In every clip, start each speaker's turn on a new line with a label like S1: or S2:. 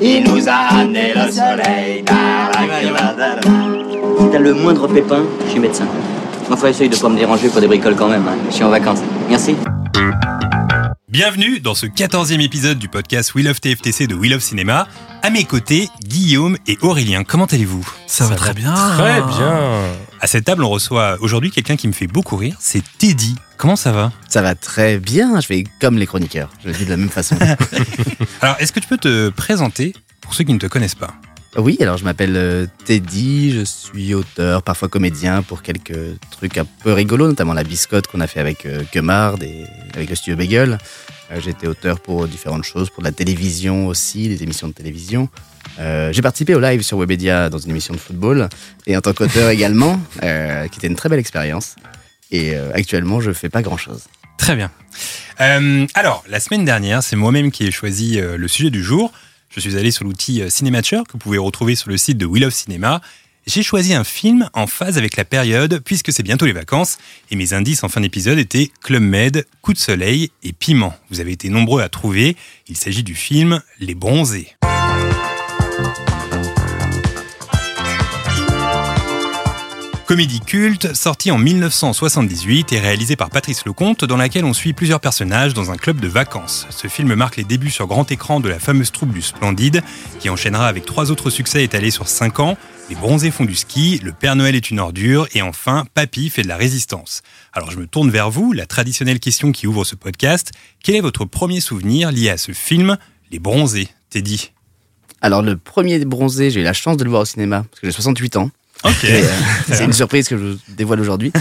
S1: Il nous a amené le soleil par la crevade.
S2: Si t'as le moindre pépin, je suis médecin. Enfin, essaye de pas me déranger pour des bricoles quand même. hein. Je suis en vacances. Merci.
S3: Bienvenue dans ce 14e épisode du podcast We Love TFTC de We Love Cinéma. À mes côtés, Guillaume et Aurélien. Comment allez-vous
S4: Ça, va très bien.
S5: Très bien.
S3: À cette table, on reçoit aujourd'hui quelqu'un qui me fait beaucoup rire, c'est Teddy. Comment ça va
S6: Ça va très bien, je vais comme les chroniqueurs, je le dis de la même façon.
S3: Alors, est-ce que tu peux te présenter pour ceux qui ne te connaissent pas
S6: oui, alors je m'appelle euh, Teddy, je suis auteur, parfois comédien pour quelques trucs un peu rigolos, notamment la biscotte qu'on a fait avec euh, Kemard et avec le studio Bagel. Euh, J'étais auteur pour différentes choses, pour de la télévision aussi, des émissions de télévision. Euh, J'ai participé au live sur Webedia dans une émission de football et en tant qu'auteur également, euh, qui était une très belle expérience. Et euh, actuellement, je fais pas grand chose.
S3: Très bien. Euh, alors, la semaine dernière, c'est moi-même qui ai choisi euh, le sujet du jour. Je suis allé sur l'outil euh, Cinématcher que vous pouvez retrouver sur le site de We Love Cinéma. J'ai choisi un film en phase avec la période puisque c'est bientôt les vacances et mes indices en fin d'épisode étaient Club Med, Coup de soleil et Piment. Vous avez été nombreux à trouver. Il s'agit du film Les Bronzés. Comédie culte, sortie en 1978 et réalisée par Patrice Lecomte, dans laquelle on suit plusieurs personnages dans un club de vacances. Ce film marque les débuts sur grand écran de la fameuse troupe du Splendide, qui enchaînera avec trois autres succès étalés sur cinq ans Les Bronzés font du ski, Le Père Noël est une ordure et enfin Papy fait de la résistance. Alors je me tourne vers vous, la traditionnelle question qui ouvre ce podcast quel est votre premier souvenir lié à ce film Les Bronzés Teddy
S6: Alors le premier bronzé, j'ai eu la chance de le voir au cinéma, parce que j'ai 68 ans.
S3: Ok.
S6: Et, euh, c'est une surprise que je vous dévoile aujourd'hui.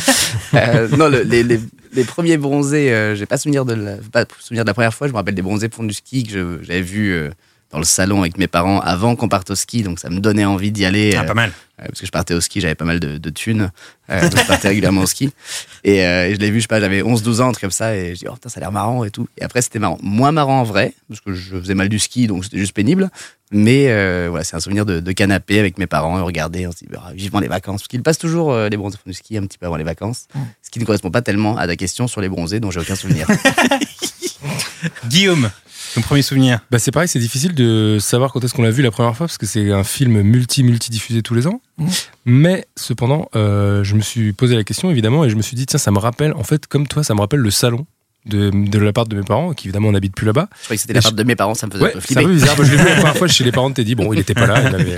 S6: Euh, non, le- les, les- les premiers bronzés, euh, j'ai pas souvenir de la, pas souvenir de la première fois. Je me rappelle des bronzés pour du ski que je- j'avais vu euh, dans le salon avec mes parents avant qu'on parte au ski, donc ça me donnait envie d'y aller.
S3: Ah,
S6: euh,
S3: pas mal.
S6: euh, parce que je partais au ski, j'avais pas mal de, de thunes. Euh, donc je partais régulièrement au ski. Et, euh, et je l'ai vu, je sais pas, j'avais 11-12 ans, un truc comme ça. Et je dis, oh putain, ça a l'air marrant et tout. Et après, c'était marrant. Moins marrant en vrai, parce que je faisais mal du ski, donc c'était juste pénible. Mais euh, voilà, c'est un souvenir de, de canapé avec mes parents et regarder. On se dit, bah, vivement les vacances. Parce qu'ils passent toujours euh, les bronzés font du ski un petit peu avant les vacances. Ce qui ne correspond pas tellement à ta question sur les bronzés, dont j'ai aucun souvenir.
S3: Guillaume, ton premier souvenir
S5: Bah c'est pareil, c'est difficile de savoir quand est-ce qu'on l'a vu la première fois parce que c'est un film multi multi diffusé tous les ans. Mais cependant, euh, je me suis posé la question évidemment et je me suis dit tiens ça me rappelle en fait comme toi ça me rappelle le salon de, de l'appart de mes parents qui évidemment on n'habite plus là-bas.
S6: je croyais que c'était la part de mes parents, ça me faisait un
S5: Ouais,
S6: peu
S5: c'est un
S6: flipper.
S5: peu bizarre. Moi, je l'ai vu la première fois chez les parents de Teddy. Bon, il n'était pas là. il avait-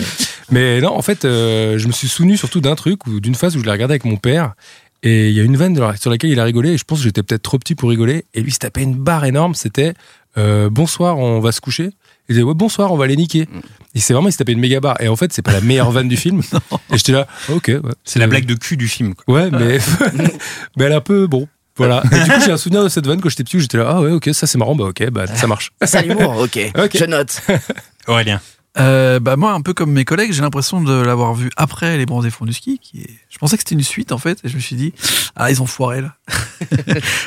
S5: Mais non, en fait, euh, je me suis souvenu surtout d'un truc ou d'une phase où je l'ai regardé avec mon père. Et il y a une vanne de la- sur laquelle il a rigolé. Et je pense que j'étais peut-être trop petit pour rigoler. Et lui, il se tapait une barre énorme. C'était euh, bonsoir, on va se coucher. Il disait ouais, bonsoir, on va les niquer.
S3: Mm.
S5: Et c'est vraiment, il se tapait une méga barre. Et en fait, c'est pas la meilleure vanne du film. Et j'étais là, ok. ouais.
S3: C'est la blague de cul du film. quoi.
S5: Ouais, mais, mais elle est un peu bon. Voilà. Et du coup, j'ai un souvenir de cette vanne quand j'étais petit où j'étais là, ah ouais, ok, ça c'est marrant, bah ok, bah ça marche.
S6: C'est l'humour, ok.
S5: Ok.
S6: Je note.
S3: Aurélien,
S4: Euh, bah moi, un peu comme mes collègues, j'ai l'impression de l'avoir vu après les bronzés fonds du ski. Qui est... Je pensais que c'était une suite en fait, et je me suis dit ah ils ont foiré là.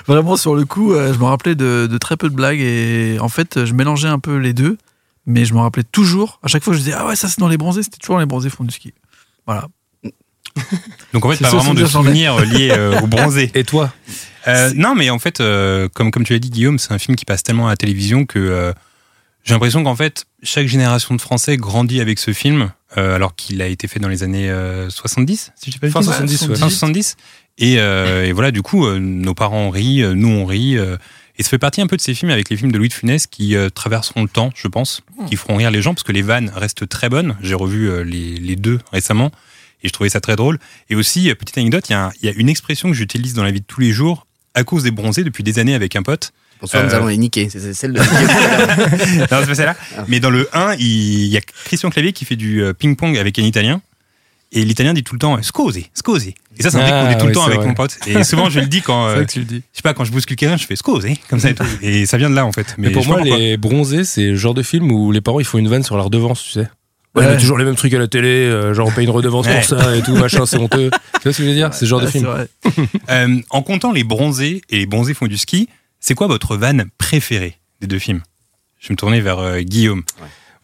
S4: Vraiment sur le coup, euh, je me rappelais de, de très peu de blagues et en fait je mélangeais un peu les deux, mais je me rappelais toujours. À chaque fois, je disais ah ouais ça c'est dans les bronzés, c'était toujours dans les bronzés fonds du ski. Voilà.
S3: donc en fait
S4: C'est
S3: pas
S4: ça,
S3: vraiment
S4: c'est
S3: de
S4: bien, j'en ai.
S3: souvenirs euh, liés euh, au bronzé.
S5: Et toi
S3: Euh, non, mais en fait, euh, comme, comme tu l'as dit, Guillaume, c'est un film qui passe tellement à la télévision que euh, j'ai l'impression qu'en fait, chaque génération de Français grandit avec ce film, euh, alors qu'il a été fait dans les années euh, 70, si je dis pas de
S5: Fin
S3: bêtises.
S5: 70, ouais.
S3: Fin 70. Et, euh, et voilà, du coup, euh, nos parents rient, euh, nous on rit. euh, et ça fait partie un peu de ces films avec les films de Louis de Funès qui euh, traverseront le temps, je pense,
S5: Hmm.
S3: qui feront rire les gens parce que les vannes restent très bonnes. J'ai revu euh, les, les deux récemment et je trouvais ça très drôle. Et aussi, euh, petite anecdote, il y, a un- il y a une expression que j'utilise dans la vie de tous les jours à cause des bronzés depuis des années avec un pote.
S6: Bonsoir, nous
S3: Euh.
S6: allons les niquer. C'est- C'est celle de.
S3: non, c'est pas celle-là. Mais dans le 1, il il y a Christian Clavier qui fait du euh, ping-pong avec un Italien. Et l'italien dit tout le temps scusi, scusi. Et ça, c'est un truc
S5: Ah,
S3: qu'on dit tout le
S5: ouais,
S3: temps
S5: c'est
S3: avec
S5: vrai.
S3: mon pote. Et souvent, je le dis quand,
S5: C'est
S3: euh,
S5: vrai que tu le dis.
S3: je sais pas, quand je bouscule quelqu'un, je fais scusi, comme ça et tout. Et ça vient de là, en fait.
S5: Mais, pour
S3: je sais
S5: moi,
S3: pas pourquoi.
S5: les bronzés, c'est le genre de film où les parents ils font une vanne sur la redevance, tu sais. Ouais,
S4: Ouais.
S5: mais toujours les mêmes trucs à la télé, euh, genre on paye une redevance
S3: Ouais.
S5: pour ça et tout, machin, c'est honteux. Tu vois ce que je veux dire C'est ce genre de
S4: Ouais, c'est
S5: film.
S4: vrai.
S3: Euh, en comptant les bronzés et les bronzés font du ski, c'est quoi votre vanne préférée des deux films Je vais me tourner vers euh, Guillaume.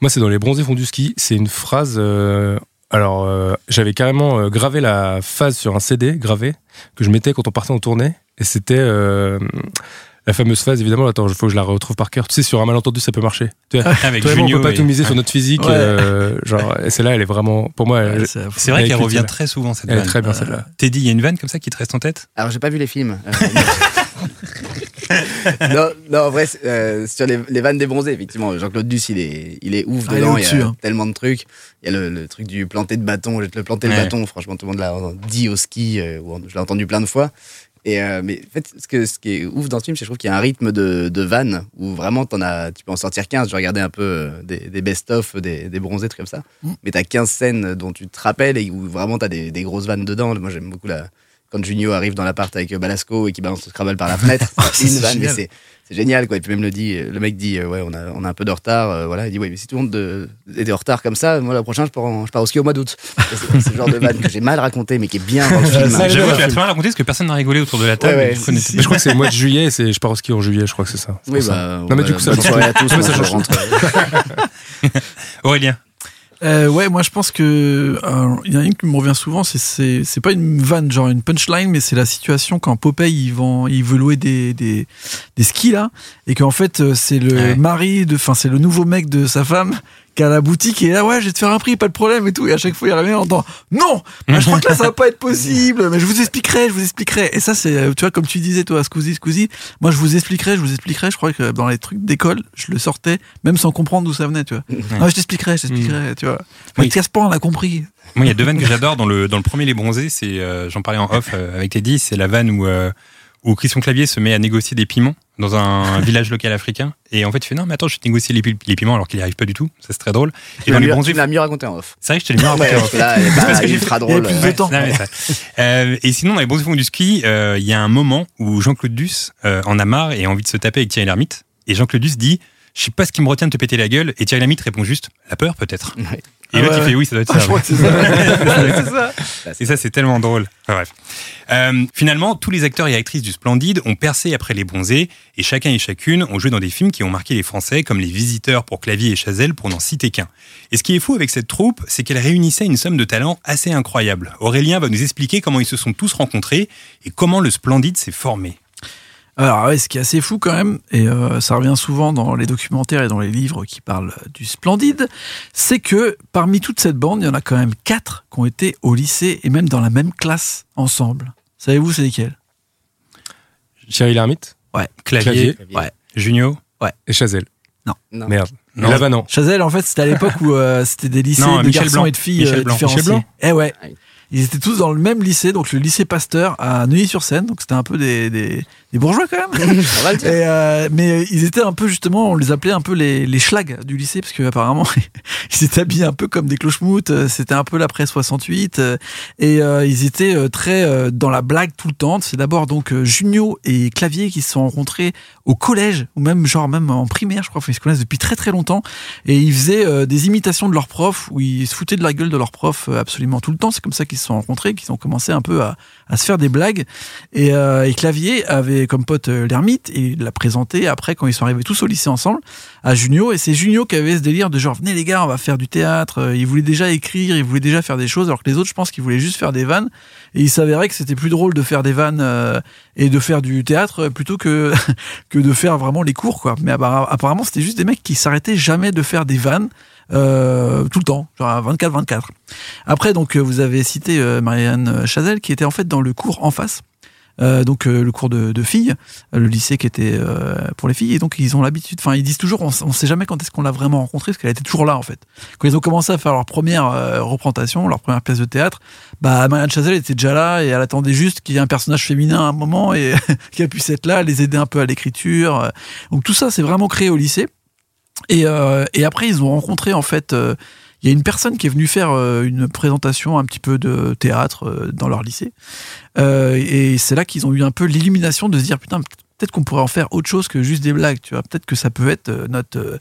S5: Moi, c'est dans Les Bronzés font du ski. C'est une phrase. euh, alors, euh, j'avais carrément euh, gravé la phase sur un CD gravé que je mettais quand on partait en tournée. Et c'était euh, la fameuse phase, évidemment. Attends, il faut que je la retrouve par cœur. Tu sais, sur un malentendu, ça peut marcher. Tu vois,
S3: Avec
S5: toi Ah, et moi, on
S3: Junio
S5: peut pas
S3: et-
S5: tout miser sur
S3: Ouais.
S5: notre physique.
S4: Ouais.
S5: euh, genre, et celle-là, elle est vraiment. Pour moi, elle-
S4: Ouais, c'est-
S3: Euh, C'est vrai
S5: Avec
S3: qu'elle
S5: le
S3: revient
S5: tel.
S3: très souvent cette
S5: elle est
S3: vanne.
S5: très bien celle-là.
S3: Teddy, il y a une vanne comme ça qui te reste en tête
S6: Alors, j'ai pas vu les films. Euh, non, non, en vrai, c'est, euh, sur les, les vannes des bronzés, effectivement, Jean-Claude Duss, il est, il est ouf
S4: Ah, il est
S6: dedans. Il y
S4: au-dessus,
S6: a
S4: hein.
S6: tellement de trucs. Il y a le, le truc du planter de bâton. J'ai le planter de
S3: Ouais.
S6: bâton. Franchement, tout le monde l'a dit au ski. euh, ou en- je l'ai entendu plein de fois. Et euh, mais en fait, ce, que, ce qui est ouf dans ce film, c'est que je trouve qu'il y a un rythme de, de vannes où vraiment t'en as, tu peux en sortir 15. Je regardais un peu euh, des, des best-of, des, des bronzés, trucs comme ça. Mais t'as 15 scènes dont tu te rappelles et où vraiment t'as des, des grosses vannes dedans. Moi, j'aime beaucoup la. Quand Junio arrive dans l'appart avec euh, Balasco et qui balance le Scrabble par la fenêtre, c'est
S4: c'est
S6: une vanne, mais
S4: génial.
S6: c'est c'est génial quoi. Et puis même le dit, euh, le mec dit, euh, ouais, on a, on a un peu de retard, euh, voilà. Il dit, ouais, mais si tout le monde euh, de- était en retard comme ça, moi la prochaine, je pars, en- je pars au ski au mois d'août. Et C'est c'est le genre de vanne que j'ai mal raconté, mais qui est bien dans le film.
S5: Ça,
S3: J'avoue
S5: Ah, j'adore
S3: que tu
S5: le
S3: l'as
S5: film.
S3: très bien raconté parce que personne n'a rigolé autour de la table.
S6: Ouais,
S3: et
S6: ouais,
S3: du coup, on
S6: si,
S3: était-
S5: Mais je crois que c'est le mois de juillet, et c'est je pars au ski en juillet, je crois que c'est ça. C'est
S6: Oui,
S5: pour ça.
S6: bah,
S5: Non, mais du coup, ça
S6: bonne
S5: change.
S6: soirée à tous.
S5: Ouais,
S6: moi,
S5: ça
S6: je
S5: change.
S6: rentre.
S3: Aurélien,
S4: Euh, ouais, moi je pense que alors, il y en a une qui me revient souvent, c'est- c'est c'est pas une vanne, genre une punchline, mais c'est la situation quand Popeye il, vend, il veut louer des, des, des skis là, et qu'en fait euh, c'est le
S3: Ouais.
S4: mari, de, enfin c'est le nouveau mec de sa femme qui a la boutique et là ouais je vais te faire un prix, pas de problème et tout, et à chaque fois il revient en disant non, bah, je crois que là ça va pas être possible, mais je vous expliquerai, je vous expliquerai, et ça c'est euh, tu vois comme tu disais toi Scusi Scusi, moi je vous expliquerai, je vous expliquerai, je crois que dans les trucs d'école je le sortais même sans comprendre d'où ça venait, tu vois. Ah, je t'expliquerai, je t'expliquerai, tu vois.
S3: Oui.
S4: Mais le casse-pas, on l'a compris.
S3: moi, il y a deux vannes que j'adore dans le, dans le premier Les Bronzés. C'est, euh, j'en parlais en off euh, avec Teddy, c'est la vanne où, euh, où Christian Clavier se met à négocier des piments dans un village local africain. Et en fait, tu fais non, mais attends, je vais te négocier les, pi- les piments alors qu'il n'y arrive pas du tout. Ça, c'est très drôle.
S6: Tu
S3: Et dans
S6: l'as
S3: Les
S6: mieux-
S3: Bronzés,
S6: tu l'as mieux raconté en off.
S3: c'est vrai que je te l'ai mis en
S6: Ouais,
S3: rapport.
S6: parce que là, elle est
S3: euh, parce
S6: pas
S3: que j'ai
S6: ultra
S4: il y a
S6: drôle.
S4: plus de
S6: Ouais.
S4: temps.
S3: Non, mais ça. Euh, et sinon, dans les bons secondes du ski, euh, il y a un moment où Jean-Claude Duss euh, en a marre et a envie de se taper avec Thierry Lhermitte. Et Jean-Claude Duss dit Je sais pas ce qui me retient de te péter la gueule. Et Thierry Lhermitte répond juste La peur, peut-être.
S6: Ouais.
S3: Et
S4: Ah
S3: l'autre,
S4: ouais,
S3: il fait Oui, ça doit être
S4: Ah,
S3: ça.
S4: je crois
S3: ouais.
S4: que c'est ça. C'est ça.
S3: Et ça, c'est tellement drôle. Enfin, bref. Euh, finalement, tous les acteurs et actrices du Splendide ont percé après les bronzés et chacun et chacune ont joué dans des films qui ont marqué les Français, comme Les Visiteurs pour Clavier et Chazelle, pour n'en citer qu'un. Et ce qui est fou avec cette troupe, c'est qu'elle réunissait une somme de talents assez incroyable. Aurélien va nous expliquer comment ils se sont tous rencontrés et comment le Splendide s'est formé.
S4: Alors ouais, ce qui est assez fou quand même, et euh, ça revient souvent dans les documentaires et dans les livres qui parlent du splendide, c'est que parmi toute cette bande, il y en a quand même quatre qui ont été au lycée et même dans la même classe ensemble. Savez-vous c'est lesquels
S5: Thierry Lhermitte
S4: Ouais.
S3: Clavier,
S5: Clavier.
S4: Ouais.
S3: Junio
S5: et Chazelle.
S4: Non.
S6: Non.
S5: Merde.
S3: Non.
S5: Là-bas, non.
S4: Chazelle, en fait, c'était à l'époque où euh, c'était des lycées
S3: Non,
S4: de
S3: Michel
S4: garçons
S3: Blanc.
S4: et de filles
S3: Michel
S4: euh,
S3: Blanc.
S4: différenciés.
S3: Michel Blanc
S4: Eh ouais.
S6: Ah oui.
S4: Ils étaient tous dans le même lycée, donc le lycée Pasteur à Neuilly-sur-Seine, donc c'était un peu des, des, des bourgeois quand même.
S6: Ça va, le titre
S4: Et, euh, mais euh, ils étaient un peu justement, on les appelait un peu les, les schlags du lycée parce que apparemment ils étaient habillés un peu comme des clochemoutes. euh, C'était un peu l'après 68 euh, et euh, ils étaient euh, très euh, dans la blague tout le temps. C'est d'abord donc euh, Junio et Clavier qui se sont rencontrés au collège ou même genre même en primaire, je crois. Enfin, ils se connaissent depuis très très longtemps et ils faisaient euh, des imitations de leurs profs où ils se foutaient de la gueule de leurs profs euh, absolument tout le temps. C'est comme ça qu'ils se sont rencontrés, qu'ils ont commencé un peu à, à se faire des blagues. Et, euh, et Clavier avait comme pote euh, l'ermite et il l'a présenté après quand ils sont arrivés tous au lycée ensemble à Junio. Et c'est Junio qui avait ce délire de genre venez les gars, on va faire du théâtre. Euh, Il voulait déjà écrire, il voulait déjà faire des choses, alors que les autres, je pense qu'ils voulaient juste faire des vannes. Et il s'avérait que c'était plus drôle de faire des vannes euh, et de faire du théâtre euh, plutôt que que de faire vraiment les cours quoi. Mais appara- apparemment, c'était juste des mecs qui s'arrêtaient jamais de faire des vannes. euh, tout le temps, genre 24-24. Après, donc, euh, vous avez cité euh, Marianne Chazelle qui était en fait dans le cours en face. Euh, donc euh, le cours de, de filles, euh, le lycée qui était euh, pour les filles, et donc ils ont l'habitude, enfin ils disent toujours, on, s- on sait jamais quand est-ce qu'on l'a vraiment rencontrée, parce qu'elle était toujours là en fait. Quand ils ont commencé à faire leur première euh, représentation, leur première pièce de théâtre, bah Marianne Chazelle était déjà là, et elle attendait juste qu'il y ait un personnage féminin à un moment, et qu'elle puisse être là, les aider un peu à l'écriture. euh. Donc tout ça, c'est vraiment créé au lycée. Et, euh, et après, ils ont rencontré en fait... euh, Il y a une personne qui est venue faire euh, une présentation un petit peu de théâtre euh, dans leur lycée. Euh, et c'est là qu'ils ont eu un peu l'illumination de se dire putain, peut-être qu'on pourrait en faire autre chose que juste des blagues, tu vois. Peut-être que ça peut être euh, notre euh,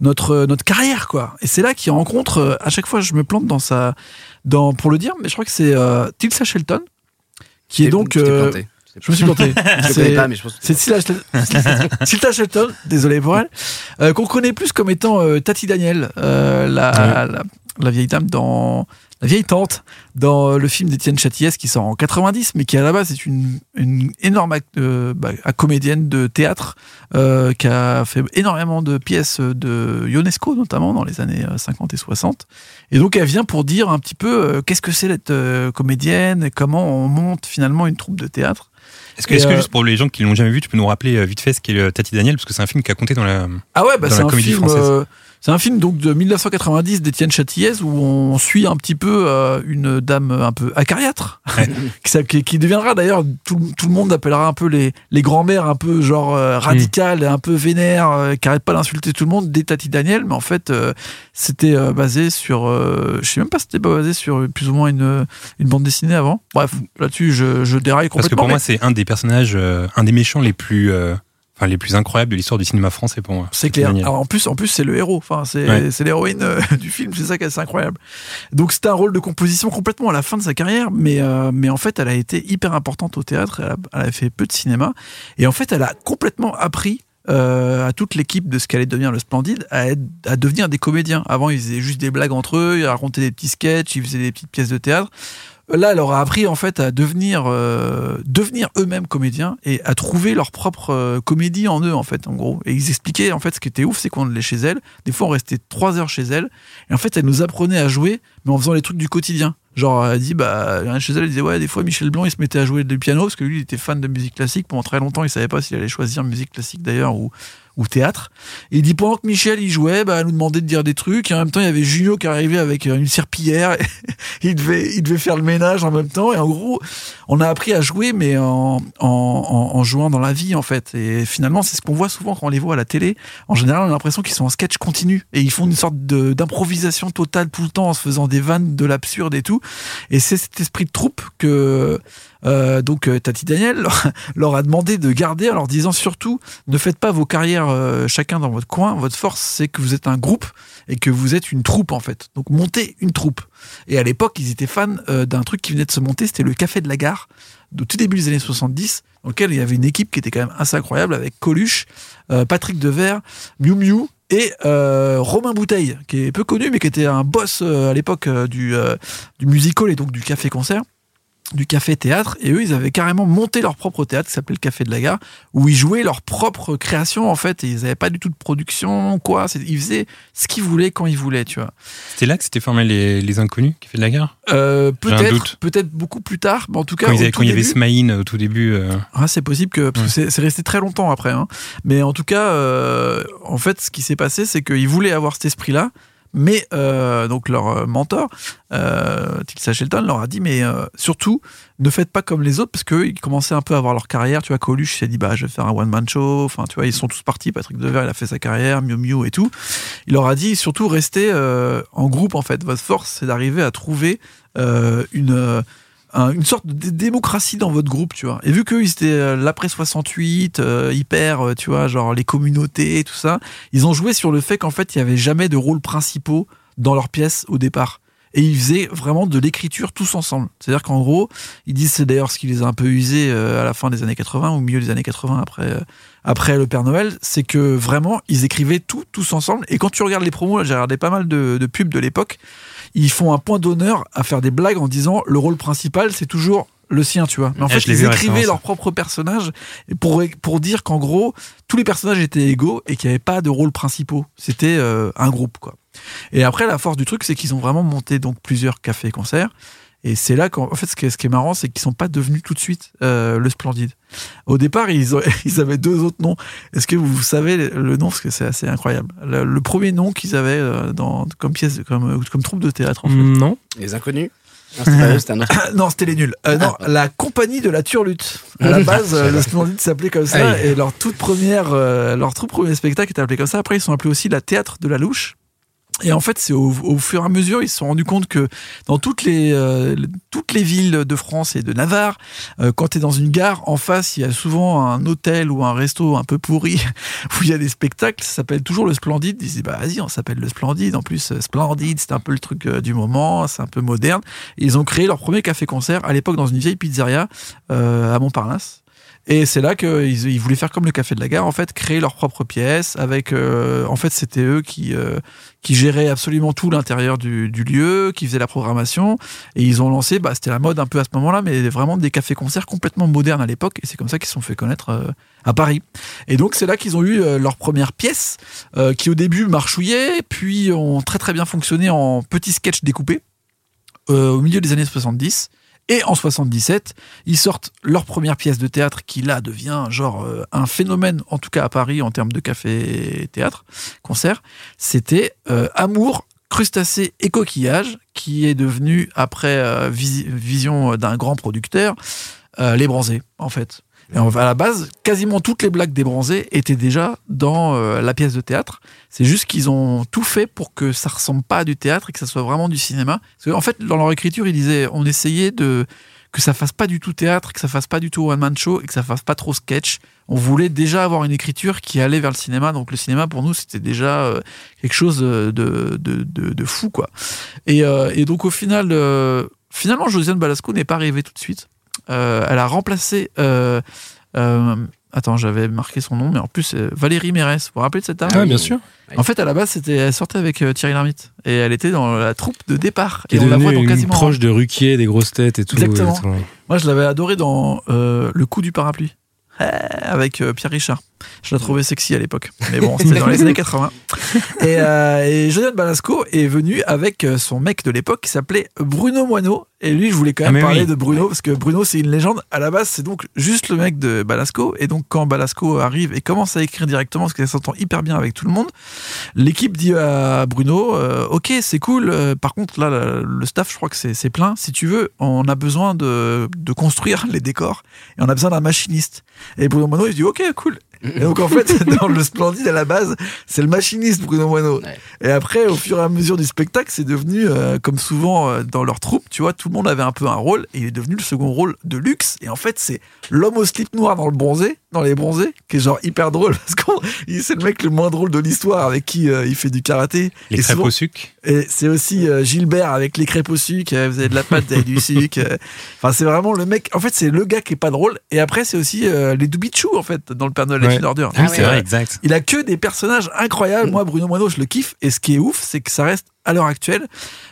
S4: notre euh, notre carrière quoi. Et c'est là qu'ils rencontrent euh, à chaque fois je me plante dans sa dans pour le dire, mais je crois que c'est euh, Tilsa Shelton qui est donc
S6: Je t'ai
S4: euh,
S6: planté.
S4: je me suis planté.
S6: Je te
S4: C'est-
S6: connais pas, mais je pense que
S4: c'est Tilda Shelton, Tilda Shelton, désolé pour elle, euh, qu'on connaît plus comme étant euh, Tati Daniel, euh, la, la, la vieille dame dans la vieille tante dans euh, le film d'Étienne Châtillès qui sort en 90, mais qui à la base est une, une énorme act- euh, bah, comédienne de théâtre euh, qui a fait énormément de pièces de Ionesco notamment dans les années euh, 50 et 60. Et donc elle vient pour dire un petit peu euh, qu'est-ce que c'est d'être euh, comédienne, et comment on monte finalement une troupe de théâtre.
S3: Est-ce que,
S4: Et
S3: est-ce que
S4: euh,
S3: juste pour les gens qui l'ont jamais vu, tu peux nous rappeler euh, vite fait ce qu'est le Tati Daniel Parce que c'est un film qui a compté dans la.
S4: Ah ouais, bah
S3: dans
S4: c'est
S3: la
S4: un
S3: comédie
S4: film.
S3: française.
S4: euh, c'est un film donc de 1990 d'Étienne Châtillès où on suit un petit peu euh, une dame un peu acariâtre qui, s'app- qui- qui deviendra d'ailleurs tout, tout le monde appellera un peu les, les grands-mères un peu genre euh,
S3: Hmm.
S4: radicales, un peu vénères, euh, qui arrêtent pas d'insulter tout le monde, des Tati Daniel, mais en fait euh, c'était euh, basé sur, euh, je sais même pas si c'était pas basé sur euh, plus ou moins une, une bande dessinée avant. Bref, là-dessus je, je déraille
S3: Parce que
S4: complètement.
S3: pour
S4: mais
S3: moi, c'est un des personnages, euh, un des méchants les plus, euh, enfin les plus incroyables de l'histoire du cinéma français pour moi.
S4: C'est
S3: Tati
S4: clair.
S3: Daniel.
S4: Alors, en plus, en plus c'est le héros. Enfin, c'est
S3: Ouais.
S4: c'est l'héroïne euh, du film. C'est ça qui est assez incroyable. Donc c'était un rôle de composition complètement à la fin de sa carrière, mais euh, mais en fait elle a été hyper importante au théâtre. Elle a, elle a fait peu de cinéma et en fait elle a complètement appris. euh, à toute l'équipe de ce qu'allait devenir le Splendide à, être- à devenir des comédiens. Avant, ils faisaient juste des blagues entre eux, ils racontaient des petits sketchs, ils faisaient des petites pièces de théâtre. Là, elle leur a appris en fait à devenir, euh, devenir eux-mêmes comédiens et à trouver leur propre euh, comédie en eux en fait, en gros. Et ils expliquaient en fait ce qui était ouf, c'est qu'on allait chez elle. Des fois, on restait trois heures chez elle et en fait, elle nous apprenait à jouer, mais en faisant les trucs du quotidien. Genre, elle dit bah chez elle, elle disait ouais, des fois Michel Blanc il se mettait à jouer du piano parce que lui il était fan de musique classique pendant très longtemps, il savait pas s'il allait choisir musique classique d'ailleurs ou ou théâtre. Et il dit pendant que Michel il jouait, bah elle nous demandait de dire des trucs. Et en même temps, il y avait Junio qui arrivait avec euh, une serpillière il devait, il devait faire le ménage en même temps. Et en gros, on a appris à jouer, mais en, en, en- en jouant dans la vie, en fait. Et finalement, c'est ce qu'on voit souvent quand on les voit à la télé. En général, on a l'impression qu'ils sont en sketch continu. Et ils font une sorte de- d'improvisation totale tout le temps en se faisant des vannes de l'absurde et tout. Et c'est cet esprit de troupe que. euh, donc euh, Tati Daniel leur, leur a demandé de garder en leur disant surtout ne faites pas vos carrières euh, chacun dans votre coin, votre force c'est que vous êtes un groupe et que vous êtes une troupe en fait. Donc montez une troupe. Et à l'époque, ils étaient fans euh, d'un truc qui venait de se monter, c'était le Café de la Gare, au tout début des années 70, dans lequel il y avait une équipe qui était quand même assez incroyable avec Coluche, euh, Patrick Devers, Miu Miu et euh, Romain Bouteille, qui est peu connu, mais qui était un boss euh, à l'époque euh, du, euh, du musical et donc du café-concert du café théâtre et eux ils avaient carrément monté leur propre théâtre qui s'appelait le café de la gare où ils jouaient leur propre création en fait et ils n'avaient pas du tout de production quoi C'est- ils faisaient ce qu'ils voulaient quand ils voulaient tu vois
S3: C'était là que s'étaient formés les, les inconnus qui fait de la guerre.
S4: euh,
S3: J'ai un doute.
S4: peut-être, peut-être beaucoup plus tard, mais en tout cas,
S3: Quand, ils
S4: au
S3: avaient-
S4: tout
S3: quand il y avait
S4: début-
S3: Smaïn au tout début. euh,
S4: Ah, c'est possible que parce que
S3: Ouais.
S4: c'est- c'est resté très longtemps après. hein. Mais en tout cas, euh, en fait, ce qui s'est passé, c'est qu'ils voulaient avoir cet esprit-là, mais euh, donc leur euh, mentor, euh, Tilsa Shelton, leur a dit mais euh, surtout ne faites pas comme les autres parce qu'eux, ils commençaient un peu à avoir leur carrière. Tu vois, Coluche il s'est dit bah je vais faire un one man show. Enfin, tu vois, ils sont tous partis. Patrick Devers, il a fait sa carrière, Miu Miu et tout. Il leur a dit surtout restez euh, en groupe en fait. Votre force, c'est d'arriver à trouver euh, une euh, un- une sorte de dé- démocratie dans votre groupe, tu vois. Et vu qu'eux, ils étaient euh, l'après 68, euh, hyper, euh, tu vois, genre les communautés et tout ça, ils ont joué sur le fait qu'en fait, il n'y avait jamais de rôles principaux dans leurs pièces au départ. Et ils faisaient vraiment de l'écriture tous ensemble. C'est-à-dire qu'en gros, ils disent, c'est d'ailleurs ce qui les a un peu usés euh, à la fin des années 80, au milieu des années 80, après, euh, après le Père Noël, c'est que vraiment, ils écrivaient tout, tous ensemble. Et quand tu regardes les promos, là, j'ai regardé pas mal de, de pubs de l'époque, ils font un point d'honneur à faire des blagues en disant le rôle principal c'est toujours le sien, tu vois. Mais en
S3: Ah,
S4: fait,
S3: je l'ai
S4: ils
S3: vu,
S4: écrivaient
S3: référence.
S4: leurs propres personnages et pour, pour dire qu'en gros, tous les personnages étaient égaux et qu'il n'y avait pas de rôle principaux. C'était euh, un groupe, quoi. Et après, la force du truc, c'est qu'ils ont vraiment monté donc plusieurs cafés-concerts. Et c'est là qu'en en fait, ce qui est, ce qui est marrant, c'est qu'ils sont pas devenus tout de suite euh, le Splendide. Au départ, ils, ont- ils avaient deux autres noms. Est-ce que vous savez le- le nom Parce que c'est assez incroyable. Le, le premier nom qu'ils avaient euh, dans, comme pièce, comme, euh, comme troupe de théâtre, en fait.
S5: Non.
S6: Les inconnus. Non, c'était pas eux, c'était un autre.
S4: non, c'était les nuls. Euh, non, la compagnie de la Turlute. À la base, euh, le Splendide s'appelait comme ça.
S5: Aïe.
S4: Et leur toute première, euh, leur tout premier spectacle était appelé comme ça. Après, ils sont appelés aussi la Théâtre de la Louche. Et en fait, c'est au, au fur et à mesure, ils se sont rendus compte que dans toutes les, euh, toutes les villes de France et de Navarre, euh, quand tu es dans une gare, en face, il y a souvent un hôtel ou un resto un peu pourri où il y a des spectacles. Ça s'appelle toujours le Splendide. Ils disent, bah vas-y, on s'appelle le Splendide. En plus, euh, Splendide, c'est un peu le truc euh, du moment, c'est un peu moderne. Et ils ont créé leur premier café-concert à l'époque dans une vieille pizzeria euh, à Montparnasse. Et c'est là qu'ils ils voulaient faire comme le Café de la Gare, en fait, créer leur propre pièce. Avec, euh, en fait, c'était eux qui, euh, qui géraient absolument tout l'intérieur du, du lieu, qui faisaient la programmation. Et ils ont lancé, bah, c'était la mode un peu à ce moment-là, mais vraiment des cafés-concerts complètement modernes à l'époque. Et c'est comme ça qu'ils se sont fait connaître euh, à Paris. Et donc, c'est là qu'ils ont eu euh, leur première pièce, euh, qui au début marchouillait, puis ont très très bien fonctionné en petits sketchs découpés euh, au milieu des années 70. Et en 77, ils sortent leur première pièce de théâtre qui là devient genre euh, un phénomène, en tout cas à Paris en termes de café théâtre, concert. C'était euh, Amour, crustacés et coquillages, qui est devenu après euh, Visi- vision d'un grand producteur, euh, Les Bronzés en fait. Et on va à la base, quasiment toutes les blagues des Bronzés étaient déjà dans euh, la pièce de théâtre. C'est juste qu'ils ont tout fait pour que ça ressemble pas à du théâtre et que ça soit vraiment du cinéma. Parce que, en fait, dans leur écriture, ils disaient, on essayait de que ça fasse pas du tout théâtre, que ça fasse pas du tout one man show et que ça fasse pas trop sketch. On voulait déjà avoir une écriture qui allait vers le cinéma. Donc le cinéma pour nous, c'était déjà euh, quelque chose de, de, de- de fou quoi. Et, euh, et donc au final, euh, finalement, Josiane Balasco n'est pas arrivée tout de suite. Euh, elle a remplacé. euh, euh, attends, j'avais marqué son nom, mais en plus euh, Valérie Mérès. Vous vous rappelez de cette dame
S5: Ah, bien sûr.
S4: en fait, à la base, c'était, elle sortait avec euh, Thierry Lhermitte et elle était dans la troupe de départ.
S5: Qui est
S4: et on la voit
S5: devenu
S4: dans
S5: une
S4: quasiment.
S5: proche de Ruquier, des grosses têtes et tout.
S4: Exactement.
S5: et tout.
S4: Moi, je l'avais adorée dans euh, Le coup du parapluie Eh, avec euh, Pierre Richard. Je la trouvais sexy à l'époque, mais bon, c'était dans les années 80. Et, euh, et Josiane Balasco est venue avec euh, son mec de l'époque qui s'appelait Bruno Moineau. Et lui, je voulais quand
S5: Ah,
S4: même
S5: mais
S4: parler
S5: oui.
S4: de Bruno parce que Bruno, c'est une légende. À la base, c'est donc juste le mec de Balasco. Et donc, quand Balasco arrive et commence à écrire directement, parce qu'elle s'entend hyper bien avec tout le monde, L'équipe dit à Bruno euh, Ok, c'est cool. euh, par contre, là, la- le staff, je crois que c'est c'est plein. Si tu veux, on a besoin de, de construire les décors et on a besoin d'un machiniste. Et Bruno Moineau, il dit Ok, cool. Et donc, en fait, dans le Splendide, à la base, c'est le machiniste, Bruno Moineau.
S6: Ouais.
S4: Et après, au fur et à mesure du spectacle, c'est devenu, euh, comme souvent euh, dans leur troupe, tu vois, tout le monde avait un peu un rôle et il est devenu le second rôle de luxe. Et en fait, c'est l'homme au slip noir dans le bronzé, dans les bronzés, qui est genre hyper drôle parce qu'on il- c'est le mec le moins drôle de l'histoire avec qui euh, il fait du karaté.
S3: Les
S4: Et
S3: crêpes
S4: souvent-
S3: au sucre.
S4: et c'est aussi euh, Gilbert avec les crêpes au sucre, euh, vous avez de la pâte, vous avez du sucre. euh. Enfin, c'est vraiment le mec. En fait, c'est le gars qui est pas drôle. Et après, c'est aussi euh, les Doubichou, en fait, dans le Père Noël
S5: Ouais. Mm.
S4: et Fille d'ordure.
S3: Ah oui, c'est vrai, exact.
S4: Il a que des personnages incroyables. Moi, Bruno Moineau, je le kiffe. Et ce qui est ouf, c'est que ça reste, à l'heure actuelle,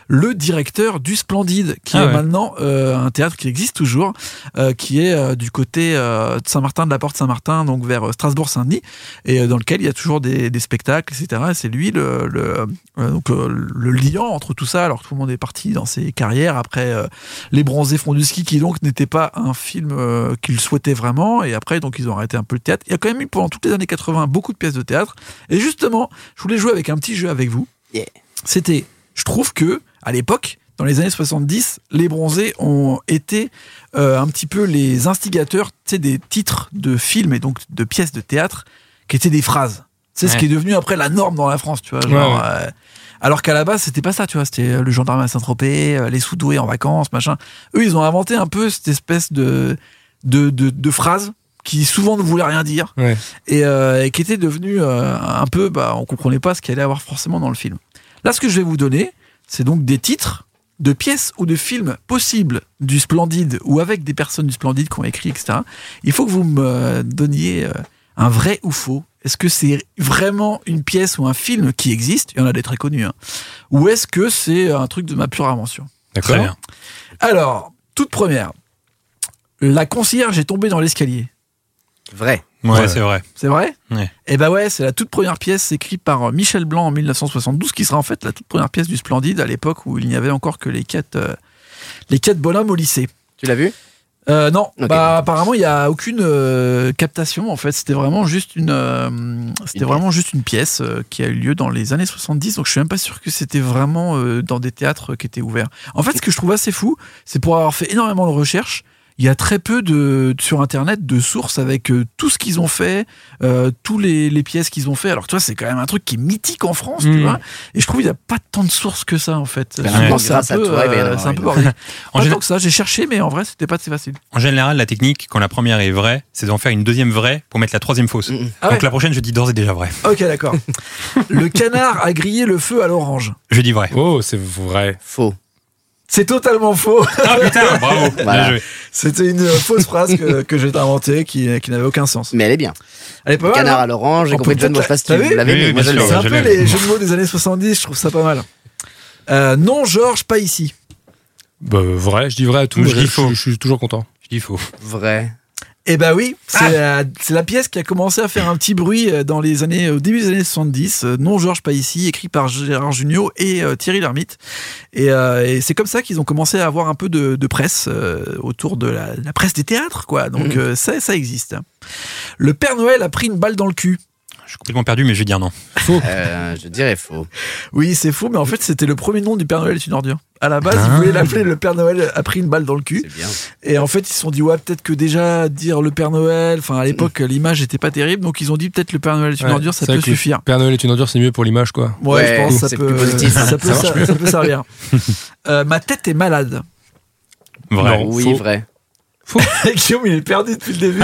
S4: le directeur du Splendide, qui
S5: Ah
S4: est
S5: ouais.
S4: maintenant euh, un théâtre qui existe toujours, euh, qui est euh, du côté euh, de Saint-Martin, de la Porte Saint-Martin, donc vers euh, Strasbourg-Saint-Denis, et euh, dans lequel il y a toujours des, des spectacles, etc. Et C'est lui le, le, euh, donc, euh, le liant entre tout ça, alors que tout le monde est parti dans ses carrières après euh, Les Bronzés Fonds du Ski, qui donc n'était pas un film euh, qu'il souhaitait vraiment, et après, donc ils ont arrêté un peu le théâtre. Il y a quand même eu pendant toutes les années 80 beaucoup de pièces de théâtre, et justement, je voulais jouer avec un petit jeu avec vous.
S6: Yeah.
S4: C'était, je trouve que, à l'époque, dans les années 70, les bronzés ont été euh, un petit peu les instigateurs tu sais, des titres de films et donc de pièces de théâtre qui étaient des phrases. C'est ce
S3: Ouais.
S4: qui est devenu après la norme dans la France, tu vois.
S5: Ouais,
S4: genre,
S5: ouais.
S4: euh, alors qu'à la base, c'était pas ça, tu vois. C'était euh, le gendarme à Saint-Tropez, euh, les sous-doués en vacances, machin. Eux, ils ont inventé un peu cette espèce de, de, de, de phrase qui souvent ne voulait rien dire
S5: Ouais.
S4: et, euh, et qui était devenu euh, un peu, bah, on comprenait pas ce qu'il allait avoir forcément dans le film. Là, ce que je vais vous donner, c'est donc des titres de pièces ou de films possibles du Splendide ou avec des personnes du Splendide qui ont écrit, etc. Il faut que vous me donniez euh, un vrai ou faux. Est-ce que c'est vraiment une pièce ou un film qui existe Il y en a des très connus. hein. Ou est-ce que c'est un truc de ma pure invention
S3: Très bien.
S4: Alors, toute première. La concierge est tombée dans l'escalier.
S6: Vrai.
S3: Ouais,
S5: Ouais.
S3: c'est vrai.
S4: C'est vrai
S3: Ouais.
S4: Eh ben ouais, c'est la toute première pièce écrite par euh, Michel Blanc en 1972, qui sera en fait la toute première pièce du Splendide à l'époque où il n'y avait encore que les quatre, euh, les quatre bonhommes au lycée.
S6: Tu l'as vu
S4: Euh, non,
S6: Ok.
S4: bah apparemment il n'y a aucune euh, captation en fait. C'était vraiment juste une, euh, c'était
S6: Une
S4: vraiment juste une pièce euh, qui a eu lieu dans les années 70. Donc je suis même pas sûr que c'était euh, vraiment euh, dans des théâtres qui étaient ouverts. En fait, ce que je trouve assez fou, c'est pour avoir fait énormément de recherches. il y a très peu de sur internet de sources avec euh, tout ce qu'ils ont fait, euh, tous les, les pièces qu'ils ont fait. Alors tu vois, c'est quand même un truc qui est mythique en France, tu
S3: Mmh.
S4: vois. Et je trouve qu'il n'y a pas tant de sources que ça en fait.
S6: Ben,
S4: Souvent,
S3: ouais.
S4: c'est un
S6: grâce à
S4: peu,
S6: toi, il va y en
S4: euh,
S6: avoir
S4: c'est un peu
S6: une.
S4: bordélique.
S3: En
S4: Pas
S3: gé-
S4: tant que ça, j'ai cherché, mais en vrai, c'était pas si facile.
S3: En général, la technique, quand la première est vraie, c'est d'en faire une deuxième vraie pour mettre la troisième fausse.
S6: Mm.
S4: Ah
S3: Donc
S4: ouais.
S3: la prochaine, je dis d'ores et déjà vrai.
S4: Ok, d'accord. le canard a grillé le feu à l'orange.
S3: Je dis vrai.
S5: Oh, c'est vrai.
S6: Faux.
S4: C'est totalement faux.
S3: Ah putain, bravo,
S6: Voilà.
S3: bien joué.
S4: C'était une euh, fausse phrase que, que j'ai inventée qui, qui n'avait aucun sens.
S6: Mais elle est bien.
S4: Elle est pas mal.
S6: Canard
S4: hein
S6: à l'orange, j'ai
S4: On
S6: compris
S4: peut
S6: le jeu de mots, je
S4: peut-être
S6: sais pas si
S4: la- t'as
S6: tu
S4: vu
S6: l'avais,
S3: Oui,
S6: mais
S3: oui,
S6: moi je
S3: bien
S6: l'ai.
S3: sûr.
S4: C'est un
S3: je
S4: peu
S3: l'ai.
S4: les jeux de mots des années 70, je trouve ça pas mal. Euh, non, Georges, pas ici.
S5: Bah, vrai, je dis vrai à tout.
S3: Moi, je dis faux.
S5: Je, suis toujours content.
S3: Je dis faux.
S6: Vrai.
S4: Eh ben oui, c'est la, c'est la pièce qui a commencé à faire un petit bruit euh, dans les années, au début des années 70. euh, Non, Georges, pas ici, écrit par Gérard Jugnot et euh, Thierry Lhermitte. Et, euh, et c'est comme ça qu'ils ont commencé à avoir un peu de, de presse euh, autour de la, la presse des théâtres, quoi. Donc euh, ça, ça existe. Le Père Noël a pris une balle dans le cul.
S3: Je suis complètement perdu, mais je vais dire non.
S6: Euh, je dirais faux.
S4: Oui, c'est faux, mais en fait, c'était le premier nom du Père Noël est une ordure. À la base, ils
S3: Ah.
S4: voulaient l'appeler le Père Noël a pris une balle dans le cul.
S6: C'est bien.
S4: Et en fait, ils se sont dit, ouais, peut-être que déjà dire le Père Noël, enfin, à l'époque, l'image était pas terrible, donc ils ont dit, peut-être le Père Noël est une
S5: Ouais,
S4: ordure,
S5: c'est
S4: ça
S5: vrai
S4: peut
S5: que le
S4: suffire.
S5: Père Noël est une ordure, c'est mieux pour l'image, quoi.
S4: Ouais,
S6: Ouais,
S4: je pense que ça
S6: c'est
S4: peut,
S6: plus positif. hein.
S4: ça, peut,
S6: Ça marche
S4: ça- ça peut servir. Euh, ma tête est malade.
S3: Vrai.
S5: Non.
S6: oui,
S5: faux.
S6: vrai.
S4: Guillaume, il est perdu depuis le début.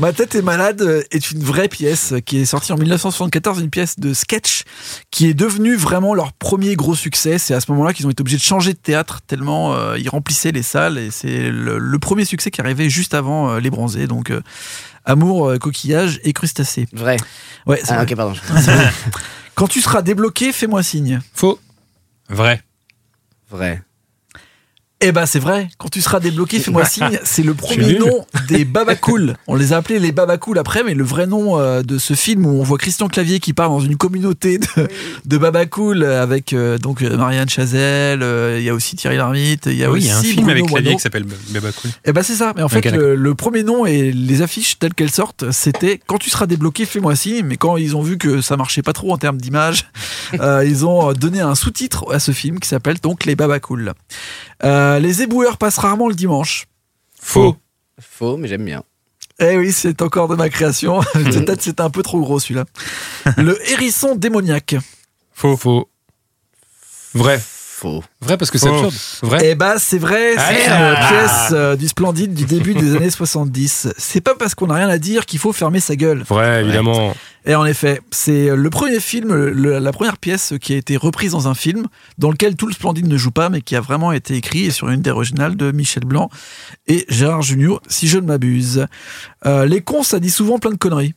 S4: ma tête est malade euh, est une vraie pièce euh, qui est sortie en 1974, une pièce de sketch qui est devenue vraiment leur premier gros succès. C'est à ce moment-là qu'ils ont été obligés de changer de théâtre tellement euh, ils remplissaient les salles et c'est le, le premier succès qui arrivait juste avant euh, Les Bronzés. Donc, euh, amour, euh, coquillage et crustacés.
S6: Vrai.
S4: Ouais, c'est
S6: Ah,
S4: vrai.
S6: ok, pardon.
S4: Quand tu seras débloqué, fais-moi signe.
S5: Faux.
S3: Vrai.
S6: Vrai.
S4: Eh ben c'est vrai, quand tu seras débloqué, fais-moi signe, c'est le premier
S5: nul.
S4: nom des Babacool. On les a appelés les Babacool après, mais le vrai nom euh, de ce film où on voit Christian Clavier qui part dans une communauté de, de Babacool euh, avec euh, donc euh, Marianne Chazelle, euh, il y a aussi Thierry Lhermitte, il y a
S3: Ah oui,
S4: aussi
S3: il y a un film
S4: Bruno
S3: avec Clavier
S4: Moineau.
S3: qui s'appelle Babacool.
S4: Eh ben c'est ça, mais en fait
S3: Ok,
S4: le, le premier nom et les affiches telles qu'elles sortent, c'était quand tu seras débloqué, fais-moi signe. Mais quand ils ont vu que ça marchait pas trop en termes d'image, euh, ils ont donné un sous-titre à ce film qui s'appelle donc Les Babacool. Euh, les éboueurs passent rarement le dimanche.
S5: Faux.
S6: Faux, mais j'aime bien.
S4: Eh oui, c'est encore de ma création. Peut-être c'était un peu trop gros celui-là. Le hérisson démoniaque.
S5: Faux. Faux. Vrai.
S6: Faux.
S5: Vrai parce que c'est
S3: Faux.
S5: absurde. Vrai.
S4: Eh ben, c'est vrai,
S5: Allez,
S4: c'est une
S5: là.
S4: pièce euh, du Splendide du début des années 70. C'est pas parce qu'on a rien à dire qu'il faut fermer sa gueule.
S5: Vrai, évidemment.
S4: Et en effet, c'est le premier film, le- la première pièce qui a été reprise dans un film, dans lequel tout le Splendide ne joue pas, mais qui a vraiment été écrit et sur une des originales de Michel Blanc et Gérard Junior, si je ne m'abuse. Euh, les cons, ça dit souvent plein de conneries.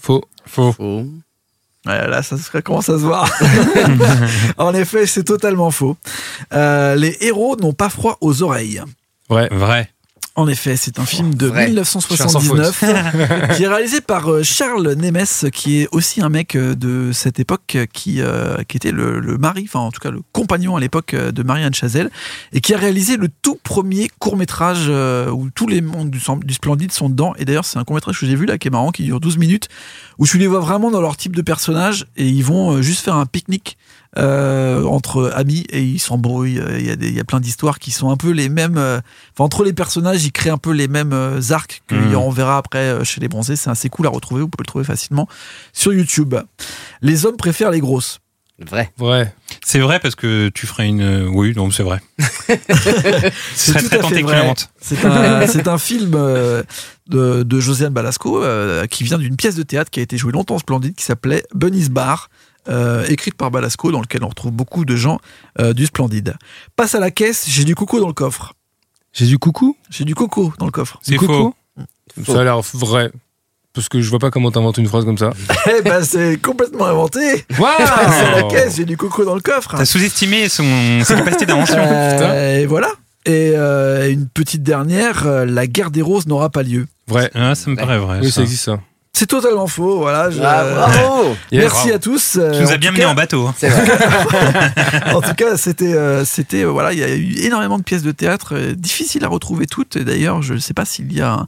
S5: Faux. Faux.
S6: Faux.
S4: Ouais, là, ça serait- commence à se voir. en effet, c'est totalement faux. Euh, les héros n'ont pas froid aux oreilles.
S5: Vrai.
S3: Vrai.
S4: En effet, c'est un film de
S6: vrai.
S4: 1979 qui est réalisé par euh, Charles Nemes, qui est aussi un mec euh, de cette époque euh, qui, euh, qui était le, le mari, enfin en tout cas le compagnon à l'époque euh, de Marianne Chazelle, et qui a réalisé le tout premier court métrage où tous les mondes du, sem- du Splendide sont dedans. Et d'ailleurs, c'est un court métrage que j'ai vu là qui est marrant, qui dure 12 minutes, où tu les vois vraiment dans leur type de personnage et ils vont euh, juste faire un pique-nique. euh, entre amis et ils s'embrouillent Euh, il y a des- il y a plein d'histoires qui sont un peu les mêmes euh, Enfin, entre les personnages, ils créent un peu les mêmes euh, arcs qu'on
S3: Mhm.
S4: verra après euh, chez les bronzés. C'est assez cool à retrouver. Vous pouvez le trouver facilement sur YouTube. Les hommes préfèrent les grosses.
S6: Vrai.
S5: Vrai.
S3: C'est vrai parce que tu ferais une. euh, Oui, non, c'est vrai. Ce serait
S4: tout
S3: très
S4: à fait
S3: tenté que tu
S4: vrai.
S3: l'inventes.
S4: C'est un, c'est un film euh, de, de Josiane Balasco euh, qui vient d'une pièce de théâtre qui a été jouée longtemps en splendide qui s'appelait Bunny's Bar. euh, écrite par Balasco, dans lequel on retrouve beaucoup de gens euh, du Splendide. Passe à la caisse, j'ai du coco dans le coffre.
S5: J'ai du coucou.
S4: J'ai du coco dans le coffre.
S3: C'est
S5: Coucou.
S3: faux.
S5: Ça a l'air vrai. Parce que je vois pas comment t'inventes une phrase comme ça.
S4: Eh ben, c'est complètement inventé. Passe à la
S5: Waouh
S4: caisse, j'ai du coco dans le coffre.
S3: Ah. T'as sous-estimé son... ses capacités d'invention. Putain.
S4: Euh, et voilà. Et euh, une petite dernière, euh, la guerre des roses n'aura pas lieu.
S5: Vrai.
S3: Ah, ça me paraît vrai.
S5: Oui,
S3: ça.
S5: ça existe ça.
S4: C'est totalement faux, voilà. je-
S6: Ah, bravo
S5: Yes.
S4: Merci à tous. euh,
S3: Ah, Tu nous
S4: en
S3: as bien
S4: tout
S3: mené
S4: cas-
S3: en bateau. hein.
S6: C'est vrai.
S4: En tout cas, c'était, euh, c'était, euh, voilà, il y a eu énormément de pièces de théâtre, euh, difficiles à retrouver toutes. Et d'ailleurs, je ne sais pas s'il y a un,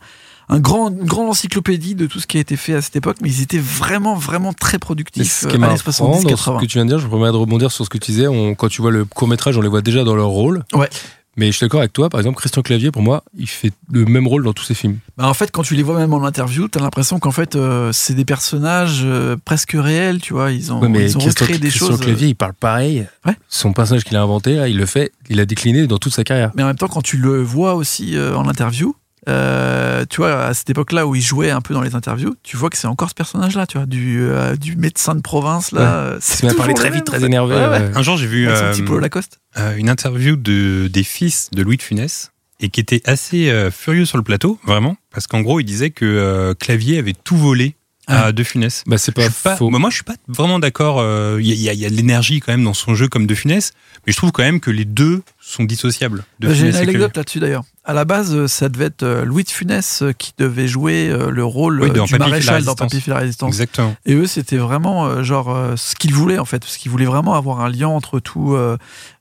S4: un grand, une grande encyclopédie de tout ce qui a été fait à cette époque, mais ils étaient vraiment, vraiment très
S5: Mais
S4: productifs.
S5: ce qui est
S4: euh,
S5: marrant
S4: années
S5: dans
S4: 70,
S5: ce
S4: 80.
S5: que tu viens de dire, je me permets de rebondir sur ce que tu disais. on- quand tu vois le court métrage, on les voit déjà dans leur rôle.
S4: Ouais.
S5: Mais je suis d'accord avec toi, par exemple, Christian Clavier, pour moi, il fait le même rôle dans tous ses films.
S4: Bah, en fait, quand tu les vois même en interview, t'as l'impression qu'en fait, euh, c'est des personnages euh, presque réels, tu vois. Ils ont,
S5: Ouais, mais
S4: ils ont
S5: Christian,
S4: recréé des
S5: Christian
S4: choses. euh,
S5: Clavier, il parle pareil.
S4: Ouais.
S5: Son personnage qu'il a inventé, là, il le fait, il a décliné dans toute sa carrière.
S4: Mais en même temps, quand tu le vois aussi euh, en interview, euh, tu vois, à cette époque-là où il jouait un peu dans les interviews, tu vois que c'est encore ce personnage-là, tu vois, du, euh, du médecin de province, là.
S5: Ouais.
S4: euh,
S5: Il m'a
S4: toujours
S5: parlé très
S4: le
S5: vite,
S4: même.
S5: très énervé.
S4: Ouais, ouais.
S5: euh,
S3: Un jour, j'ai vu
S4: Avec son
S3: euh,
S4: petit polo Lacoste.
S3: euh, une interview de, des fils de Louis de Funès et qui était assez euh, furieux sur le plateau, vraiment, parce qu'en gros, il disait que euh, Clavier avait tout volé à De Funès.
S5: Bah, c'est
S3: Je
S5: pas
S3: suis pas-
S5: faux.
S3: bah, moi, je suis pas vraiment d'accord. euh, Il y, a- il y a- il y a de l'énergie quand même dans son jeu comme De Funès, mais je trouve quand même que les deux sont dissociables.
S5: Bah,
S3: De
S4: Euh, J'ai une
S3: Funès et Clavier.
S4: anecdote là-dessus d'ailleurs. À la base, euh, ça devait être euh, Louis de Funès euh, qui devait jouer euh, le rôle
S3: Oui,
S4: euh,
S3: dans Papy
S4: du
S3: fait la
S4: maréchal dans
S3: résistance.
S4: Papy fait la résistance.
S3: Exactement.
S4: Et eux, c'était vraiment euh, genre euh, ce qu'ils voulaient en fait, parce qu'ils voulaient vraiment avoir un lien entre tout, euh,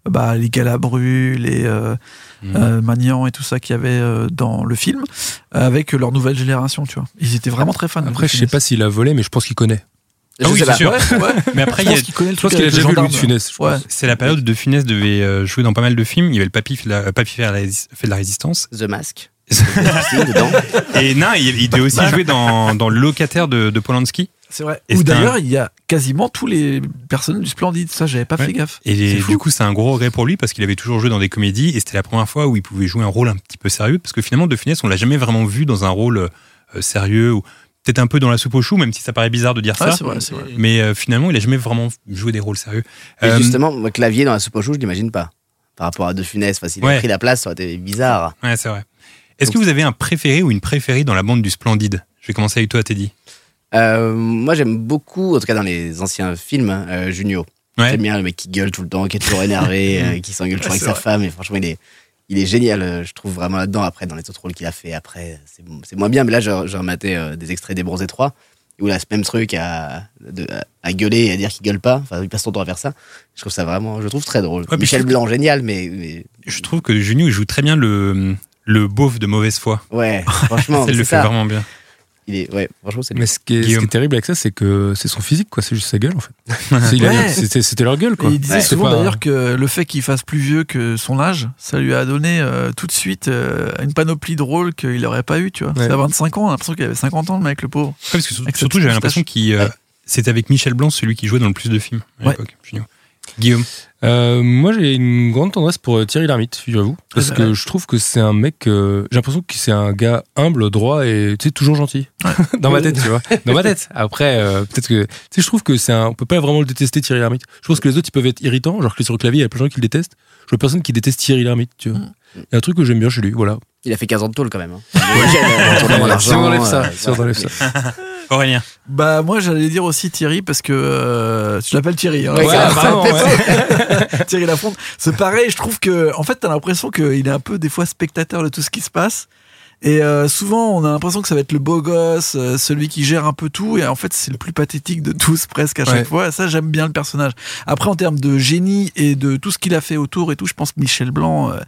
S4: bah, les Galabru, les euh,
S3: Mhm.
S4: euh, Magnan et tout ça qu'il y avait euh, dans le film, avec leur nouvelle génération, tu vois. Ils étaient vraiment très fans. de
S5: Après, je sais
S4: Funès.
S5: pas s'il a volé, mais je pense qu'il connaît.
S3: Ah oui,
S6: sais
S3: c'est
S6: pas.
S3: sûr. Mais après, il y a-
S4: qu'il connaît le
S5: Je pense
S4: truc
S5: qu'il a
S4: avec
S5: déjà
S4: le
S5: vu Louis de
S4: gendarme.
S5: Funès. je
S4: Ouais.
S5: pense.
S3: c'est la période où De Funès devait euh, jouer dans pas mal de films. Il y avait le Papy fait la, Papy fait la, résist- fait la résistance.
S6: The Mask.
S3: Et non, il, il devait aussi jouer dans, dans Le locataire de, de Polanski.
S4: C'est vrai.
S3: Et
S4: Ou
S3: c'est un-
S4: d'ailleurs, il y a quasiment tous les personnes du Splendide. Ça, j'avais pas
S3: Ouais.
S4: fait gaffe.
S3: Et
S4: C'est
S3: du
S4: fou.
S3: coup, c'est un gros regret pour lui parce qu'il avait toujours joué dans des comédies et c'était la première fois où il pouvait jouer un rôle un petit peu sérieux parce que finalement, De Funès, on l'a jamais vraiment vu dans un rôle euh, sérieux ou peut-être un peu dans la soupe aux choux, même si ça paraît bizarre de dire
S4: Ouais,
S3: ça.
S4: Ah, c'est vrai, c'est vrai.
S3: Mais euh, finalement, il a jamais vraiment joué des raux sérieux.
S6: Et
S3: Euh,
S6: justement, moi, clavier dans la soupe au chou, je l'imagine pas. Par rapport à De Funès, enfin, s'il
S3: Ouais.
S6: a pris la place, ça aurait été bizarre.
S3: ouais, c'est vrai. Est-ce que vous avez un préféré ou une préférée dans la bande du Splendide Je vais commencer avec toi, Teddy.
S6: Euh, moi, j'aime beaucoup, en tout cas dans les anciens films, euh, Junio.
S3: Ouais.
S6: J'aime bien le mec qui gueule tout le temps, qui est toujours énervé, euh, qui s'engueule toujours avec sa femme. Et franchement, il est, il est génial, euh, je trouve vraiment là-dedans. Après, dans les autres rôles qu'il a fait, après, c'est c'est moins bien. Mais là, j'ai j'ai rematé euh, des extraits des Bronzés 3, où il a ce même truc à, de- à- à gueuler et à dire qu'il gueule pas. Enfin, il passe son temps à faire ça. Je trouve ça vraiment, je trouve très drôle.
S3: puis
S6: Michel
S3: je trouve-
S6: Blanc, génial, mais, mais-
S3: Je trouve que Junio il joue très bien le, le beauf de mauvaise foi.
S6: ouais, franchement,
S3: Elle
S6: c'est
S3: le fait
S6: ça.
S3: vraiment bien.
S6: Il est, ouais, franchement, c'est
S5: Mais ce qui, est, ce qui est
S3: Guillaume.
S5: terrible avec ça, c'est que c'est son physique, quoi. C'est juste sa gueule, en fait. C'est- il a-
S4: Ouais.
S5: C'était c'était leur gueule, quoi.
S4: Et il disait
S6: Ouais.
S5: C'est
S4: souvent
S5: pas-
S4: d'ailleurs que le fait qu'il fasse plus vieux que son âge, ça lui a donné euh, tout de suite euh, une panoplie de rôles qu'il n'aurait pas eu, tu vois.
S5: Ouais.
S4: C'est à 25 ans, on a l'impression qu'il avait 50 ans, le mec, le pauvre.
S3: Ouais, parce que sur-
S4: Avec
S3: surtout,
S4: cette
S3: j'avais
S4: moustache.
S3: l'impression qu'il. euh, C'était avec Michel Blanc, celui qui jouait dans le plus de films à
S4: Ouais.
S3: l'époque. Junio. Guillaume.
S5: Euh, moi, j'ai une grande tendresse pour euh, Thierry Lhermitte, figurez-vous. Parce
S4: bah
S5: que
S4: ouais.
S5: je trouve que c'est un mec. euh, j'ai l'impression que c'est un gars humble, droit et tu sais, toujours gentil. Dans ma tête, tu vois. Dans ma tête. Après, euh, peut-être que. Tu sais, je trouve que c'est un. On peut pas vraiment le détester, Thierry Lhermitte. Je pense que les autres, ils peuvent être irritants. Genre que sur le clavier, il y a plein de gens qui le détestent. Je vois personne qui déteste Thierry Lhermitte, tu
S4: Mm.
S5: vois. Il y a un truc que j'aime bien chez lui, voilà.
S6: Il a fait 15 ans de tôle quand même. hein. Nickel, euh, tournement
S5: si
S6: d'argent,
S5: on enlève ça,
S6: euh,
S5: si on
S6: voilà.
S5: enlève ça.
S3: Aurélien.
S4: Bah, moi, j'allais dire aussi Thierry, parce que euh, je l'appelle Thierry. hein.
S6: Ouais,
S4: Ça-
S6: carrément,
S4: ça me fait
S5: ouais.
S4: peur. Thierry Lafronde. C'est pareil, je trouve que, en fait, t'as l'impression qu'il est un peu, des fois, spectateur de tout ce qui se passe. Et euh, souvent, on a l'impression que ça va être le beau gosse, euh, celui qui gère un peu tout. Et en fait, c'est le plus pathétique de tous, presque, à chaque
S5: Ouais.
S4: fois. Et ça, j'aime bien le personnage. Après, en termes de génie et de tout ce qu'il a fait autour et tout, je pense que Michel Blanc, euh,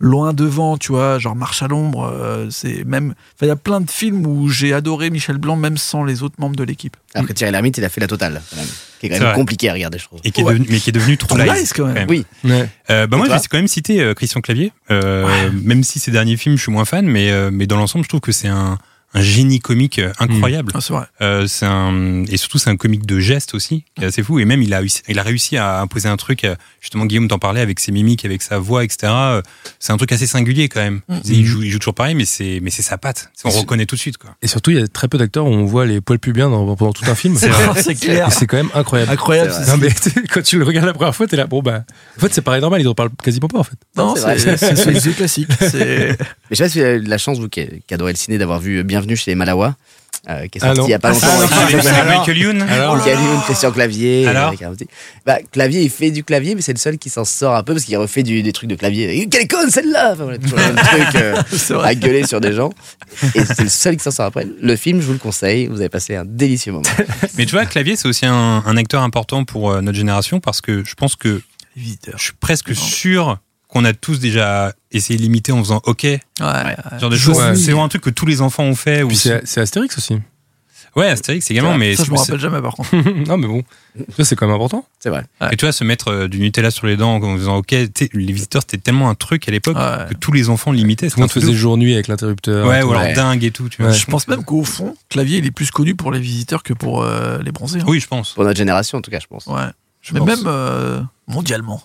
S4: loin devant, tu vois, genre Marche à l'ombre, euh, c'est même. Enfin, il y a plein de films où j'ai adoré Michel Blanc, même sans les autres membres de l'équipe.
S6: Après Thierry Lhermitte, il a fait la totale, quand même, qui est quand
S3: C'est
S6: même
S3: vrai.
S6: compliqué à regarder, je trouve.
S3: Et qui est
S4: Ouais.
S3: devenu, mais qui est devenu True
S4: True
S3: Lies.
S4: Lies, quand même.
S6: Oui,
S5: Ouais.
S3: Euh, bah moi, je
S6: toi
S3: vais quand même citer euh, Christian Clavier. Euh, Même si ses derniers films, je suis moins fan, mais, euh, mais dans l'ensemble, je trouve que c'est un, un génie comique euh, incroyable.
S4: Ah, c'est vrai.
S3: Euh, c'est un, et surtout, c'est un comique de geste aussi, qui est assez fou. Et même, il a, réussi- il a réussi à imposer un truc. euh, Justement, Guillaume t'en parlait avec ses mimiques, avec sa voix, etc. Euh, C'est un truc assez singulier quand même.
S4: Mm.
S3: Il, joue, il joue toujours pareil, mais c'est, mais c'est sa patte. On
S5: C'est-
S3: reconnaît tout de suite, quoi.
S5: Et surtout, il y a très peu d'acteurs où on voit les poils pubiens dans- pendant tout un film.
S3: C'est vrai.
S4: c'est clair.
S5: Et Ah, c'est quand même incroyable.
S4: Incroyable.
S6: C'est
S3: Ah,
S4: c'est-
S5: Non mais tu sais, quand tu le regardes la première fois, t'es là, bon bah, en fait c'est pareil normal, ils en parlent quasiment pas en fait.
S4: Non,
S6: C'est
S4: c'est
S6: vrai.
S4: c'est- c'est- c'est c'est classique. C'est
S6: mais je sais pas si vous avez eu de la chance, vous qui, qui adorez le ciné, d'avoir vu euh, Bienvenue chez les Malawa, euh, qui est
S5: Ah
S6: sorti
S5: non.
S6: il y a pas longtemps.
S3: Ah,
S6: aussi.
S3: avec
S4: bah
S3: avec Michael Youn
S5: Alors,
S6: qui a une question clavier. euh,
S3: Alors
S6: avec un petit- bah, clavier, il fait du clavier, mais c'est le seul qui s'en sort un peu parce qu'il refait du- des trucs de clavier. Eh, Quelle conne celle-là Enfin, voilà, toujours le même truc euh,
S4: c'est
S6: à
S4: vrai.
S6: gueuler sur des gens. Et c'est le seul qui s'en sort après. Le film, je vous le conseille, vous avez passé un délicieux moment.
S3: Mais tu vois, Clavier, c'est aussi un, un acteur important pour euh, notre génération parce que je pense que je suis presque sûr qu'on a tous déjà essayé de l'imiter en faisant OK,
S4: Ouais.
S3: genre de
S5: Je
S3: choses.
S5: sais.
S3: C'est vraiment un truc que tous les enfants ont fait. Ou
S5: Puis c'est c'est Astérix aussi.
S3: Ouais, Astérix également, mais
S4: Ça, je me
S3: c'est-
S4: rappelle jamais par contre.
S5: non, mais bon, ça c'est quand même important.
S6: C'est vrai.
S3: Et tu vois, se mettre euh, du Nutella sur les dents en disant OK, tu sais, les visiteurs, c'était tellement un truc à l'époque
S4: Ouais.
S3: que tous les enfants l'imitaient.
S5: Tout le monde
S3: c'était un truc de
S5: faisait jour-nuit avec l'interrupteur.
S3: ouf. Ouais,
S5: tout.
S3: ou alors
S6: Ouais.
S3: dingue et tout, tu vois.
S5: Ouais.
S4: Je pense même qu'au fond, Clavier, il est plus connu pour les visiteurs que pour euh, les bronzés. hein.
S3: Oui, je pense.
S6: Pour notre génération, en tout cas, je pense.
S4: Ouais.
S6: Je
S4: Mais
S6: pense.
S4: même euh, mondialement.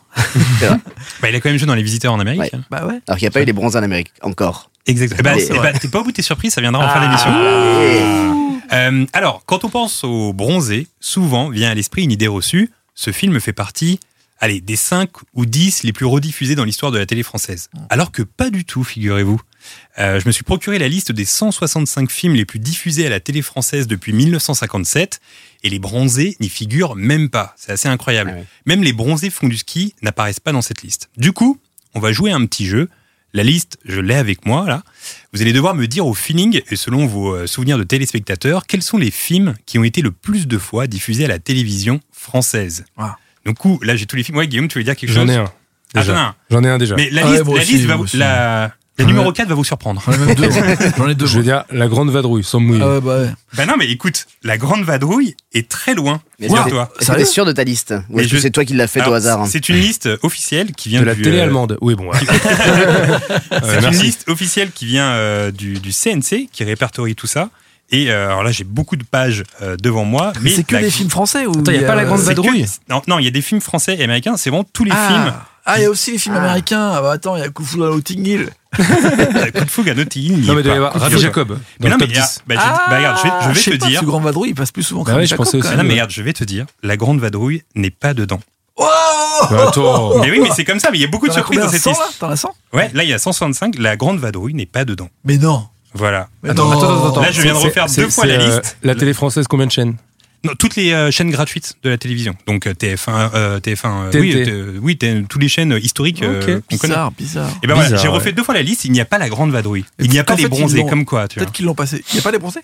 S3: Bah, il a quand même joué dans les visiteurs en Amérique.
S6: Ouais.
S3: hein.
S4: Bah ouais.
S6: Alors qu'il n'y a pas eu les bronzes en Amérique, encore.
S3: Exactement. Eh ben,
S6: Non,
S3: c'est-
S6: c'est
S3: eh ben, t'es pas au bout de tes surprises, ça viendra en fin d'émission. Euh, alors, quand on pense au bronzé, souvent vient à l'esprit une idée reçue. Ce film fait partie, allez, des 5 ou 10 les plus rediffusés dans l'histoire de la télé française. Alors que pas du tout, figurez-vous. Euh, je me suis procuré la liste des 165 films les plus diffusés à la télé française depuis 1957 et les bronzés n'y figurent même pas. C'est assez incroyable.
S6: Ah ouais.
S3: Même les bronzés font du ski n'apparaissent pas dans cette liste. Du coup, on va jouer à un petit jeu. La liste, je l'ai avec moi là. Vous allez devoir me dire au feeling et selon vos euh, souvenirs de téléspectateurs, quels sont les films qui ont été le plus de fois diffusés à la télévision française.
S4: Ah.
S3: Donc coup, là j'ai tous les films. Ouais, Guillaume, tu veux dire quelque
S5: J'en
S3: chose
S5: ai un.
S3: Ah, j'en ai
S5: Déjà.
S3: un.
S5: J'en ai un déjà.
S3: Mais la
S4: Ah ouais,
S3: liste,
S4: moi
S3: la
S4: aussi,
S3: liste va
S4: moi
S3: vous-
S4: aussi.
S3: la, la
S4: Ouais.
S3: numéro 4 va vous surprendre.
S4: J'en ai même deux. moi. J'en ai deux.
S5: Je veux dire,
S4: moi.
S5: la grande vadrouille, sans mouiller.
S4: Ah ouais, bah ouais.
S3: Bah non, mais écoute, la grande vadrouille est très loin.
S6: Mais
S3: Wow.
S6: c'était-
S3: Toi.
S6: Est-ce que t'es sûr de ta liste Ou
S3: Mais
S6: est-ce que
S3: je-
S6: c'est toi qui l'as fait au
S3: Alors,
S6: hasard hein
S3: C'est une liste officielle qui vient
S5: de la
S3: du,
S5: télé
S3: euh,
S5: allemande. Oui, bon. ouais.
S3: C'est
S5: Euh,
S3: une
S5: merci.
S3: liste officielle qui vient euh, du, du CNC, qui répertorie tout ça. Et euh, alors là, j'ai beaucoup de pages euh, devant moi. Mais,
S4: Mais c'est que
S3: la-
S4: des films français ou
S5: Attends, y a pas la grande
S3: c'est
S4: c'est-
S5: vadrouille
S3: que- Non, non, il y a des films français et américains. C'est vraiment tous les
S4: Ah. Ah, il y a aussi les films américains. Ah bah attends, il y a Kung Fu dans Notting Hill.
S3: films. euh, Coup de fougue à Notting Hill. il y
S5: Non,
S3: est
S5: mais il doit
S3: pas.
S5: y avoir
S3: Coup de
S5: Ravi
S3: fougue.
S5: Jacob.
S3: Mais
S5: Dans
S3: non, mais
S5: le top Ah,
S3: il y a-
S5: 10.
S3: bah, je, bah, regarde, je vais, je vais
S4: Ah, sais
S3: te
S4: pas,
S3: dire.
S4: Ce Grand Vadrouille, il passe plus souvent que
S5: Bah ouais,
S4: Rabbi
S5: je
S4: Jacob,
S5: pensais
S4: quand
S5: aussi.
S3: Ah
S4: même.
S3: non, mais regarde, je vais te dire. La grande vadrouille n'est pas dedans.
S4: Wow
S5: Bah, attends.
S3: Mais oui, mais c'est comme ça. Mais il y a beaucoup de
S4: T'en as
S3: surprises
S4: combien
S3: dans cette
S4: 100,
S3: liste.
S4: là T'en as 100
S3: Ouais, là, il y a 165. La grande vadrouille n'est pas dedans.
S4: Mais non.
S3: Voilà.
S4: Mais non.
S3: Là, je viens de
S5: C'est-
S3: refaire
S5: c'est-
S3: deux fois
S5: c'est,
S3: la
S5: euh,
S3: liste.
S5: La télé française, combien de chaînes
S3: Non, toutes les euh, chaînes gratuites de la télévision. Donc euh, TF1, euh, TF1, euh,
S5: TNT.
S3: oui, euh, oui, TN, toutes les chaînes euh, historiques euh,
S5: Ok.
S3: qu'on connaît.
S4: Bizarre, bizarre.
S3: Et ben voilà,
S5: Bizarre,
S3: j'ai refait
S5: ouais.
S3: deux fois la liste, il n'y a pas la grande vadrouille.
S4: Et
S3: Il n'y a pas
S4: qu'en
S3: les
S4: fait, ils
S3: bronzés,
S4: l'ont-
S3: comme quoi, tu vois.
S4: Peut-être qu'ils l'ont passé. Il n'y a pas les bronzés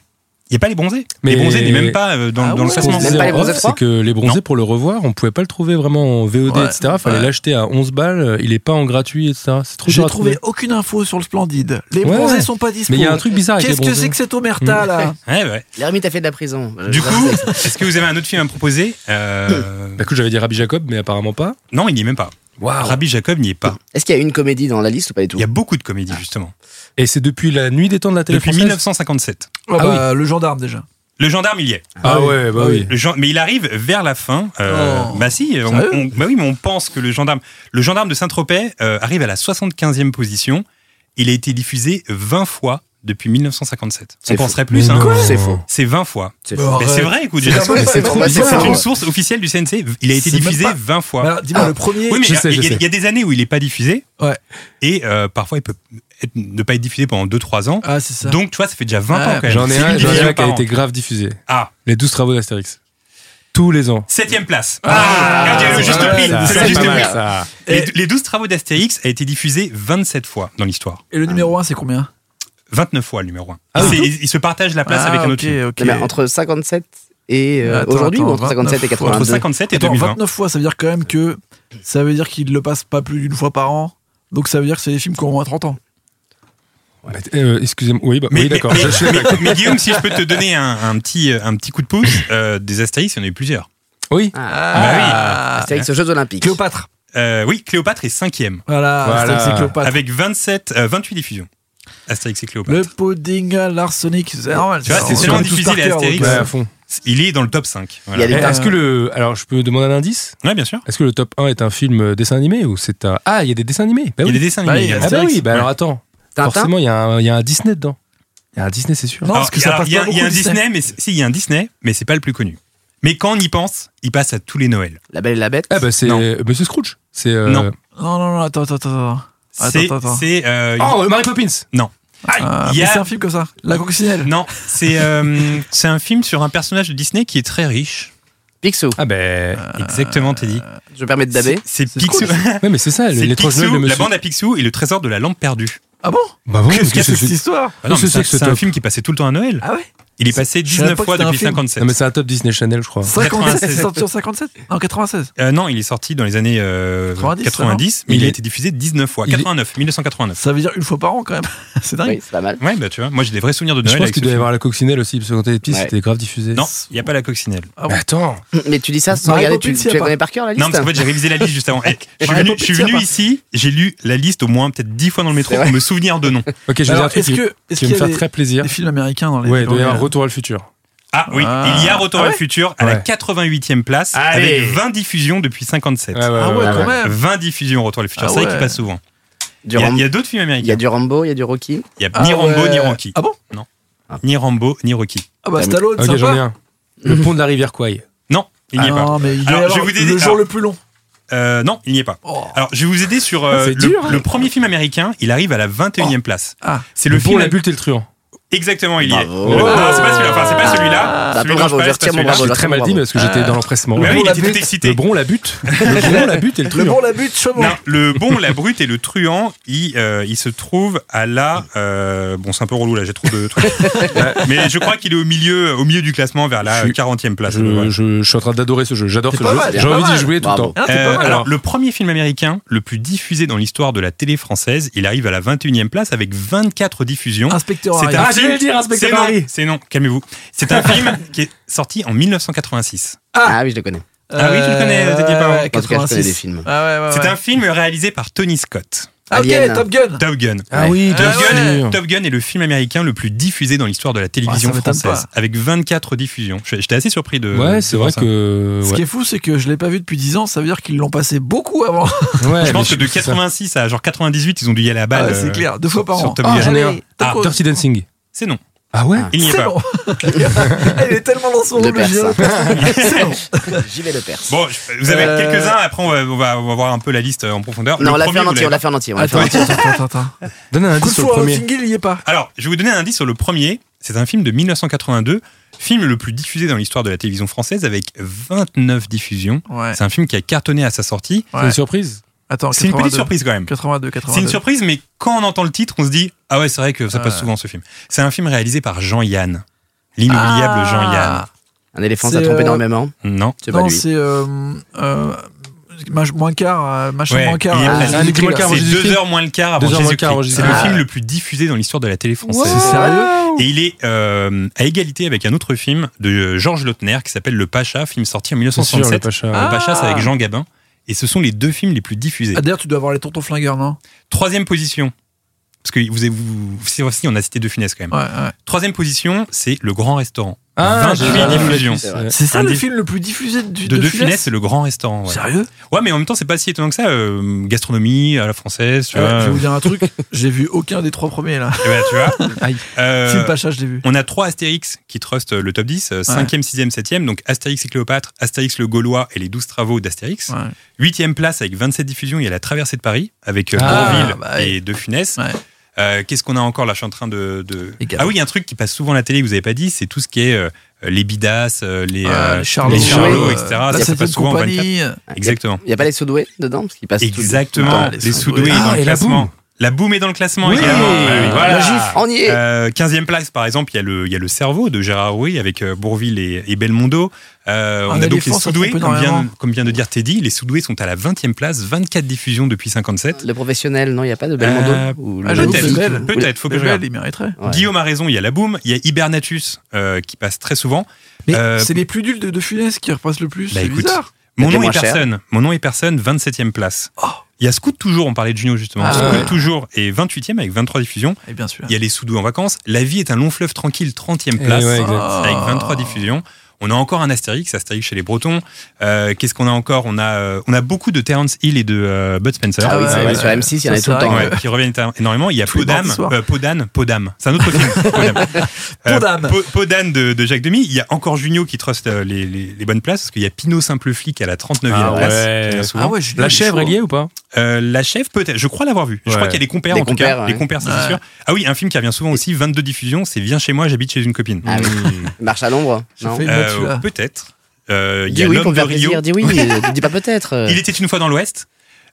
S3: Il n'y a pas les bronzés. Les
S5: Mais-
S3: bronzés n'est même pas euh, dans,
S4: Ah
S3: dans le
S4: ouais.
S3: classement.
S6: Même pas les bronzés
S5: off, c'est
S6: froids
S5: que les bronzés,
S3: Non.
S5: pour le revoir, on pouvait pas le trouver vraiment en VOD,
S4: Ouais.
S5: etc. Fallait
S4: Ouais.
S5: l'acheter à 11 balles. Il est pas en gratuit, etc. C'est trop
S4: J'ai
S5: dur à trouver.
S4: trouvé aucune info sur le Splendide. Les
S5: Ouais.
S4: bronzés sont pas dispo.
S5: Mais il y a un truc bizarre avec les
S4: Qu'est-ce que c'est
S5: bronzés. Mm.
S4: que cette omerta là
S3: Ouais, ouais.
S6: L'ermite a fait de la prison.
S3: Du
S6: Je-
S3: coup, est-ce que vous avez un autre film à me proposer Euh,
S5: Bah, écoute, j'avais dit Rabbi Jacob, mais apparemment pas.
S3: Non, il n'y est même pas. Rabbi Jacob n'y est pas.
S6: Est-ce qu'il y a une comédie dans la liste ou pas du tout
S3: Il y a beaucoup de comédies, justement.
S5: Et c'est depuis la nuit des temps de la télé
S3: Depuis
S5: française
S3: 1957.
S4: Ah
S5: Ah
S4: bah, Le gendarme déjà.
S3: Le gendarme, il y est.
S5: Ah ouais, bah oui.
S3: Le gen- mais il arrive vers la fin. euh,
S4: Oh.
S3: bah si, on-
S4: Sérieux
S3: on- bah oui, mais on pense que le gendarme, le gendarme de Saint-Tropez euh, arrive à la 75e position. Il a été diffusé 20 fois depuis 1957. On
S6: C'est faux.
S3: penserait plus. hein.
S5: Mais non.
S6: C'est faux.
S3: C'est 20 fois.
S6: C'est
S4: Bah,
S6: faux.
S3: Mais c'est
S4: arrête.
S3: vrai, écoute.
S6: C'est
S3: j'ai-
S6: trop-
S3: C'est
S6: c'est
S3: trop-
S6: trop
S3: c'est
S6: bizarre.
S3: une source officielle du CNC. Il a été
S4: C'est même
S3: diffusé
S4: pas- Bah,
S3: 20 fois.
S4: Mais alors, Dis-moi,
S6: Ah.
S4: le premier.
S3: Oui, mais
S5: Je
S3: il y a-
S5: sais, je
S3: il y, a-
S5: sais.
S3: il y a des années où il n'est pas diffusé.
S4: Ouais.
S3: Et euh, parfois, il peut être- ne pas être diffusé pendant 2-3 ans.
S4: Ah, c'est ça.
S3: Donc, tu vois, ça fait déjà 20 ans
S4: Ah,
S3: quand même.
S5: J'en ai
S3: C'est
S5: un,
S3: une
S5: j'en ai
S3: division
S5: un qui
S3: par
S5: a
S3: an.
S5: été grave diffusé.
S3: Ah,
S5: Les 12 travaux d'Astérix. Tous les ans.
S3: septième place. Ah, regardez, le
S5: c'est
S3: juste
S5: pas
S3: prix.
S5: mal, ça.
S3: c'est le
S5: C'est
S3: juste
S5: pas
S3: prix.
S5: mal, ça.
S3: Les, les 12 travaux d'Astérix a été diffusé 27 fois dans l'histoire.
S4: Et le numéro 1, c'est combien
S3: 29 fois le numéro 1.
S5: Ah oui.
S3: ils, ils se partagent la place
S4: Ah,
S3: avec un autre
S4: ok,
S3: film. Eh ben,
S4: ok.
S6: Non, mais entre 57 et euh,
S4: Attends,
S6: aujourd'hui ou
S4: attends,
S6: entre 57 et
S4: 29,
S5: Ah,
S3: Entre
S6: 82
S3: 57 et
S4: Attends,
S3: 2020.
S4: 29 fois, ça veut dire quand même que ça veut dire qu'ils le passent pas plus d'une fois par an. Donc ça veut dire que c'est des films qui ont au moins 30 ans.
S5: Bah, euh, Excusez-moi. Oui, bah,
S3: Mais,
S5: oui d'accord.
S3: mais-
S5: Je- je-
S3: mais- mais Guillaume, si je peux te donner un, un petit, euh, un petit coup de pouce, euh, des Astérix, il y en a eu plusieurs.
S5: Bah Oui.
S3: Ah.
S6: C'est avec ce Jeux Olympiques.
S4: Cléopâtre.
S3: Euh, oui, Cléopâtre est cinquième,
S4: Voilà,
S5: Voilà.
S4: Astérix et Cléopâtre.
S3: avec 27, euh, 28 diffusions. Astérix et Cléopâtre.
S4: Le pudding à l'arsenic, c'est normal.
S3: Tu vois,
S4: ça,
S5: Ah,
S3: c'est
S4: on
S3: seulement
S4: connaît tous
S3: diffusé, les
S4: par cœur,
S3: Astérix.
S5: Ouais,
S4: donc,
S5: à
S4: euh,
S5: fond.
S3: Il est dans le top 5.
S6: Il y
S3: Voilà.
S6: a
S5: Eh,
S6: des tas-
S5: Est-ce que le. Alors, je peux demander un indice
S3: Ouais, bien sûr.
S5: Est-ce que le top 1 est un film euh, dessin animé ou c'est un. Ah, il y a des dessins animés Bah
S3: Il y a des
S5: oui.
S3: dessins
S4: Bah,
S3: animés.
S4: il y a
S3: également.
S5: Ah bah oui, bah
S3: Ouais.
S5: alors attends.
S6: Tintin
S5: Forcément, il y, a un- il y a un Disney dedans. Il y a un Disney, c'est sûr.
S4: Non,
S3: Alors,
S4: parce que
S3: il y
S4: ça
S3: a-
S4: passe
S3: il y a-
S4: pas
S3: Il y a un
S4: beaucoup, Disney.
S3: Disney, mais c'est- si, il y a un Disney, mais c'est pas le plus connu. Mais quand on y pense, il passe à tous les Noëls.
S6: La Belle et la Bête.
S5: Ah bah c'est
S3: Non.
S5: euh, Monsieur Scrooge. C'est. euh,
S3: Non.
S4: Non, non, non, attends, attends, attends. attends. Attends,
S3: C'est.
S4: attends, attends.
S3: c'est, euh,
S5: Oh, euh, Mary Poppins
S3: Aïe,
S4: Euh,
S3: il y
S4: mais
S3: a-
S4: C'est un film comme ça. La coccinelle.
S3: Non, c'est euh, c'est un film sur un personnage de Disney qui est très riche.
S6: Picsou.
S5: Ah ben.
S3: Euh, Exactement, Teddy.
S6: Je me permets de daber.
S3: C'est
S4: Euh, C'est
S3: Picsou.
S5: Ouais, mais c'est ça,
S3: C'est
S5: l'étrange Noël de
S3: Picsou, la
S5: Monsieur.
S3: bande à Picsou et le trésor de la lampe perdue.
S4: Ah bon
S5: Bah ouais,
S3: Qu'est-ce
S5: parce que
S3: qu'il y a
S5: c'est-
S4: Cette histoire
S3: Ah non, mais
S5: Qu'est-ce que c'est
S3: c'est
S5: que ce
S3: c'est un
S5: top
S3: film qui passait tout le temps à Noël.
S4: Ah ouais
S3: Il est passé
S4: Je savais
S3: 19
S4: pas que
S3: fois
S4: c'était un
S3: depuis
S4: film.
S3: 57.
S5: Non, Ah, mais c'est un top Disney Channel, je crois.
S4: 57,
S3: 96.
S4: c'est sorti en 57 Non, 96.
S3: Euh, non, il est sorti dans les années euh, 90,
S4: 90,
S3: mais il,
S5: Il
S3: a
S5: est-
S3: été diffusé 19 fois.
S4: Il est-
S3: 89, 1989.
S4: Ça veut dire une fois par an quand même. C'est dingue.
S7: Oui, c'est pas mal.
S3: Ouais, bah tu vois, moi j'ai des vrais souvenirs de Noël.
S5: Je pense
S3: avec
S5: qu'il
S3: ce
S5: doit y
S3: film.
S5: avoir la coccinelle aussi, parce que quand t'étais petit,
S7: Ouais.
S5: c'était grave diffusé.
S3: Non, il n'y a pas la coccinelle.
S4: Ah bon
S5: Mais attends,
S7: Mais tu dis ça sans
S4: Mary
S7: regarder, tu,
S4: Poppins, y
S7: tu
S4: a
S7: la
S4: pas.
S7: connais par cœur la liste
S3: Non, parce qu'en fait, j'ai révisé la liste juste avant. Eh, je suis
S4: Ouais,
S3: venu,
S4: Poppy,
S3: je suis
S4: tiens,
S3: venu
S4: pas.
S3: ici, j'ai lu la liste au moins peut-être 10 fois dans le métro
S7: C'est
S3: pour
S7: vrai.
S3: me souvenir de nom.
S5: ok, je vais dire un
S4: Alors,
S5: truc
S4: est-ce
S5: qui,
S4: que est-ce
S5: qui va me
S4: qu'il y a
S5: faire
S4: des,
S5: très plaisir.
S4: des films américains dans les
S5: Ouais, il
S4: dans
S5: doit y
S4: les-
S5: avoir Retour à le futur.
S3: Ah oui,
S4: Ah.
S3: il y a Retour
S4: Ah
S3: à le
S4: ouais
S3: futur à la
S5: Ouais.
S3: 88e place
S7: Allez.
S3: avec 20 diffusions depuis 57.
S5: Ouais, ouais,
S4: Ah ouais,
S5: ouais,
S4: quand
S5: ouais.
S4: même.
S3: 20 diffusions Retour à le futur,
S4: Ah
S3: c'est vrai
S4: ouais.
S3: qu'il passe souvent.
S7: Du
S3: Il y a, il
S7: Rambo-
S3: y a d'autres films
S7: Il y a
S3: américains.
S7: du Rambo, il y a du Rocky.
S3: Il y a
S4: Ah
S3: ni Rambo
S4: ouais.
S3: ni Rocky.
S4: Ah bon
S3: Ni Rambo ni Rocky.
S4: Ah bah Stallone,
S5: Ok, j'en ai
S4: sympa.
S5: un. Le pont de la rivière Kwai.
S3: Non, il n'y est pas.
S4: Non, mais il doit y
S3: Alors, je
S4: avoir
S3: vais vous aider.
S4: le jour
S3: Alors-
S4: le plus long.
S3: Euh, non, il n'y est pas.
S4: Oh.
S3: Alors, je vais vous aider sur euh,
S5: C'est
S3: le,
S5: dur, hein.
S3: le premier film américain. Il arrive à la 21e place.
S4: Ah.
S3: C'est le
S5: Le pont,
S3: film.
S5: la bulle et le truand.
S3: Exactement, il y est.
S7: Bravo.
S3: Le- Non, c'est pas celui-là. Enfin, c'est pas celui-là.
S7: Bah,
S3: Celui dont
S7: bravo,
S3: je parlais,
S7: je
S3: c'est pas
S7: retire mon
S3: celui-là.
S7: bravo.
S5: J'ai très mal dit parce que j'étais dans l'empressement.
S3: Mais oui, il
S4: la
S3: était tout
S4: butte.
S3: excité.
S5: Le bron, la butte. Le bron, la butte et le
S4: Le
S5: truand.
S4: bon, la butte, chemin.
S3: Non, le bon, la brute et le truand, il, euh, il se trouve à la. euh, bon, c'est un peu relou là, j'ai trop de trucs. Ouais, Mais je crois qu'il est au milieu, au milieu du classement, vers la
S5: Je suis-
S3: 40e place.
S5: Je,
S3: Voilà.
S5: je, je suis en train d'adorer ce jeu. J'adore
S4: C'est
S5: ce
S4: pas
S5: jeu.
S4: mal, c'est
S5: J'ai
S4: pas
S5: envie d'y
S4: mal.
S5: jouer tout le
S7: Bravo.
S5: temps.
S4: Ah, c'est
S3: Euh,
S4: pas mal.
S3: alors, le premier film américain le plus diffusé dans l'histoire de la télé française, il arrive à la 21e place avec 24 diffusions.
S4: Inspecteur
S3: C'est
S4: Harry.
S3: un
S5: Ah,
S3: film-
S5: j'allais le
S4: hein,
S5: dire, Inspecteur
S3: c'est non,
S5: Harry.
S3: C'est non, calmez-vous. C'est un film qui est sorti en 1986.
S7: Ah oui, je le connais.
S3: Ah oui, tu le connais,
S4: Euh,
S3: Didier Parent.
S4: ouais,
S7: En tout cas, je connais des
S4: 86.
S7: films.
S4: Ah ouais, ouais,
S3: C'est
S4: ouais.
S3: un film réalisé par Tony Scott.
S4: Ah,
S7: Alien.
S4: ok, Top Gun.
S3: Top Gun.
S5: Ah oui,
S4: Ah
S5: bien
S3: Top Gun,
S5: sûr.
S3: Top Gun est le film américain le plus diffusé dans l'histoire de la télévision
S4: Ah, ça m'étonne
S3: française, avec 24 diffusions. Je- J'étais assez surpris de.
S5: Ouais, c'est
S3: de voir
S5: vrai
S3: ça.
S5: que.
S4: Ce
S5: ouais.
S4: qui est fou, c'est que je l'ai pas vu depuis 10 ans. Ça veut dire qu'ils l'ont passé beaucoup avant.
S5: Ouais,
S3: Je pense que
S5: mais
S3: de
S5: c'est ça.
S3: 86 à genre 98, ils ont dû y aller à la balle.
S4: Ah, c'est
S3: euh,
S4: clair, deux fois
S3: sur-
S4: par
S3: sur
S4: an.
S3: Top
S4: Ah,
S3: Gun.
S4: j'en ai un.
S3: Ah,
S5: Ah, Dirty Dancing.
S3: c'est bah. non.
S5: Ah ouais
S3: Il n'y est
S4: C'est
S3: pas.
S4: long. Il est tellement dans son
S7: Le
S4: rôle, le
S7: père,
S4: vieux. C'est long.
S7: J'y vais le perse.
S3: Bon, je- vous avez
S4: Euh,
S3: quelques-uns. Après, on va, on va- on va voir un peu la liste en profondeur.
S7: Non,
S3: Le
S7: on l'a
S3: premier,
S7: fait en
S3: vous
S7: entier, on
S3: l'avez-
S7: l'a fait en entier. on l'a fait en
S4: Attends,
S7: entier.
S4: attends, attends, attends, attends.
S5: Donne un
S4: Coup de
S5: indice sur le
S4: four au
S5: premier.
S4: single, il y est pas.
S3: Alors, je vais vous donner un indice sur le premier. C'est un film de 1982, film le plus diffusé dans l'histoire de la télévision française, avec 29 diffusions.
S4: Ouais.
S3: C'est un film qui a cartonné à sa sortie.
S5: C'est une surprise
S4: Attends,
S3: C'est une
S4: 82.
S3: petite surprise quand même.
S4: 82,
S5: Oh,
S3: C'est une
S4: 82.
S3: surprise, mais quand on entend le titre, on se dit Ah ouais, c'est vrai que ça passe
S4: Ouais.
S3: souvent ce film. C'est un film réalisé par Jean-Yann. L'inoubliable
S4: Ah.
S7: Un éléphant,
S4: C'est,
S7: ça trompe
S4: euh,
S7: énormément.
S3: Jean-Yann. Non.
S7: C'est pas
S4: Non,
S7: lui.
S4: c'est. euh, euh, mach- Moins quart, euh, machin
S3: Ouais,
S4: moins quart.
S3: il est
S4: euh,
S3: presque.
S4: c'est
S5: Nicolas
S4: nul, là.
S5: Cage. avant
S3: C'est
S5: Jésus-Christ.
S3: deux heures moins le quart avant
S5: Deux heures moins le quart Ah. avant
S3: Jésus-Christ. C'est le
S4: Jésus-Christ.
S3: film le plus diffusé dans l'histoire de la télé française.
S4: C'est sérieux
S3: Et il est euh, à égalité avec un autre film de euh, Georges Lautner qui s'appelle Le Pacha, film sorti en
S5: Bien sûr, le
S3: 1967.
S5: Pacha.
S3: Le Pacha, c'est
S4: Ah.
S3: avec Jean Gabin. Et ce sont les deux films les plus diffusés.
S4: Ah, D'ailleurs, tu dois avoir les tontons flingueurs, non
S3: Troisième position. Parce que vous avez, vous, c'est aussi, on a cité deux funès quand même.
S4: Ouais, ouais.
S3: Troisième position, c'est Le Grand Restaurant.
S5: Ah,
S3: 28
S5: j'ai-
S3: diffusions.
S5: C'est vrai.
S4: C'est ça
S3: Un
S4: le
S3: des-
S4: film le plus diffusé du,
S3: De,
S4: de
S3: De
S4: Funès
S3: Funès, c'est le grand restaurant. Ouais.
S4: Sérieux
S3: ouais, mais en même temps, c'est pas si étonnant que ça. euh, gastronomie à la française, tu
S4: Ouais,
S3: vois.
S4: Euh,
S3: euh.
S4: Je vais vous dire un truc, j'ai vu aucun des trois premiers là.
S3: Eh ben, tu vois.
S5: Aïe.
S3: Euh,
S4: Si le Pacha, je l'ai vu.
S3: on a trois Astérix qui trustent le top euh, 10, 5e, 6e, 7e. Donc Astérix et Cléopâtre, Astérix le Gaulois et euh, les 12 travaux d'Astérix.
S4: Ouais.
S3: 8e place avec 27 diffusions, il y a la traversée de Paris avec euh,
S5: Ah,
S3: Bourvil
S4: bah,
S3: et De Funès.
S4: Ouais.
S3: Euh, Qu'est-ce qu'on a encore là Je suis en train de. de-
S4: Les gars.
S3: Ah oui, il y a un truc qui passe souvent à la télé, que vous avez pas dit, c'est tout ce qui est euh, les Bidas, euh, les,
S4: Ouais,
S3: euh,
S4: les Charlots,
S3: les Charlots,
S7: euh,
S3: etc.
S4: La
S3: ça, ça
S4: Septième
S3: passe souvent en 24.
S4: compagnie. euh,
S3: Exactement.
S7: Il n'y a pas les Soudoués dedans Parce qu'ils passent tout le
S3: Exactement.
S7: temps.
S4: Ah, les
S3: les soudoués
S4: Soudoués.
S3: dans
S5: Ah,
S3: le
S5: et la
S3: classement.
S5: boum.
S3: La boum est dans le classement
S5: Oui.
S3: également.
S5: Ah,
S3: Ouais, oui, voilà.
S7: La gifle, on y est.
S3: Euh, 15e place, par exemple, il y, a le- il y a le cerveau de Gérard Rouy avec euh, Bourvil et, et Belmondo. Euh,
S4: Un
S3: on a donc les
S4: éléphant, ça
S3: soudoués,
S4: trompe
S3: comme vient,
S4: énormément.
S3: comme vient de dire Teddy. Les soudoués sont à la 20e place, 24 diffusions depuis 57.
S7: Le professionnel, non, il n'y a pas de
S3: Euh,
S7: Belmondo ou le-
S4: Ah, j'avoue,
S3: Peut-être,
S4: c'est belle.
S3: peut-être, faut que je
S4: Belle,
S3: regarde.
S4: il mériterait.
S7: Ouais.
S3: Guillaume a raison, il y a la boum, il y a Hibernatus euh, qui passe très souvent.
S4: Mais
S3: Euh,
S4: c'est les plus nuls de, de Funès qui repassent le plus.
S3: Bah,
S4: c'est
S3: écoute.
S4: bizarre.
S3: Mon
S7: C'était
S3: nom est
S7: moins cher.
S3: personne. Mon nom est personne, 27e place.
S4: Oh.
S3: Il y a Scoot toujours, on parlait de Junio justement.
S4: Ah,
S3: Scoot
S4: ouais.
S3: toujours est 28e avec 23 diffusions.
S4: Et bien sûr.
S3: Il y a les Soudous en vacances. La vie est un long fleuve tranquille, 30e
S5: Eh
S3: place,
S5: ouais, exact.
S3: avec
S4: Ah.
S3: 23 diffusions. On a encore un Astérix, Astérix chez les Bretons. Euh, Qu'est-ce qu'on a encore on a, euh, on a beaucoup de Terence Hill et de euh, Bud Spencer.
S7: Ah oui,
S4: Ah
S7: c'est
S4: ouais,
S7: vrai,
S4: ouais.
S7: sur M6, il y en a
S4: Ça,
S7: tout le
S4: c'est
S7: temps. hein.
S4: vrai
S3: Ouais, qui reviennent éter- énormément. Il y a
S4: Tous les
S3: Podam,
S4: mardis soirs.
S3: euh, Podam, Podam. C'est un autre film. Podam. Euh,
S4: Podam.
S3: Po- Podam de, de Jacques Demy. Il y a encore Junio qui truste euh, les, les- les bonnes places parce qu'il y a Pinot Simple Flic à la 39e
S5: Ah
S3: place.
S5: ouais.
S3: qui revient souvent.
S4: Ah ouais, Julien,
S5: La
S4: il est
S5: chèvre
S4: chaud.
S5: est liée ou pas
S3: Euh, la chef peut-être. Je crois l'avoir vu. Je
S5: Ouais.
S3: crois qu'il y a des compères
S7: Des
S3: en tout
S7: compères,
S3: cas.
S7: ouais.
S3: Les compères, c'est
S4: Ouais.
S3: sûr. Ah oui, un film qui revient souvent aussi. 22 diffusions. C'est Viens chez moi, j'habite chez une copine.
S7: Ah oui. Il marche à l'ombre hein,
S4: Je
S7: Non.
S4: fais une
S3: Euh,
S4: note, celui-là.
S3: peut-être. Euh, Il y
S7: Dis
S3: a
S7: oui
S3: l'homme
S7: pour
S3: de
S7: faire
S3: Rio.
S7: plaisir, dis euh. oui, ne dis pas peut-être.
S3: Il était une fois dans l'Ouest.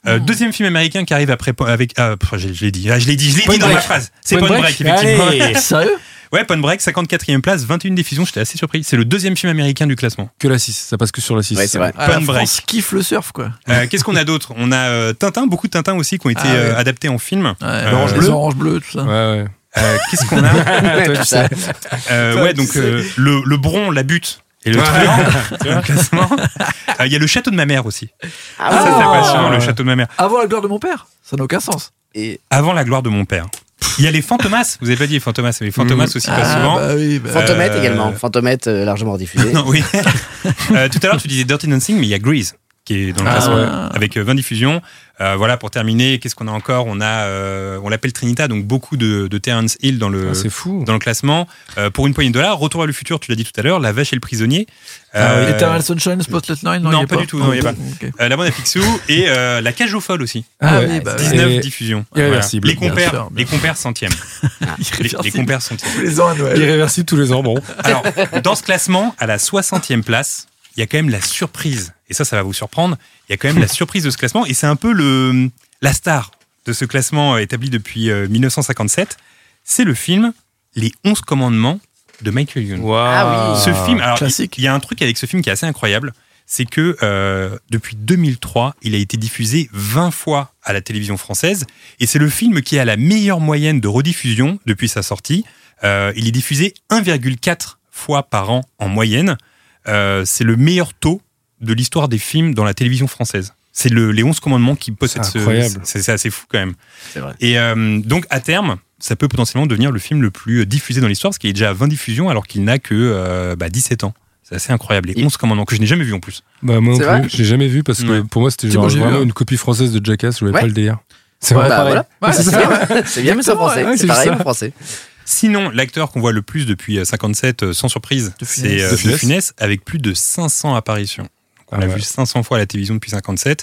S3: Euh, Deuxième film américain qui arrive après avec ah, pff, je, je l'ai dit Ah, je l'ai dit je l'ai
S5: Point
S3: dit dans
S5: Break.
S3: ma phrase c'est
S5: Point
S3: pas une
S5: Break,
S3: break effectivement
S5: allez.
S4: Sérieux
S3: Ouais, Point Break, 54e place, 21 diffusions, j'étais assez surpris. C'est le deuxième film américain du classement.
S5: Que la 6, ça passe que sur la 6.
S6: Ouais, c'est vrai.
S4: Ah, la
S3: Point Break.
S4: France kiffe le surf, quoi.
S3: Euh, Qu'est-ce qu'on a d'autre On a euh, Tintin, beaucoup de Tintin aussi qui ont été
S4: Ah ouais.
S3: euh, adaptés en film.
S4: Ouais,
S3: L'Orange
S4: les
S3: Bleue.
S4: oranges bleues, tout ça.
S5: Ouais, ouais.
S3: Euh, Qu'est-ce qu'on a
S5: Toi, tu sais.
S3: Euh,
S5: Toi,
S3: Ouais,
S5: tu
S3: donc
S5: sais.
S3: euh, le, le Bron, la butte. Et le
S5: Ouais.
S3: truand dans le classement. Euh, Il y a le château de ma mère aussi.
S7: Ah
S3: Ça,
S7: ouais.
S3: c'est
S4: Ah.
S3: passionnant, le château de ma mère.
S4: Avant la gloire de mon père. Ça n'a aucun sens.
S7: Et
S3: Avant la gloire de mon père. Il y a les Fantomas, vous avez pas dit les Fantomas, mais les Fantomas aussi pas
S4: Ah,
S3: souvent.
S4: bah oui, bah-
S7: Fantomette
S3: Euh,
S7: également. Fantomette euh, largement diffusé.
S3: Non, oui. Euh, tout à l'heure, tu disais Dirty Dancing, mais il y a Grease qui est dans le
S4: Ah,
S3: classement
S4: ouais.
S3: avec euh, 20 diffusions. Euh, voilà, pour terminer, qu'est-ce qu'on a encore On a, euh, on l'appelle Trinita, donc beaucoup de, de Terrence Hill dans le,
S5: Ah, C'est fou.
S3: dans le classement. Euh, pour une poignée de dollars, Retour à le futur, tu l'as dit tout à l'heure, La vache et le prisonnier. Euh,
S4: Ah Eternal Sunshine, Spotless Night, non,
S3: non,
S4: il y a
S3: pas du tout, non, il y a pas.
S4: Ok.
S3: euh, la bande à Picsou et euh, La cage aux folles aussi.
S4: Ah
S5: ouais.
S4: oui, bah oui.
S3: 19
S5: Et-
S3: diffusions.
S5: Irréversible.
S3: Les compères,
S4: Bien sûr, bien
S3: les compères centièmes. Les, les compères centièmes.
S4: tous les ans à Noël.
S5: Irréversible tous les ans, bon.
S3: Alors, dans ce classement, à la 60e place, il y a quand même la surprise. Et ça, ça va vous surprendre. Il y a quand même la surprise de ce classement. Et c'est un peu le, la star de ce classement euh, établi depuis euh, 1957. C'est le film Les 11 commandements de Michael Youn.
S7: Ah
S3: Ce film, alors, il
S4: Classique.
S3: il y a un truc avec ce film qui est assez incroyable. C'est que euh, depuis 2003, il a été diffusé 20 fois à la télévision française. Et c'est le film qui a la meilleure moyenne de rediffusion depuis sa sortie. Euh, il est diffusé 1,4 fois par an en moyenne. Euh, c'est le meilleur taux de l'histoire des films dans la télévision française. C'est le, les 11 commandements qui possèdent
S5: C'est
S3: ce.
S5: incroyable.
S3: C'est, c'est assez fou quand même.
S6: C'est vrai.
S3: Et euh, donc, à terme, ça peut potentiellement devenir le film le plus diffusé dans l'histoire, parce qu'il est déjà à 20 diffusions alors qu'il n'a que euh, bah, 17 ans. C'est assez incroyable. Les 11 commandements que je n'ai jamais vu en plus.
S5: Bah, moi non
S7: C'est
S5: plus, j'ai jamais vu parce que
S3: Ouais.
S5: pour moi c'était
S4: Si,
S5: genre
S4: moi, j'ai vu,
S5: vraiment
S4: hein.
S5: une copie française de Jackass, je voulais
S7: Ouais.
S5: pas le délire. C'est vrai,
S7: Bah,
S5: pareil.
S7: voilà.
S4: Ouais,
S5: c'est
S4: c'est
S5: ça.
S7: C'est bien
S4: Mais
S7: que
S4: ça
S7: ça
S4: va,
S7: français.
S5: ouais, c'est
S7: c'est pareil
S5: ça.
S7: en français.
S3: Sinon, l'acteur qu'on voit le plus depuis euh, 57, euh, sans surprise,
S4: De Funès.
S3: c'est euh,
S5: De
S3: De
S5: Funès.
S3: Funès, avec plus de 500 apparitions. Donc, on
S5: Ah
S3: l'a
S5: ouais.
S3: vu 500 fois à la télévision depuis 57.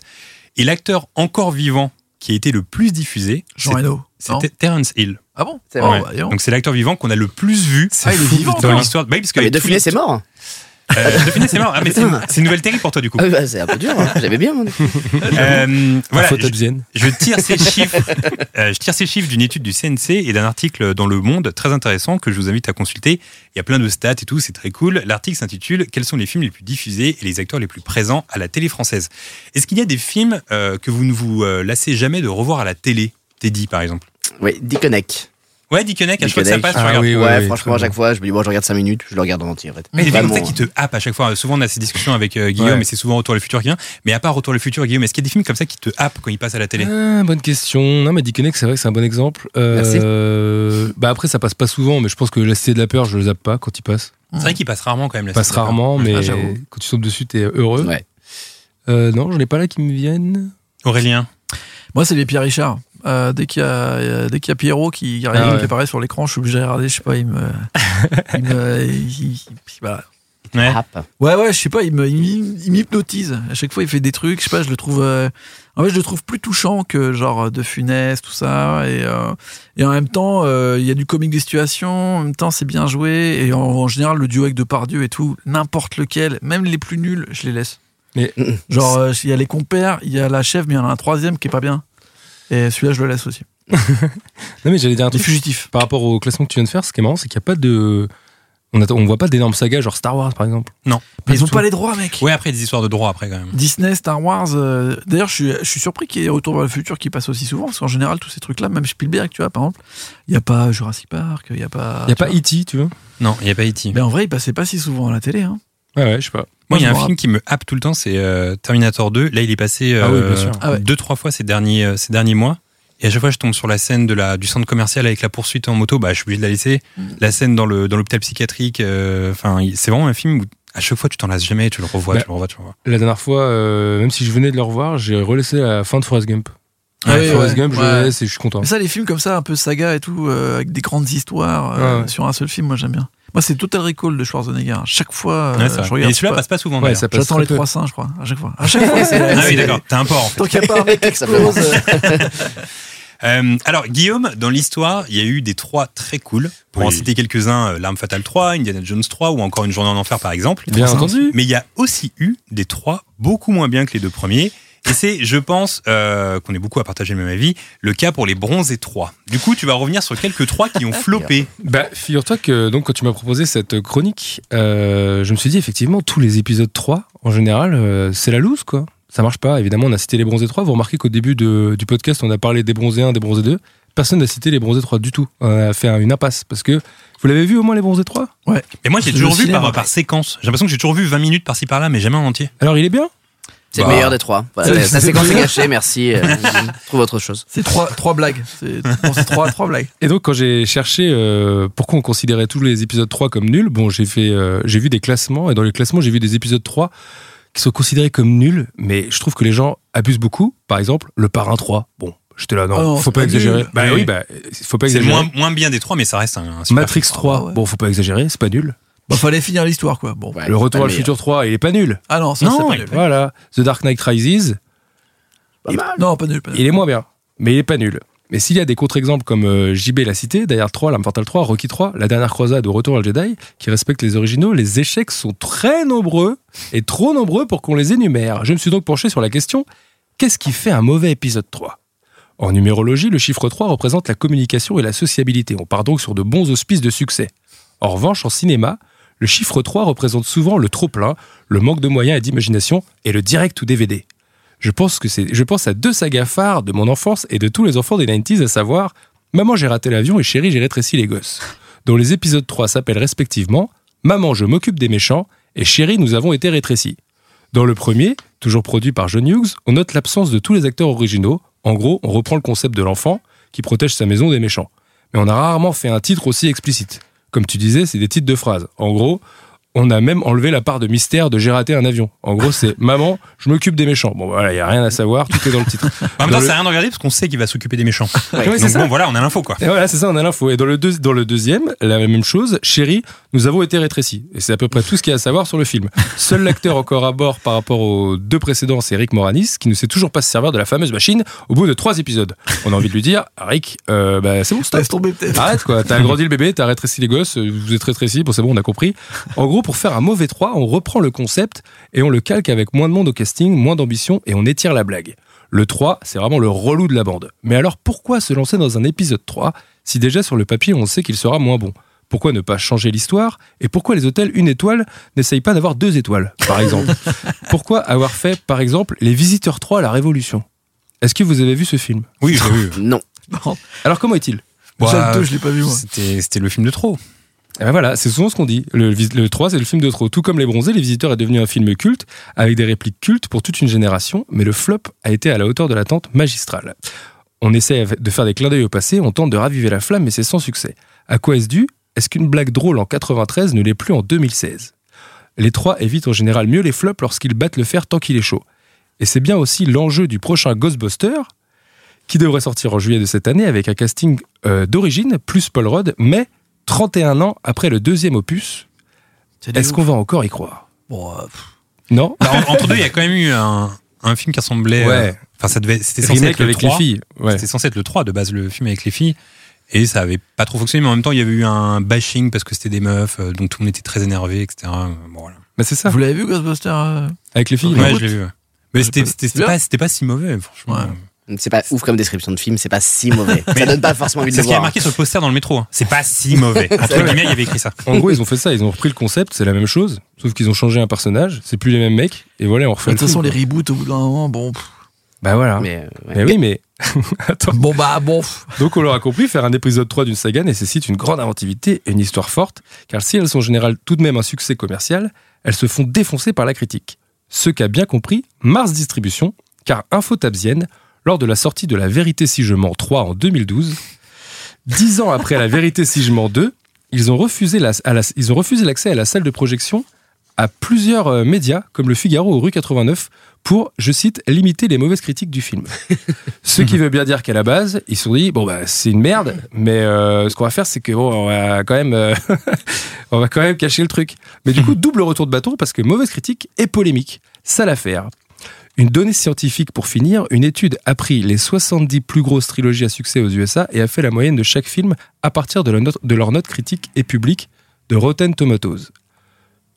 S3: Et l'acteur encore vivant qui a été le plus diffusé,
S4: Jean Reno.
S3: c'est-
S4: non
S3: c'était Terence Hill.
S4: Ah bon
S7: C'est
S4: Oh,
S7: vrai.
S4: bah, voyons.
S3: Donc c'est l'acteur vivant qu'on a le plus vu.
S4: Ah, il est
S3: fou,
S4: vivant,
S3: dans
S4: hein.
S3: l'histoire. Bah oui, parce que
S7: Ah, mais De
S3: tous
S7: Funès
S3: les-
S7: est mort.
S3: Euh, de Funès est mort. Ah, mais c'est une, c'est une nouvelle terrible pour toi du coup.
S7: Ah, bah, c'est un peu dur. hein. J'aimais bien. moi.
S3: Euh,
S5: La
S3: voilà,
S5: faute
S3: je-
S5: abzienne.
S3: Je tire ces chiffres, euh, je tire ces chiffres d'une étude du CNC et d'un article dans Le Monde très intéressant que je vous invite à consulter. Il y a plein de stats et tout, c'est très cool. L'article s'intitule Quels sont les films les plus diffusés et les acteurs les plus présents à la télé française Est-ce qu'il y a des films euh, que vous ne vous euh, lassez jamais de revoir à la télé Teddy par exemple.
S7: Oui, Dickeneck.
S3: Ouais, Dick Connect, à chaque fois que ça
S7: Dickeneck.
S3: passe, tu
S5: Ah
S3: regardes.
S5: oui,
S7: Ouais,
S5: oui, oui,
S7: franchement, à
S5: très
S7: chaque fois, je me dis, bon, je regarde 5 minutes, je le regarde en entier. en fait.
S3: Mais il y a des films
S7: Vraiment,
S3: comme ça qui te happent à chaque fois. Souvent, on a ces discussions avec euh, Guillaume
S5: Ouais.
S3: et c'est souvent Retour le futur qui vient. Mais à part Retour le futur, Guillaume, est-ce qu'il y a des films comme ça qui te happent quand ils passent à la télé
S5: Ah, bonne question. Non, mais Dickeneck, c'est vrai que c'est un bon exemple. Euh, Bah après, ça passe pas souvent, mais je pense que la Cité de la Peur, je le zappe pas quand il passe.
S3: C'est vrai qu'ils passent rarement quand même. la
S5: Il passe
S3: saison.
S5: rarement, mais
S4: Ah, j'avoue.
S5: quand tu tombes dessus, t'es heureux.
S7: Ouais.
S5: Euh, non, j'en ai pas là qui me viennent.
S3: Aurélien.
S4: Moi, c'est les Pierre Richard. Euh, dès qu'il y a euh, dès qu'il y a Pierrot qui,
S5: Ah ouais.
S4: qui apparaît sur l'écran, je suis obligé de regarder. Je sais pas, il me, il me- il- il- voilà.
S3: Ouais.
S7: rap.
S4: Ouais, ouais, je sais pas, il me- il il m'hypnotise. À chaque fois, il fait des trucs. Je sais pas, je le trouve. euh, en fait, je le trouve plus touchant que genre de Funès, tout ça. Et, euh, et en même temps, euh, il y a du comique des situations. En même temps, c'est bien joué. Et en, en général, le duo avec Depardieu et tout, n'importe lequel, même les plus nuls, je les laisse.
S5: Mais-
S4: Genre, euh, il y a les compères, il y a la chef, mais il y en a un troisième qui est pas bien. Et celui-là, je le laisse aussi.
S5: Non, mais j'allais dire un
S4: Les
S5: truc.
S4: fugitifs.
S5: Par rapport au classement que tu viens de faire, ce qui est marrant, c'est qu'il n'y a pas de. On, attend- on voit pas d'énormes sagas, genre Star Wars par exemple.
S4: Mais ils ont
S5: du
S4: pas
S5: tout.
S4: les droits, mec.
S3: Ouais, après, il y a des histoires de droit après quand même.
S4: Disney, Star Wars. euh, D'ailleurs, je suis, je suis surpris qu'il y ait Retour vers le futur qui passe aussi souvent, parce qu'en général, tous ces trucs-là, même Spielberg, tu vois, par exemple, il n'y a pas Jurassic Park, il n'y a pas.
S5: Il n'y a
S4: Ah, tu
S5: pas
S4: vois.
S5: E.T., tu vois.
S3: Non, il n'y a pas E E.T.
S4: Mais en vrai, il passait pas si souvent à la télé. Hein.
S5: Ouais, ouais, je sais pas.
S3: Moi, il y a
S4: je
S3: un
S4: me
S3: film qui me happe tout le temps, c'est euh, Terminator 2. Là, il est passé
S5: Ah oui,
S3: euh,
S5: bien sûr.
S4: Ah ouais.
S3: deux, trois fois ces derniers, euh, ces derniers mois. Et à chaque fois, je tombe sur la scène de la, du centre commercial avec la poursuite en moto. Bah, je suis obligé de la laisser. La scène dans le dans l'hôpital psychiatrique. euh, Enfin, il- c'est vraiment un film où à chaque fois, tu t'en lasses jamais. Tu le revois,
S5: Bah,
S3: tu le revois, tu le revois.
S5: La dernière fois, euh, même si je venais de le revoir, j'ai relaissé la fin de Forrest Gump.
S4: Ah oui,
S5: Forrest
S4: ouais.
S5: Gump, je
S4: Ouais.
S5: le laisse et je suis content.
S4: Mais ça, les films comme ça, un peu saga et tout, euh, avec des grandes histoires euh,
S5: Ouais, ouais.
S4: sur un seul film, moi j'aime bien. Moi, c'est Total Recall de Schwarzenegger. À Chaque fois, euh,
S3: Ouais, c'est vrai.
S4: je regarde.
S3: Et celui-là
S4: pas-
S3: passe pas souvent.
S5: Ouais,
S3: d'ailleurs.
S5: ça passe
S4: J'attends les
S5: très peu.
S4: trois saints, je crois. À chaque fois. À chaque fois. c'est-
S3: Ah
S4: c'est-
S3: oui, d'accord. T'as un port. En fait.
S4: Tant qu'il n'y a pas un mec qui
S7: Simplement.
S4: explose. euh,
S3: Euh, alors, Guillaume, dans l'histoire, il y a eu des trois très cool. Pour en
S5: Oui.
S3: citer quelques-uns, euh, L'Arme Fatale 3, Indiana Jones 3 ou encore Une Journée en Enfer, par exemple.
S5: Bien entendu.
S3: Mais il y a aussi eu des trois beaucoup moins bien que les deux premiers. Et c'est, je pense, euh, qu'on est beaucoup à partager le même avis, le cas pour les bronzes et 3. Du coup, tu vas revenir sur quelques 3 qui ont flopé.
S5: Bah, figure-toi que donc, quand tu m'as proposé cette chronique, euh, je me suis dit effectivement, tous les épisodes 3, en général, euh, c'est la loose, quoi. Ça marche pas. Évidemment, on a cité les bronzés 3. Vous remarquez qu'au début de- du podcast, on a parlé des bronzés 1, des bronzés 2. Personne n'a cité les bronzés 3 du tout. On a fait un- une impasse. Parce que vous l'avez vu au moins, les bronzés 3
S3: Et moi, j'ai
S4: Je
S3: toujours
S4: me
S3: vu
S4: souviens,
S3: par,
S4: ouais.
S3: par séquence. J'ai l'impression que j'ai toujours vu 20 minutes par-ci par-là, mais jamais en entier.
S5: Alors, il est bien
S7: C'est
S3: Bah.
S7: le meilleur des trois. Voilà,
S5: C'est-
S7: la
S5: c'est-
S7: séquence est gâchée, merci. euh, trouve autre chose.
S4: C'est trois, trois blagues. C'est bon, c'est trois, trois blagues.
S5: Et donc, quand j'ai cherché euh, pourquoi on considérait tous les épisodes 3 comme nuls, bon, j'ai fait, euh, j'ai vu des classements, et dans les classements, j'ai vu des épisodes 3 qui sont considérés comme nuls, mais je trouve que les gens abusent beaucoup. Par exemple, le parrain 3. Bon, j'étais là, non,
S4: Oh non,
S5: faut
S4: c'est
S5: pas
S4: pas
S5: exagérer.
S4: nul.
S5: Bah
S3: Oui.
S5: oui, bah, faut pas
S3: C'est
S5: exagérer.
S3: moins, moins bien des 3, mais ça reste un, un super
S5: Matrix
S3: film.
S5: 3,
S4: Ah ouais. Ah,
S5: bon, faut pas exagérer, c'est pas nul.
S4: Bon, Bah, fallait finir l'histoire, quoi. Bon.
S5: le retour
S7: pas
S5: à
S7: le
S5: le futur 3, il est pas nul.
S4: Ah non, ça,
S3: Non,
S4: c'est pas
S3: il-
S4: nul.
S5: Voilà. The Dark Knight Rises,
S4: Non, pas nul. Pas nul.
S5: il est moins bien, mais il est pas nul. Mais s'il y a des contre-exemples comme euh, JB l'a cité, d'ailleurs 3, L'Arme Fatale 3, Rocky 3, La Dernière Croisade ou Retour à Jedi, qui respectent les originaux, les échecs sont très nombreux et trop nombreux pour qu'on les énumère. Je me suis donc penché sur la question qu'est-ce qui fait un mauvais épisode 3 En numérologie, le chiffre 3 représente la communication et la sociabilité. On part donc sur de bons auspices de succès. En revanche, en cinéma, le chiffre 3 représente souvent le trop-plein, le manque de moyens et d'imagination et le direct ou DVD. Je pense, que c'est, je pense à deux sagas phares de mon enfance et de tous les enfants des 90s, à savoir Maman, j'ai raté l'avion et Chérie, j'ai rétréci les gosses, dont les épisodes 3 s'appellent respectivement Maman, je m'occupe des méchants et Chérie, nous avons été rétrécis. Dans le premier, toujours produit par John Hughes, on note l'absence de tous les acteurs originaux. En gros, on reprend le concept de l'enfant qui protège sa maison des méchants. Mais on a rarement fait un titre aussi explicite. Comme tu disais, c'est des titres de phrases. En gros, on a même enlevé la part de mystère de j'ai raté un avion. En gros, c'est maman, je m'occupe des méchants. Bon, voilà, il n'y a rien à savoir, tout est dans le titre.
S3: En même
S5: Dans
S3: temps,
S5: le-
S3: ça a rien de regarder parce qu'on sait qu'il va s'occuper des méchants.
S5: Ouais, c'est
S3: Donc
S5: ça.
S3: bon, voilà, on a l'info, quoi.
S5: Et voilà, c'est ça, on a l'info. Et dans le, deux- dans le deuxième, la même chose, chérie, nous avons été rétrécis. Et c'est à peu près tout ce qu'il y a à savoir sur le film. Seul l'acteur encore à bord par rapport aux deux précédents, c'est Rick Moranis, qui ne sait toujours pas se servir de la fameuse machine au bout de trois épisodes. On a envie de lui dire, Rick, euh, bah, c'est bon, stop.
S4: Laisse tomber, peut-être.
S5: Arrête quoi, t'as agrandi le bébé, t'as rétréci les gosses, euh, vous êtes rétrécis, bon c'est bon, on a compris. En gros, pour faire un mauvais 3, on reprend le concept et on le calque avec moins de monde au casting, moins d'ambition et on étire la blague. Le 3, c'est vraiment le relou de la bande. Mais alors pourquoi se lancer dans un épisode 3 si déjà sur le papier on sait qu'il sera moins bon pourquoi ne pas changer l'histoire Et pourquoi les hôtels une étoile n'essayent pas d'avoir deux étoiles, par exemple Pourquoi avoir fait, par exemple, Les Visiteurs 3 à la Révolution Est-ce que vous avez vu ce film
S3: Oui, je l'ai vu.
S7: Non.
S4: Non.
S5: Alors comment est-il Bah,
S4: Ça,
S3: Ouah,
S4: le deux, je l'ai pas vu, moi.
S3: C'était c'était le film de trop.
S5: Eh ben voilà, c'est souvent ce qu'on dit. Le, vis- le 3, c'est le film de trop. Tout comme Les Bronzés, Les Visiteurs est devenu un film culte, avec des répliques cultes pour toute une génération, mais le flop a été à la hauteur de l'attente magistrale. On essaie de faire des clins d'œil au passé, on tente de raviver la flamme, mais c'est sans succès. À quoi est-ce dû Est-ce qu'une blague drôle en 93 ne l'est plus en 2016 Les 3 évitent en général mieux les flops lorsqu'ils battent le fer tant qu'il est chaud. Et c'est bien aussi l'enjeu du prochain Ghostbuster, qui devrait sortir en juillet de cette année avec un casting euh, d'origine, plus Paul Rudd, mais 31 ans après le deuxième opus,
S4: C'est des
S5: est-ce
S4: ouf.
S5: qu'on va encore y croire
S4: Bon, euh, pff,
S5: Non
S3: Bah, en- entre deux, il y a quand même eu un, un film qui ressemblait.
S5: Ouais.
S3: euh, Enfin, ça devait. C'était censé
S5: Remake
S3: être le
S5: avec les
S3: 3.
S5: filles. Ouais.
S3: C'était censé être le 3 de base, le film avec les filles. Et ça avait pas trop fonctionné, mais en même temps, il y avait eu un bashing parce que c'était des meufs, euh, donc tout le monde était très énervé, etc. Euh, Bon, voilà.
S5: Mais c'est ça,
S4: Vous l'avez vu, Ghostbuster euh
S5: avec les filles.
S3: Ouais,
S5: non
S3: je l'ai vu. ouais. Mais c'était c'était- c'était pas, c'était pas si mauvais, franchement.
S4: Ouais.
S7: C'est pas ouf comme description de film, c'est pas si mauvais. Ça donne pas forcément envie de
S3: C'est
S7: le
S3: ce qui a
S7: voir.
S3: marqué sur le poster dans le métro. hein. C'est pas si mauvais. Entre guillemets, il y avait écrit ça.
S5: En gros, ils ont fait ça, ils ont repris le concept, c'est la même chose, sauf qu'ils ont changé un personnage, c'est plus les mêmes mecs, et voilà, on
S4: De
S5: refait
S4: toute
S5: le
S4: façon,
S5: film.
S4: les reboots, au bout d'un moment, bon. pff.
S5: Bah voilà. Mais,
S7: Mais, euh, ouais.
S5: oui, mais. Attends.
S4: Bon, bah, bon. pff.
S5: Donc on l'aura compris, faire un épisode 3 d'une saga nécessite une grande inventivité et une histoire forte, car si elles sont en général tout de même un succès commercial, elles se font défoncer par la critique. Ce qu'a bien compris Mars Distribution, car info tabsienne, lors de la sortie de La Vérité si je mens 3 en 2012, dix ans après La Vérité si je mens 2, ils ont refusé la- à la- ils ont refusé l'accès à la salle de projection à plusieurs euh, médias, comme le Figaro ou Rue 89, pour, je cite, limiter les mauvaises critiques du film. Ce qui veut bien dire qu'à la base, ils se sont dit, bon, bah, c'est une merde, mais euh, ce qu'on va faire, c'est que, bon, on va quand même, euh, on va quand même cacher le truc. Mais du coup, double retour de bâton parce que mauvaise critique et polémique. Ça l'affaire. Une donnée scientifique pour finir, une étude a pris les 70 plus grosses trilogies à succès aux USA et a fait la moyenne de chaque film à partir de, la note- de leur note critique et publique de Rotten Tomatoes.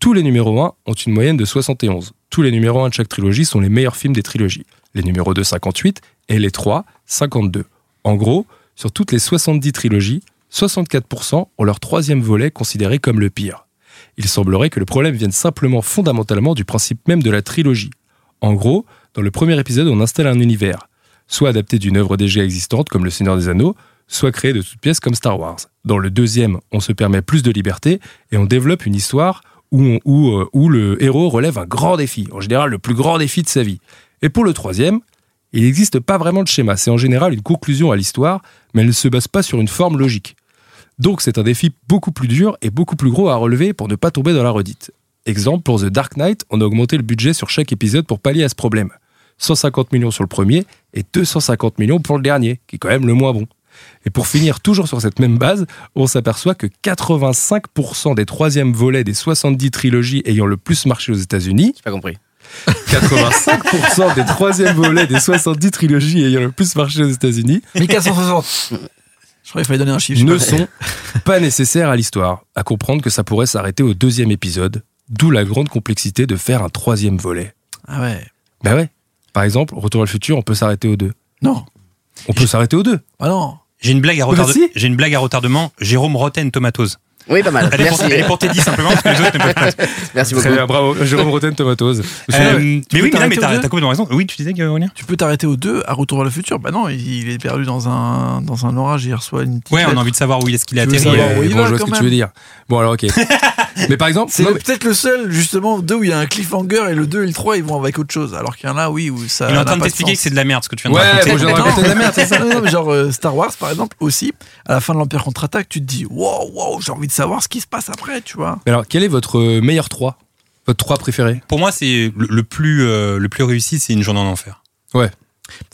S5: Tous les numéros 1 ont une moyenne de 71. Tous les numéros 1 de chaque trilogie sont les meilleurs films des trilogies. Les numéros 2, 58 et les 3, 52. En gros, sur toutes les 70 trilogies, 64% ont leur troisième volet considéré comme le pire. Il semblerait que le problème vienne simplement fondamentalement du principe même de la trilogie. En gros, dans le premier épisode, on installe un univers, soit adapté d'une œuvre déjà existante comme Le Seigneur des Anneaux, soit créé de toutes pièces comme Star Wars. Dans le deuxième, on se permet plus de liberté et on développe une histoire où, on- où, euh, où le héros relève un grand défi, en général le plus grand défi de sa vie. Et pour le troisième, il n'existe pas vraiment de schéma, c'est en général une conclusion à l'histoire, mais elle ne se base pas sur une forme logique. Donc c'est un défi beaucoup plus dur et beaucoup plus gros à relever pour ne pas tomber dans la redite. Exemple, pour The Dark Knight, on a augmenté le budget sur chaque épisode pour pallier à ce problème. 150 millions sur le premier et 250 millions pour le dernier, qui est quand même le moins bon. Et pour finir toujours sur cette même base, on s'aperçoit que 85% des troisièmes volets des 70 trilogies ayant le plus marché aux États-Unis,
S7: J'ai pas compris.
S5: 85% des troisièmes volets des 70 trilogies ayant le plus marché aux États-Unis
S4: 1460 Je crois qu'il fallait donner un chiffre. je sais
S5: ne
S4: pas.
S5: sont pas nécessaires à l'histoire, à comprendre que ça pourrait s'arrêter au deuxième épisode, d'où la grande complexité de faire un troisième volet.
S4: Ah ouais.
S5: Bah ouais. Par exemple, Retour à le futur, on peut s'arrêter au 2.
S4: Non.
S5: On peut s'arrêter au 2.
S4: Ah non.
S3: J'ai une blague à,
S5: Bah,
S3: retarde-
S5: si.
S3: J'ai une blague à retardement. Jérôme Rotten Tomatoes.
S7: Oui, pas mal.
S3: Elle est, pour,
S7: Merci.
S3: elle est pour Teddy simplement parce que les autres ne peuvent pas.
S7: Merci beaucoup.
S5: Très bien, bravo. Jérôme Rotten Tomatoes.
S3: Euh,
S5: Vous
S3: mais oui, mais non,
S4: t'arrêter
S3: mais
S4: au
S3: t'as
S4: jeu
S3: t'as complètement raison. Oui, tu disais, Aurélien
S4: Tu peux t'arrêter au 2 à Retour à le futur. Bah non, il il est perdu dans un, dans un orage et il reçoit une petite.
S3: Ouais, on a
S4: lettre.
S3: envie de savoir où est-ce qu'il a
S5: Tu veux
S3: atterri.
S5: savoir
S3: euh,
S4: où
S5: oui,
S4: il
S5: bon,
S4: va,
S5: je vois ce
S4: quand
S5: que tu veux
S4: même.
S5: dire. Bon, alors, ok. mais par exemple,
S4: C'est
S5: non,
S4: le- peut-être le seul, justement, deux où il y a un cliffhanger et le 2 et le 3 ils vont avec autre chose. Alors qu'il y en a, oui, où ça.
S3: Il est en
S4: n'a
S3: train de
S4: pas
S3: t'expliquer
S4: sens.
S3: que c'est de la merde ce que tu viens
S5: Ouais,
S3: de raconter.
S5: bon, j'aimerais
S4: Non,
S5: raconter de la merde,
S4: c'est ça. Non, mais genre euh, Star Wars par exemple aussi, à la fin de l'Empire contre-attaque, tu te dis wow, wow, j'ai envie de savoir ce qui se passe après, tu vois.
S5: mais alors, quel est votre euh, meilleur 3 Votre 3 préféré
S3: Pour moi, c'est le, le plus euh, le plus réussi, c'est une journée en enfer.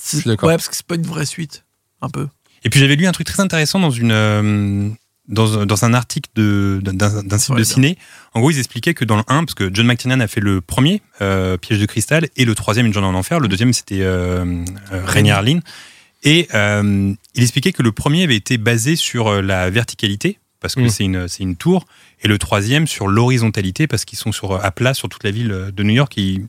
S4: Je
S5: suis d'accord.
S4: Ouais, parce que c'est pas une vraie suite, un peu.
S3: Et puis j'avais lu un truc très intéressant dans une euh, dans, un- dans un article de d'un d'un site
S4: Ouais,
S3: de
S4: bien.
S3: ciné. En gros, ils expliquaient que dans le 1, parce que John McTiernan a fait le premier euh, Piège de cristal et le troisième Une journée en enfer. Le deuxième c'était euh, euh, Rainy Harlin. Et euh, il expliquait que le premier avait été basé sur euh, la verticalité parce que
S5: Mm.
S3: c'est une c'est une tour et le troisième sur l'horizontalité parce qu'ils sont sur à plat sur toute la ville euh, de New York. Et ils,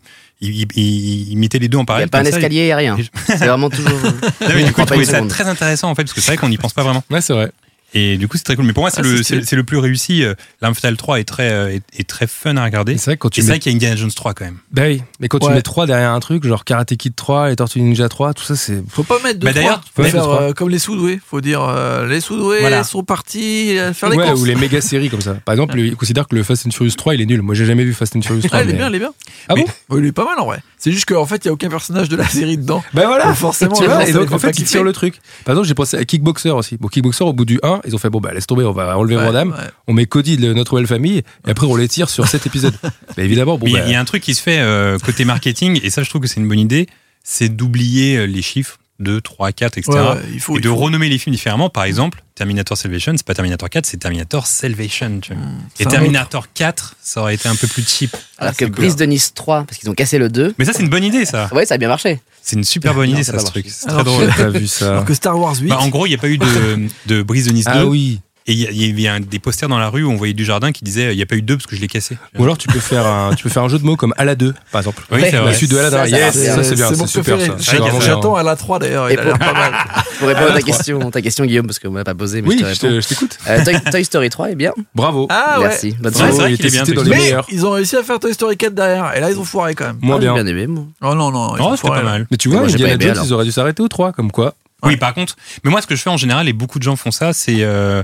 S3: ils, ils- ils mettaient les deux
S7: Il
S3: en
S7: n'y
S3: parallèle.
S7: a pas un
S3: comme ça. Ah,
S7: escalier, il n'y a rien. C'est vraiment toujours.
S3: Non, mais du coup,
S7: Pas
S3: je trouvais
S7: une
S3: ça
S7: seconde.
S3: très intéressant en fait parce que c'est vrai qu'on n'y pense pas vraiment.
S5: Ouais, c'est vrai.
S3: Et du coup, c'est très cool. Mais pour moi, c'est
S4: Ah,
S3: le,
S4: c'est stylé.
S3: c'est- c'est le plus réussi. Euh, L'Arme fatale 3 est très, euh, est, est très fun à regarder.
S5: Et
S3: Et
S5: C'est vrai que quand tu
S3: c'est
S5: mets,
S3: vrai qu'il y a Indiana Jones 3 quand même.
S5: Bah oui, mais quand tu
S4: Ouais.
S5: mets 3 derrière un truc, genre Karate Kid 3, les Tortues Ninja 3, tout ça, c'est.
S4: Faut pas mettre de
S3: Bah,
S4: trois.
S3: d'ailleurs,
S4: faut
S5: ouais,
S4: faire
S5: de trois.
S4: euh, comme les sous-doués. Faut dire euh, les sous-doués
S3: Voilà.
S4: sont partis euh, faire les
S5: Ouais,
S4: courses.
S5: ou les méga séries comme ça. Par exemple, ils considèrent que le Fast and Furious 3, il est nul. Moi, j'ai jamais vu Fast and Furious 3.
S4: Ah, il est
S5: mais-
S4: bien, il est bien.
S5: Ah
S3: Mais-
S5: bon
S4: Ouais, il est pas mal en vrai. C'est juste qu'en fait, il y a aucun personnage de la série dedans.
S5: Ben voilà
S4: Donc, forcément,
S5: Tu
S4: les
S5: vois,
S4: gens,
S5: et
S4: ça
S5: donc
S4: les
S5: en
S4: fait pas
S5: fait ils
S4: kiffer.
S5: tirent le truc. Par exemple j'ai pensé à Kickboxer aussi. Bon Kickboxer au bout du 1 ils ont fait bon bah laisse tomber on va enlever
S4: Ouais,
S5: Rodam,
S4: ouais.
S5: on met Cody de notre belle famille et après on les tire sur cet épisode. bah évidemment bon
S3: Mais Il y a-
S5: bah,
S3: il y, a un truc qui se fait euh, côté marketing, et ça, je trouve que c'est une bonne idée, c'est d'oublier euh, les chiffres 2, 3, 4, etc.
S4: Ouais, ouais, Euh, il faut.
S3: et
S4: il
S3: de
S4: faut.
S3: renommer les films différemment. Par exemple, Terminator Salvation, c'est pas Terminator 4, c'est Terminator Salvation. tu vois.
S4: c'est
S3: et
S4: un
S3: Terminator 4, ça aurait été un peu plus cheap.
S7: Alors
S4: Ah,
S7: que
S4: c'est
S7: Prise
S3: hein.
S7: de Nice 3, parce qu'ils ont cassé le 2.
S3: Mais ça, c'est une bonne idée,
S6: Ah,
S3: ça.
S7: Ouais, ça a bien marché.
S3: C'est une super bonne
S7: Non,
S3: idée,
S7: ça
S3: ça,
S7: va
S3: ce
S7: marcher.
S3: truc. C'est
S4: Ah,
S3: très
S4: non.
S3: drôle.
S5: t'as vu ça.
S4: Alors que Star Wars 8.
S3: Bah, en gros, il n'y a pas eu de, de Brise de Nice 2.
S5: Ah oui.
S3: Et il y a- il y, avait un- des posters dans la rue où on voyait du jardin qui disait euh, il n'y a pas eu deux parce que je l'ai cassé.
S5: Ou alors tu peux faire un tu peux faire un jeu de mots comme à la 2 par exemple.
S3: Oui, c'est
S5: La
S3: vrai.
S5: suite de Aladdin.
S7: Ça, ça
S5: Yes,
S7: marche bien.
S5: ça c'est bien,
S4: mon
S5: c'est super ça.
S4: préféré.
S3: C'est vrai qu'il y a ça,
S4: J'attends à la 3 d'ailleurs,
S7: Et
S4: il a
S7: pour-
S4: l'air pas mal.
S7: Pour répondre à ta question, ta question, Guillaume, parce qu'on ne m'a pas posé, mais
S5: Oui,
S7: je te
S5: je
S7: réponds.
S5: te- je t'écoute.
S6: Ah.
S7: Euh, Toy, Toy Story 3 est bien.
S5: Bravo.
S4: Ah ouais.
S7: Merci. Bonne
S3: Ouais, c'est
S7: soirée.
S3: vrai
S5: il
S3: qu'il
S5: était
S3: est bien,
S5: cité dans
S3: Toy
S5: les
S3: Story.
S4: Mais
S5: meilleurs.
S4: ils ont réussi à faire Toy Story 4 derrière. Et là, ils ont foiré quand même.
S7: Ah,
S5: Moins
S7: j'ai
S5: bien.
S7: bien aimé, moi.
S4: Oh non, non. ils
S3: Oh,
S4: ont
S3: c'était pas
S4: foiré.
S3: mal.
S5: Mais tu
S7: Moi,
S5: vois,
S7: j'ai pas
S5: Indiana
S7: aimé,
S5: Jones,
S7: alors.
S5: ils auraient dû s'arrêter au 3 comme quoi.
S3: Oui, par contre, mais moi, ce que je fais en général, et beaucoup de gens font ça, c'est euh,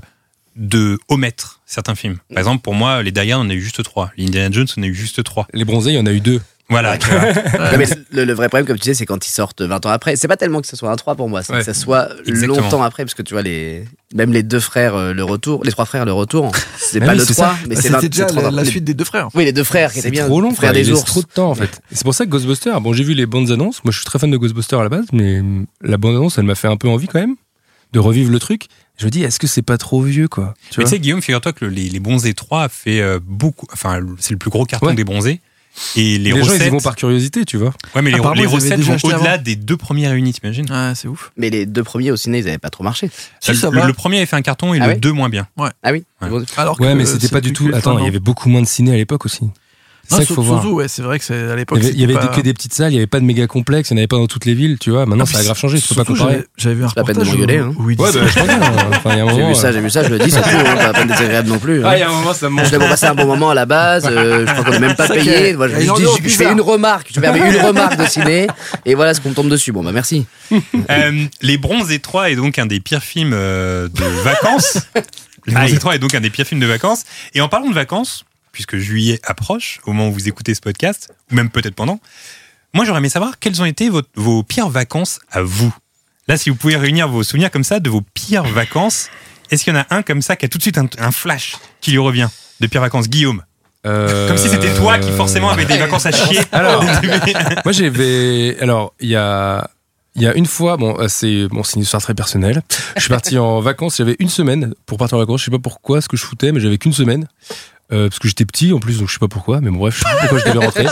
S3: de omettre certains films. Par exemple, pour moi, les Die Hard, on a eu juste trois. Les Indiana Jones, on a eu juste trois.
S5: Les bronzés, il y en a eu deux.
S3: Voilà, tu vois.
S7: Non, mais le, le vrai problème, comme tu disais, c'est quand ils sortent 20 ans après. C'est pas tellement que ce soit un 3 pour moi, c'est
S5: Ouais.
S7: que ça soit
S3: Exactement.
S7: longtemps après, parce que tu vois, les, même les deux frères, euh, le retour, les trois frères, le retour, c'est
S5: Ah
S7: pas
S5: oui,
S7: le
S5: c'est
S7: 3,
S5: ça.
S7: mais
S4: Bah,
S7: c'est 20
S4: C'était déjà
S7: c'est 30
S4: la,
S7: ans.
S4: la
S7: Les-
S4: suite des deux frères.
S7: Oui, les deux frères qui
S5: C'est
S6: Eh
S7: étaient bien.
S5: trop long,
S7: frères
S5: frère, il
S7: des
S5: laisse
S7: ours.
S5: trop de temps en fait. Et C'est pour ça que Ghostbusters, bon j'ai vu les bandes annonces, moi je suis très fan de Ghostbusters à la base, mais hum, la bande annonce elle m'a fait un peu envie quand même de revivre le truc. Je me dis est-ce que c'est pas trop vieux quoi tu
S3: mais tu
S5: vois
S3: sais, Guillaume, figure-toi que le- les, les Bronzés 3 fait euh, beaucoup. Enfin, c'est le plus gros carton
S5: Ouais.
S3: des Bronzés. Et les,
S5: Les, gens
S3: recettes.
S5: ils y vont par curiosité tu vois.
S3: Ouais, mais les,
S4: Apparemment,
S3: les
S4: ils avaient
S3: recettes
S4: déjà
S3: vont
S4: acheté
S3: au-delà
S4: avant.
S3: des deux premières réunies, t'imagines
S4: Ouais, c'est ouf.
S7: Mais les deux premiers au ciné, ils avaient pas trop marché.
S5: Ah,
S4: Si, ça
S3: le,
S4: va.
S3: le premier avait fait un carton et
S7: Ah
S3: le
S7: ouais
S3: deux moins bien.
S7: Ah oui
S3: Ouais.
S7: Bon,
S4: Alors
S5: Ouais
S4: que,
S5: mais
S4: euh,
S5: c'était
S4: c'est
S5: pas du
S4: plus
S5: tout...
S4: que-
S5: Attends il y
S4: non.
S5: avait beaucoup moins de ciné à l'époque aussi. ça qu'il faut voir.
S4: Sozu, ouais, c'est vrai que c'est à l'époque.
S5: Il y avait, il y
S4: c'était
S5: avait
S4: pas-
S5: que des petites salles, il n'y avait pas de méga complexe, il n'y en avait pas dans toutes les villes, tu vois. Maintenant,
S4: Ah,
S5: ça a
S4: puis
S5: grave changé, tu peux pas
S4: Sozu,
S5: comparer.
S4: j'avais- J'avais vu un
S6: C'est la peine de
S4: reportage
S6: m'engueuler,
S4: où-
S6: hein.
S4: où il
S5: Ouais,
S4: disait-
S5: bah, je crois bien. hein. Enfin, il y a un
S6: J'ai
S5: moment,
S6: vu ça,
S5: euh,
S6: j'ai vu ça, je le dis, c'est tout, hein, pas la peine d'être agréable non plus. hein.
S5: Ah, il y a un moment, ça me
S6: Je
S5: manque.
S6: l'avais passé un bon moment à la base, euh, je crois qu'on n'est même pas
S4: C'est ça qu'il y
S6: payé.
S4: a-
S6: Moi, je
S4: il y a
S6: je
S4: une
S6: dis,
S4: ambiance
S6: je- je fais
S4: bizarre.
S6: une remarque, je permets une remarque de ciné, et voilà ce qu'on me tombe dessus. Bon, bah merci.
S3: Euh, Les Bronzes étroits est donc un des pires films euh, de vacances. Les Bronzes
S5: Aïe.
S3: étroits est donc un des pires films de vacances. Et en parlant de vacances, puisque juillet approche, au moment où vous écoutez ce podcast, ou même peut-être pendant, moi j'aurais aimé savoir quelles ont été votre- vos pires vacances à vous. Là, si vous pouvez réunir vos souvenirs comme ça de vos pires vacances, est-ce qu'il y en a un comme ça qui a tout de suite un, un flash qui lui revient de pires vacances, Guillaume
S5: Euh,
S3: Comme si c'était toi qui forcément avait des vacances à chier.
S5: Alors, moi j'avais. Alors, il y a. Il y a une fois, bon, euh, c'est bon, c'est une histoire très personnelle. Je suis parti en vacances, j'avais une semaine pour partir en vacances. Je sais pas pourquoi, ce que je foutais, mais j'avais qu'une semaine Euh, parce que j'étais petit en plus, donc je sais pas pourquoi. Mais bon, bref, je sais pas pourquoi je devais rentrer.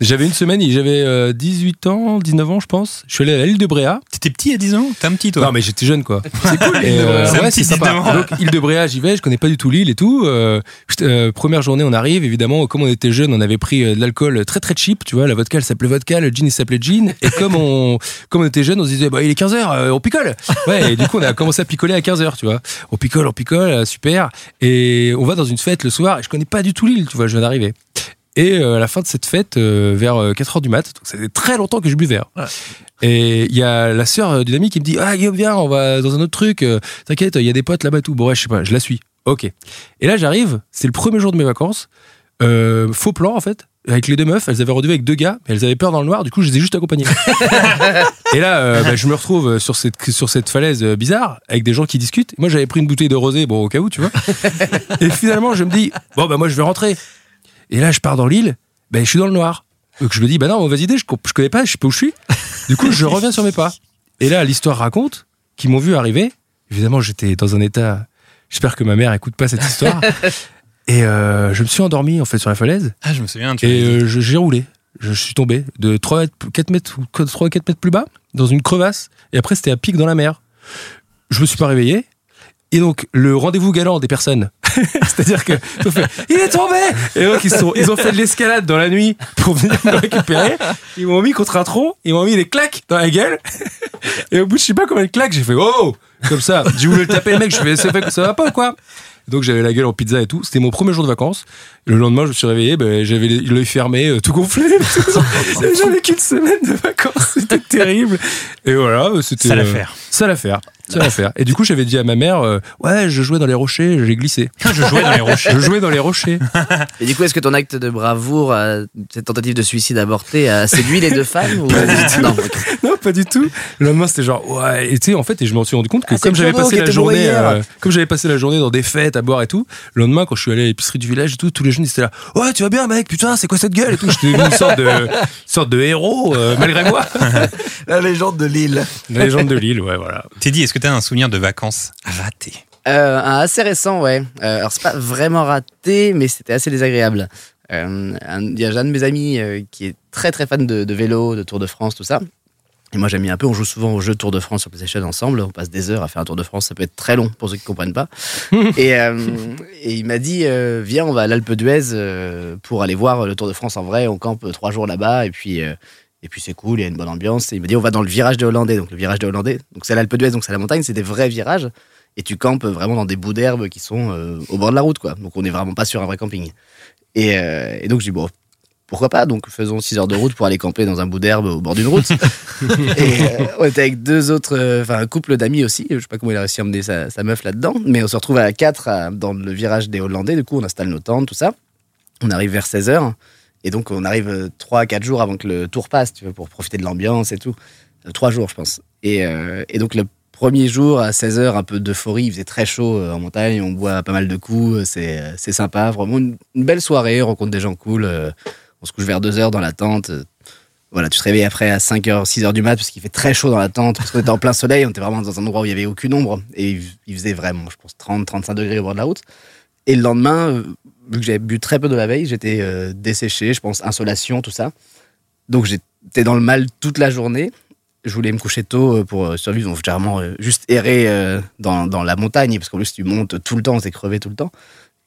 S5: J'avais une semaine, et j'avais euh, 18 ans, 19 ans, je pense. Je suis allé à l'île de Bréa.
S3: T'étais petit à 10 ans T'es un petit toi
S5: Non, mais j'étais jeune, quoi. euh, C'est cool,
S3: l'île de Bréa. C'est un petit évidemment.
S5: Donc, île de Bréa, j'y vais, je connais pas du tout l'île et tout. Euh, j'étais- euh, première journée, on arrive, évidemment, comme on était jeune, on avait pris euh, de l'alcool très très cheap, tu vois. La vodka, elle s'appelait vodka, le gin, il s'appelait gin. Et comme on, comme on était jeune, on se disait, bah, il est 15h, on picole. Ouais, et du coup, on a commencé à picoler à 15h, tu vois. On picole, on picole, euh, super. Et on va dans une fête le soir, et je connais pas du tout l'île, tu vois, je viens d'arriver. Et euh, à la fin de cette fête, euh, vers 4h du mat, donc ça faisait très longtemps que je buvais. hein. Et il y a la sœur euh, d'une amie qui me dit Ah, Guillaume, viens, on va dans un autre truc. euh, T'inquiète, il y a des potes là-bas et tout. Bon, ouais, je sais pas, je la suis. Ok. Et là, j'arrive, c'est le premier jour de mes vacances. Euh, faux plan, en fait, avec les deux meufs. Elles avaient rendez-vous avec deux gars, mais elles avaient peur dans le noir. Du coup, je les ai juste accompagnées. et là, euh, bah, je me retrouve sur cette, sur cette falaise euh, bizarre, avec des gens qui discutent. Moi, j'avais pris une bouteille de rosée, bon, au cas où, tu vois. Et finalement, je me dis Bon, bah, moi, je vais rentrer. Et là, je pars dans l'île, ben, je suis dans le noir. Donc je me dis, bah non, mauvaise idée, je, comp- je connais pas, je sais pas où je suis. Du coup, je reviens sur mes pas. Et là, l'histoire raconte qu'ils m'ont vu arriver. Évidemment, j'étais dans un état. J'espère que ma mère écoute pas cette histoire. Et euh, je me suis endormi, en fait, sur la falaise.
S3: Ah, je me souviens. Tu
S5: Et euh, je- j'ai roulé. Je suis tombé de 3 mètres, 4 mètres, ou 3 4 mètres plus bas, dans une crevasse. Et après, c'était à pic dans la mer. Je me suis pas réveillé. Et donc, le rendez-vous galant des personnes. C'est-à-dire que, ils ont fait, il est tombé! Et donc, ils, sont, ils ont fait de l'escalade dans la nuit pour venir me récupérer. Ils m'ont mis contre un tronc, ils m'ont mis des claques dans la gueule. Et au bout de je sais pas combien de claques, j'ai fait, oh! Comme ça. J'ai voulu le taper, le mec, je fais, c'est fait, ça va pas ou quoi? Donc j'avais la gueule en pizza et tout. C'était mon premier jour de vacances. Le lendemain, je me suis réveillé, ben, j'avais l'œil fermé, euh, tout gonflé. j'avais qu'une semaine de vacances. C'était terrible. Et voilà, euh, c'était.
S3: Ça
S5: euh,
S3: l'affaire.
S5: ça l'affaire. Ça l'affaire. Et du coup, j'avais dit à ma mère, euh, ouais, je jouais dans les rochers, j'ai glissé.
S3: Je jouais dans les rochers.
S5: Je jouais dans les rochers.
S6: Et du coup, est-ce que ton acte de bravoure, euh, cette tentative de suicide avortée, a séduit les deux femmes ou... Non, ok.
S5: non, pas du tout. Le lendemain, c'était genre, ouais, et tu sais, en fait, et je me suis rendu compte que
S6: Ah, c'est
S5: comme
S6: le
S5: j'avais
S6: journaux
S5: passé
S6: qui
S5: la
S6: était bourré
S5: journée,
S6: hier.
S5: euh, comme j'avais passé la journée dans des fêtes à boire et tout, le lendemain, quand je suis allé à l'épicerie du village et tout, tous les jeunes ils étaient là, ouais, tu vas bien, mec, putain, c'est quoi cette gueule et tout. J'étais devenu une sorte de, une sorte de héros, euh, malgré moi.
S4: La légende de Lille.
S5: La légende de Lille, ouais, voilà.
S3: Teddy, est-ce que tu as un souvenir de vacances raté
S6: Euh, un assez récent, ouais. Euh, alors, c'est pas vraiment raté, mais c'était assez désagréable. Euh, un- Il y a un de mes amis euh, qui est très très fan de, de vélo, de Tour de France, tout ça. Et moi, j'aime bien un peu. On joue souvent au jeu Tour de France sur PlayStation ensemble. On passe des heures à faire un Tour de France. Ça peut être très long pour ceux qui comprennent pas. et, euh, et il m'a dit euh, Viens, on va à l'Alpe d'Huez euh, pour aller voir le Tour de France en vrai. On campe trois jours là-bas. Et puis. euh, et puis c'est cool, il y a une bonne ambiance. Et il m'a dit, on va dans le virage des Hollandais. Donc le virage des Hollandais, donc c'est l'Alpe d'Huez, donc c'est la montagne, c'est des vrais virages. Et tu campes vraiment dans des bouts d'herbe qui sont euh, au bord de la route, quoi. Donc on n'est vraiment pas sur un vrai camping. Et, euh, et donc je dis, bon, pourquoi pas Donc faisons 6 heures de route pour aller camper dans un bout d'herbe au bord d'une route. et euh, on était avec deux autres, euh, enfin un couple d'amis aussi. Je sais pas comment il a réussi à emmener sa, sa meuf là-dedans. Mais on se retrouve à 4 dans le virage des Hollandais. Du coup, on installe nos tentes, tout ça. On arrive vers 16 heures. Et donc, on arrive 3 à 4 jours avant que le tour passe, tu vois, pour profiter de l'ambiance et tout. 3 jours, je pense. Et, euh, et donc, le premier jour, à 16h, un peu d'euphorie, il faisait très chaud euh, en montagne, on boit pas mal de coups, euh, c'est euh, c'est sympa, vraiment une, une belle soirée, on rencontre des gens cool, euh, on se couche vers 2h dans la tente. euh, Voilà, tu te réveilles après à 5h, 6h du mat, parce qu'il fait très chaud dans la tente, parce qu'on était en plein soleil, on était vraiment dans un endroit où il y avait aucune ombre, et il il faisait vraiment, je pense, 30, 35 degrés au bord de la route. Et le lendemain, euh, vu que j'avais bu très peu de la veille, j'étais euh, desséché, je pense, insolation, tout ça. Donc j'étais dans le mal toute la journée. Je voulais me coucher tôt euh, pour euh, survivre, donc j'ai vraiment euh, juste erré euh, dans, dans la montagne, parce qu'en plus tu montes tout le temps, t'es crevé tout le temps.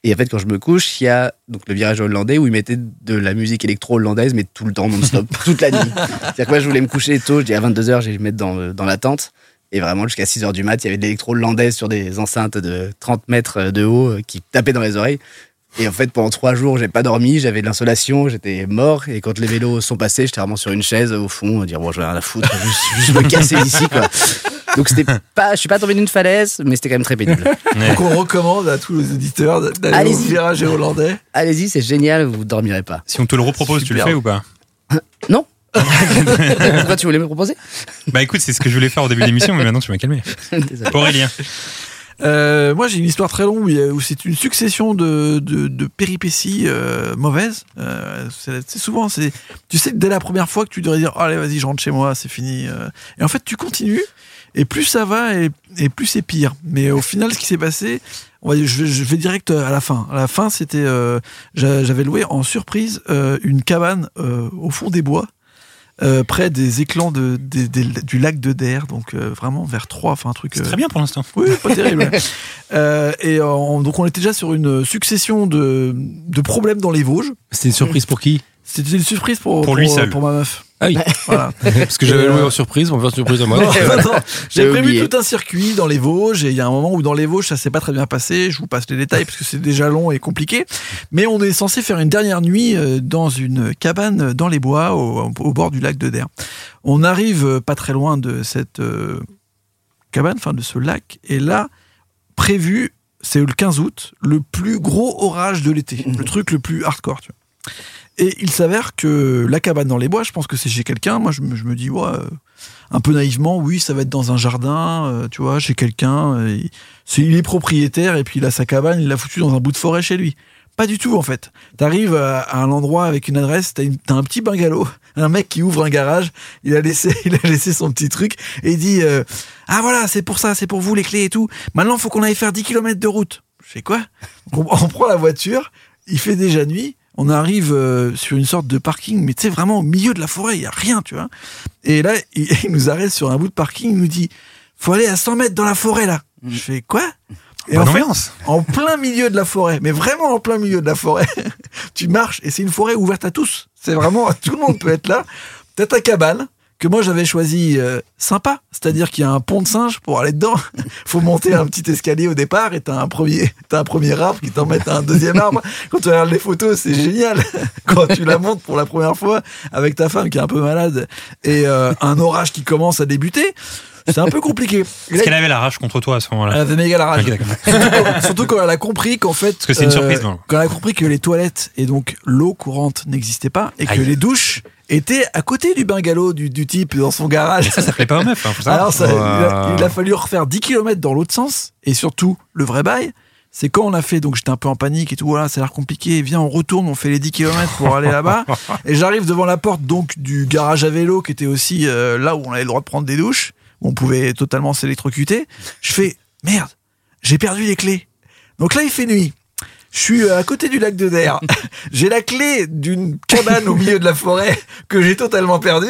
S7: Et en fait, quand je me couche, il y a donc le virage hollandais où ils mettaient de la musique électro-hollandaise, mais tout le temps, non-stop, toute la nuit. C'est-à-dire que moi, je voulais me coucher tôt, je dis à 22h, je vais me mettre dans, euh, dans la tente. Et vraiment, jusqu'à 6h du mat, il y avait de l'électro-hollandaise sur des enceintes de 30 mètres de haut euh, qui tapaient dans les oreilles. Et en fait, pendant trois jours, j'ai pas dormi, j'avais de l'insolation, j'étais mort. Et quand les vélos sont passés, j'étais vraiment sur une chaise au fond, à dire bon, je vais rien à foutre, juste, juste me casser d'ici, quoi. Donc c'était pas, je suis pas tombé d'une falaise, mais c'était quand même très pénible.
S4: Donc on recommande à tous les auditeurs d'aller au
S7: Allez-y.
S4: virage hollandais.
S7: Allez-y, c'est génial, vous dormirez pas.
S3: Si on te le repropose, tu le
S4: Superbe.
S3: fais ou pas
S7: Non Pourquoi tu voulais me le proposer
S3: Bah écoute, c'est ce que je voulais faire au début de l'émission, mais maintenant tu m'as calmé.
S7: Désolé.
S3: Aurélien.
S4: Euh, moi, j'ai une histoire très longue où, il y a- où c'est une succession de, de- de péripéties euh, mauvaises. Euh, c'est c'est souvent, c'est, tu sais, que dès la première fois que tu devrais dire, Oh, allez, vas-y, je rentre chez moi, c'est fini. euh. Et en fait, tu continues. Et plus ça va, et, et plus c'est pire. Mais au final, ce qui s'est passé, on va dire- je, vais- je vais direct à la fin. À la fin, c'était, euh, j'a- j'avais loué en surprise euh, une cabane euh, au fond des bois. euh, près des éclans de, des- des- du lac de Der, donc euh, vraiment vers 3, enfin un truc.
S3: C'est
S4: euh,
S3: très bien pour l'instant.
S4: oui, pas terrible. Euh, et en- donc on était déjà sur une succession de, de problèmes dans les Vosges.
S5: C'était une surprise pour qui
S4: C'était une surprise pour,
S3: Pour lui seul.
S4: pour ma meuf.
S5: Ah oui,
S4: Voilà.
S5: parce que j'avais
S4: Et,
S5: loué
S4: euh,
S5: en surprise, on va faire une surprise à moi.
S4: Attends, J'ai
S7: J'ai
S4: prévu
S7: oublié.
S4: tout un circuit dans les Vosges et il y a un moment où dans les Vosges ça s'est pas très bien passé. Je vous passe les détails parce que c'est déjà long et compliqué. Mais on est censé faire une dernière nuit euh, dans une cabane dans les bois au, au bord du lac de Der. On arrive euh, pas très loin de cette euh, cabane, enfin de ce lac. Et là, prévu, c'est le 15 août, le plus gros orage de l'été, le truc le plus hardcore. Tu vois. Et il s'avère que la cabane dans les bois, je pense que c'est chez quelqu'un. Moi, je me, je me dis, ouais, euh, un peu naïvement, oui, ça va être dans un jardin, euh, tu vois, chez quelqu'un. euh, il- c'est- il est propriétaire et puis il a sa cabane, il l'a foutu dans un bout de forêt chez lui. Pas du tout, en fait. T'arrives à, à un endroit avec une adresse, t'as, une- t'as un petit bungalow, un mec qui ouvre un garage, il a laissé, il a laissé son petit truc et il dit euh, Ah voilà, c'est pour ça, c'est pour vous les clés et tout. Maintenant, faut qu'on aille faire 10 km de route. Je fais quoi Donc, on, on prend la voiture, il fait déjà nuit, on arrive euh, sur une sorte de parking, mais tu sais, vraiment au milieu de la forêt, il n'y a rien, tu vois. Et là, il, il nous arrête sur un bout de parking, il nous dit Faut aller à 100 mètres dans la forêt là. Je fais quoi Et
S3: Bonne
S4: en fait,
S3: ambiance.
S4: en plein milieu de la forêt, mais vraiment en plein milieu de la forêt. tu marches et c'est une forêt ouverte à tous. C'est vraiment tout le monde peut être là. T'as ta cabane que moi j'avais choisi euh, sympa, c'est-à-dire qu'il y a un pont de singe pour aller dedans. Faut monter un petit escalier au départ et t'as un premier, t'as un premier arbre qui t'emmène à un deuxième arbre. Quand tu regardes les photos, c'est génial. Quand tu la montes pour la première fois avec ta femme qui est un peu malade et euh, un orage qui commence à débuter, c'est un peu compliqué. Et
S3: Est-ce
S4: là,
S3: qu'elle avait la rage contre toi à ce moment-là
S4: elle avait méga la rage.
S3: Ok, d'accord.
S4: surtout, quand, surtout quand elle a compris qu'en fait. euh,
S3: Parce que c'est une surprise, non
S4: Quand elle a compris que les toilettes et donc l'eau courante n'existaient pas et que
S3: Aïe.
S4: les douches étaient à côté du bungalow du, du type dans son garage.
S3: Ça plaît pas aux meufs, hein, faut savoir.
S4: Alors, ça, il, a,
S5: Wow.
S4: il a fallu refaire 10 km dans l'autre sens. Et surtout, le vrai bail, c'est quand on a fait, donc j'étais un peu en panique et tout, voilà, ça a l'air compliqué, viens, on retourne, on fait les 10 km pour aller là-bas. Et j'arrive devant la porte donc du garage à vélo, qui était aussi euh, là où on avait le droit de prendre des douches, où on pouvait totalement s'électrocuter. Je fais, merde, j'ai perdu les clés. Donc là, il fait nuit. Je suis euh, à côté du lac de Der. J'ai la clé d'une cabane au milieu de la forêt que j'ai totalement perdue.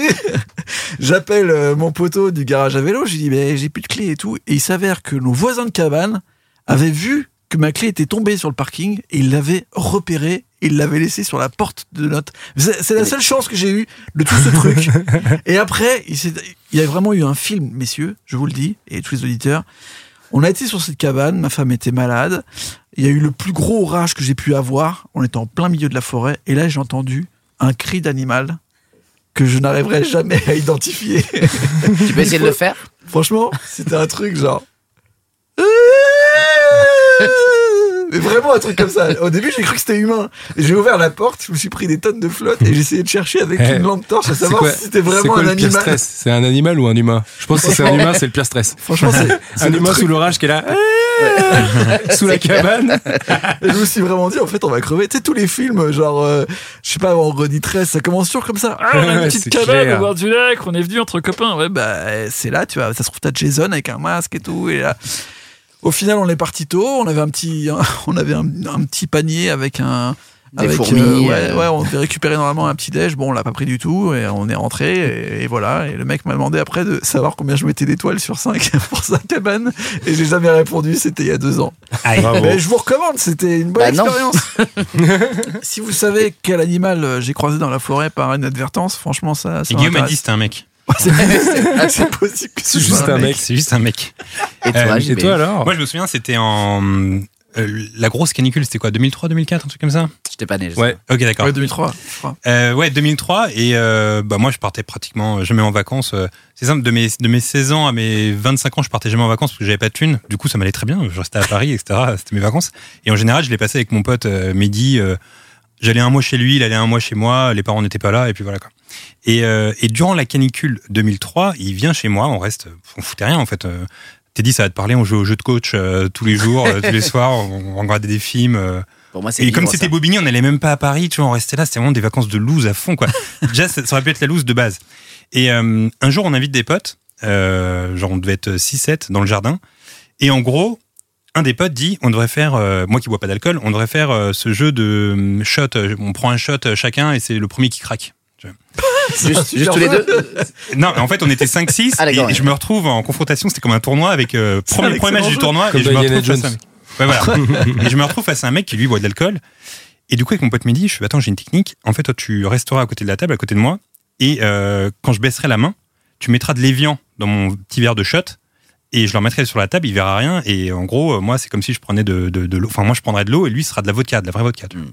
S4: J'appelle euh, mon poteau du garage à vélo. Je lui dis, mais j'ai plus de clé et tout. Et il s'avère que nos voisins de cabane avaient vu que ma clé était tombée sur le parking et ils l'avaient repérée. et Ils l'avaient laissée sur la porte de notre. C'est c'est la seule chance que j'ai eue de tout ce truc. Et après, il, s'est- il y a vraiment eu un film, messieurs, je vous le dis, et tous les auditeurs. On a été sur cette cabane, ma femme était malade. Il y a eu le plus gros orage que j'ai pu avoir. On était en plein milieu de la forêt. Et là, j'ai entendu un cri d'animal que je n'arriverai jamais à identifier.
S7: Tu peux essayer de le faire
S4: Franchement, c'était un truc genre.
S5: Euh,
S4: Mais vraiment un truc comme ça. Au début, j'ai cru que c'était humain. J'ai ouvert la porte, je me suis pris des tonnes de flotte et j'ai essayé de chercher avec
S5: Eh,
S4: une lampe torche à
S5: C'est
S4: savoir
S5: quoi-
S4: si c'était
S5: c'est
S4: vraiment
S5: quoi
S4: un
S5: le pire
S4: animal.
S5: stress C'est un animal ou un humain Je pense que si c'est un humain, c'est le pire stress.
S4: Franchement, c'est- c'est
S5: Un
S4: le
S5: humain
S4: truc.
S5: sous l'orage qui est là, sous la cabane.
S4: Et je me suis vraiment dit, en fait, on va crever. Tu sais, tous les films, genre, euh, je sais pas, en Redit 13, ça commence toujours comme ça. Ah,
S8: Ah, on a une
S5: Ouais,
S8: petite
S5: c'est
S8: cabane
S5: clair.
S8: au bord du lac, on est venu entre copains, ouais.
S4: bah, c'est là, tu vois, ça se trouve, t'as Jason avec un masque et tout. Et là. Au final, on est parti tôt, on avait un petit, on avait un, un petit panier avec un,
S6: Des
S4: Avec,
S6: fourmis.
S4: euh, ouais,
S6: euh,
S4: ouais, on devait récupérer normalement un petit déj. Bon, on l'a pas pris du tout et on est rentré et, et voilà. Et le mec m'a demandé après de savoir combien je mettais d'étoiles sur 5 pour sa cabane et j'ai jamais répondu. C'était il y a deux ans.
S5: Bravo.
S4: Mais je vous recommande, c'était une bonne
S6: Bah non.
S4: expérience. si vous savez quel animal euh, j'ai croisé dans la forêt par inadvertance, franchement, ça. ça
S3: Et Guillaume a dit
S4: m'intéresse.
S3: c'est un mec.
S4: Ah, c'est possible que
S5: C'est
S4: ce soit
S5: juste un mec.
S3: C'est juste un mec.
S6: Et toi,
S3: Euh,
S5: Et
S6: JB?
S5: toi alors
S3: Moi, je me souviens, c'était en. euh, la grosse canicule, c'était quoi 2003, 2004, un truc comme ça
S6: Je t'ai pas né. je
S5: Ouais.
S6: sais.
S3: Ok, d'accord.
S4: Ouais, 2003. je
S5: Ah,
S4: crois.
S3: Euh, ouais, 2003. Et euh, bah, moi, je partais pratiquement jamais en vacances. euh, C'est simple, de mes, de mes 16 ans à mes 25 ans, je partais jamais en vacances parce que j'avais pas de thunes. Du coup, ça m'allait très bien. Je restais à Paris, etc. C'était mes vacances. Et en général, je les passais avec mon pote euh, Mehdi. euh, J'allais un mois chez lui, il allait un mois chez moi, les parents n'étaient pas là, et puis voilà quoi. Et, euh, et durant la canicule 2003, il vient chez moi, on reste, on foutait rien en fait. euh, Teddy, ça va te parler, on joue au jeu de coach euh, tous les jours, euh, tous les soirs, on, on regardait des films. euh,
S6: Pour moi, c'est.
S3: et
S6: libre,
S3: comme c'était
S6: ça.
S3: Bobigny, on n'allait même pas à Paris, tu vois, on restait là, c'était vraiment des vacances de loose à fond, quoi. Déjà, ça, ça aurait pu être la loose de base. Et euh, un jour, on invite des potes, euh, genre on devait être 6-7 dans le jardin, et en gros, un des potes dit, on devrait faire, euh, moi qui bois pas d'alcool, on devrait faire euh, ce jeu de hum, shot, euh, on prend un shot euh, chacun et c'est le premier qui craque.
S6: Juste, juste tous les deux.
S3: Non, mais en fait, on était 5-6
S6: Ah,
S3: et
S6: d'accord, ouais.
S3: je me retrouve en confrontation. C'était comme un tournoi avec euh,
S4: un
S3: premier, premier match
S4: excellent
S3: du
S4: jeu.
S3: tournoi.
S5: Comme
S3: et je me
S5: dans
S3: retrouve face
S5: Indiana
S3: à un mec. Ouais, voilà. et je me retrouve face à un mec qui lui boit de l'alcool. Et du coup, avec mon pote Mehdi, je fais Attends, j'ai une technique. En fait, toi, tu resteras à côté de la table, à côté de moi. Et euh, quand je baisserai la main, tu mettras de l'évian dans mon petit verre de shot. Et je leur mettrai sur la table, il verra rien. Et en gros, euh, moi, c'est comme si je prenais de, de- de l'eau. Enfin, moi, je prendrais de l'eau et lui, ce sera de la vodka, de la vraie vodka.
S5: Mm.
S3: tu vois.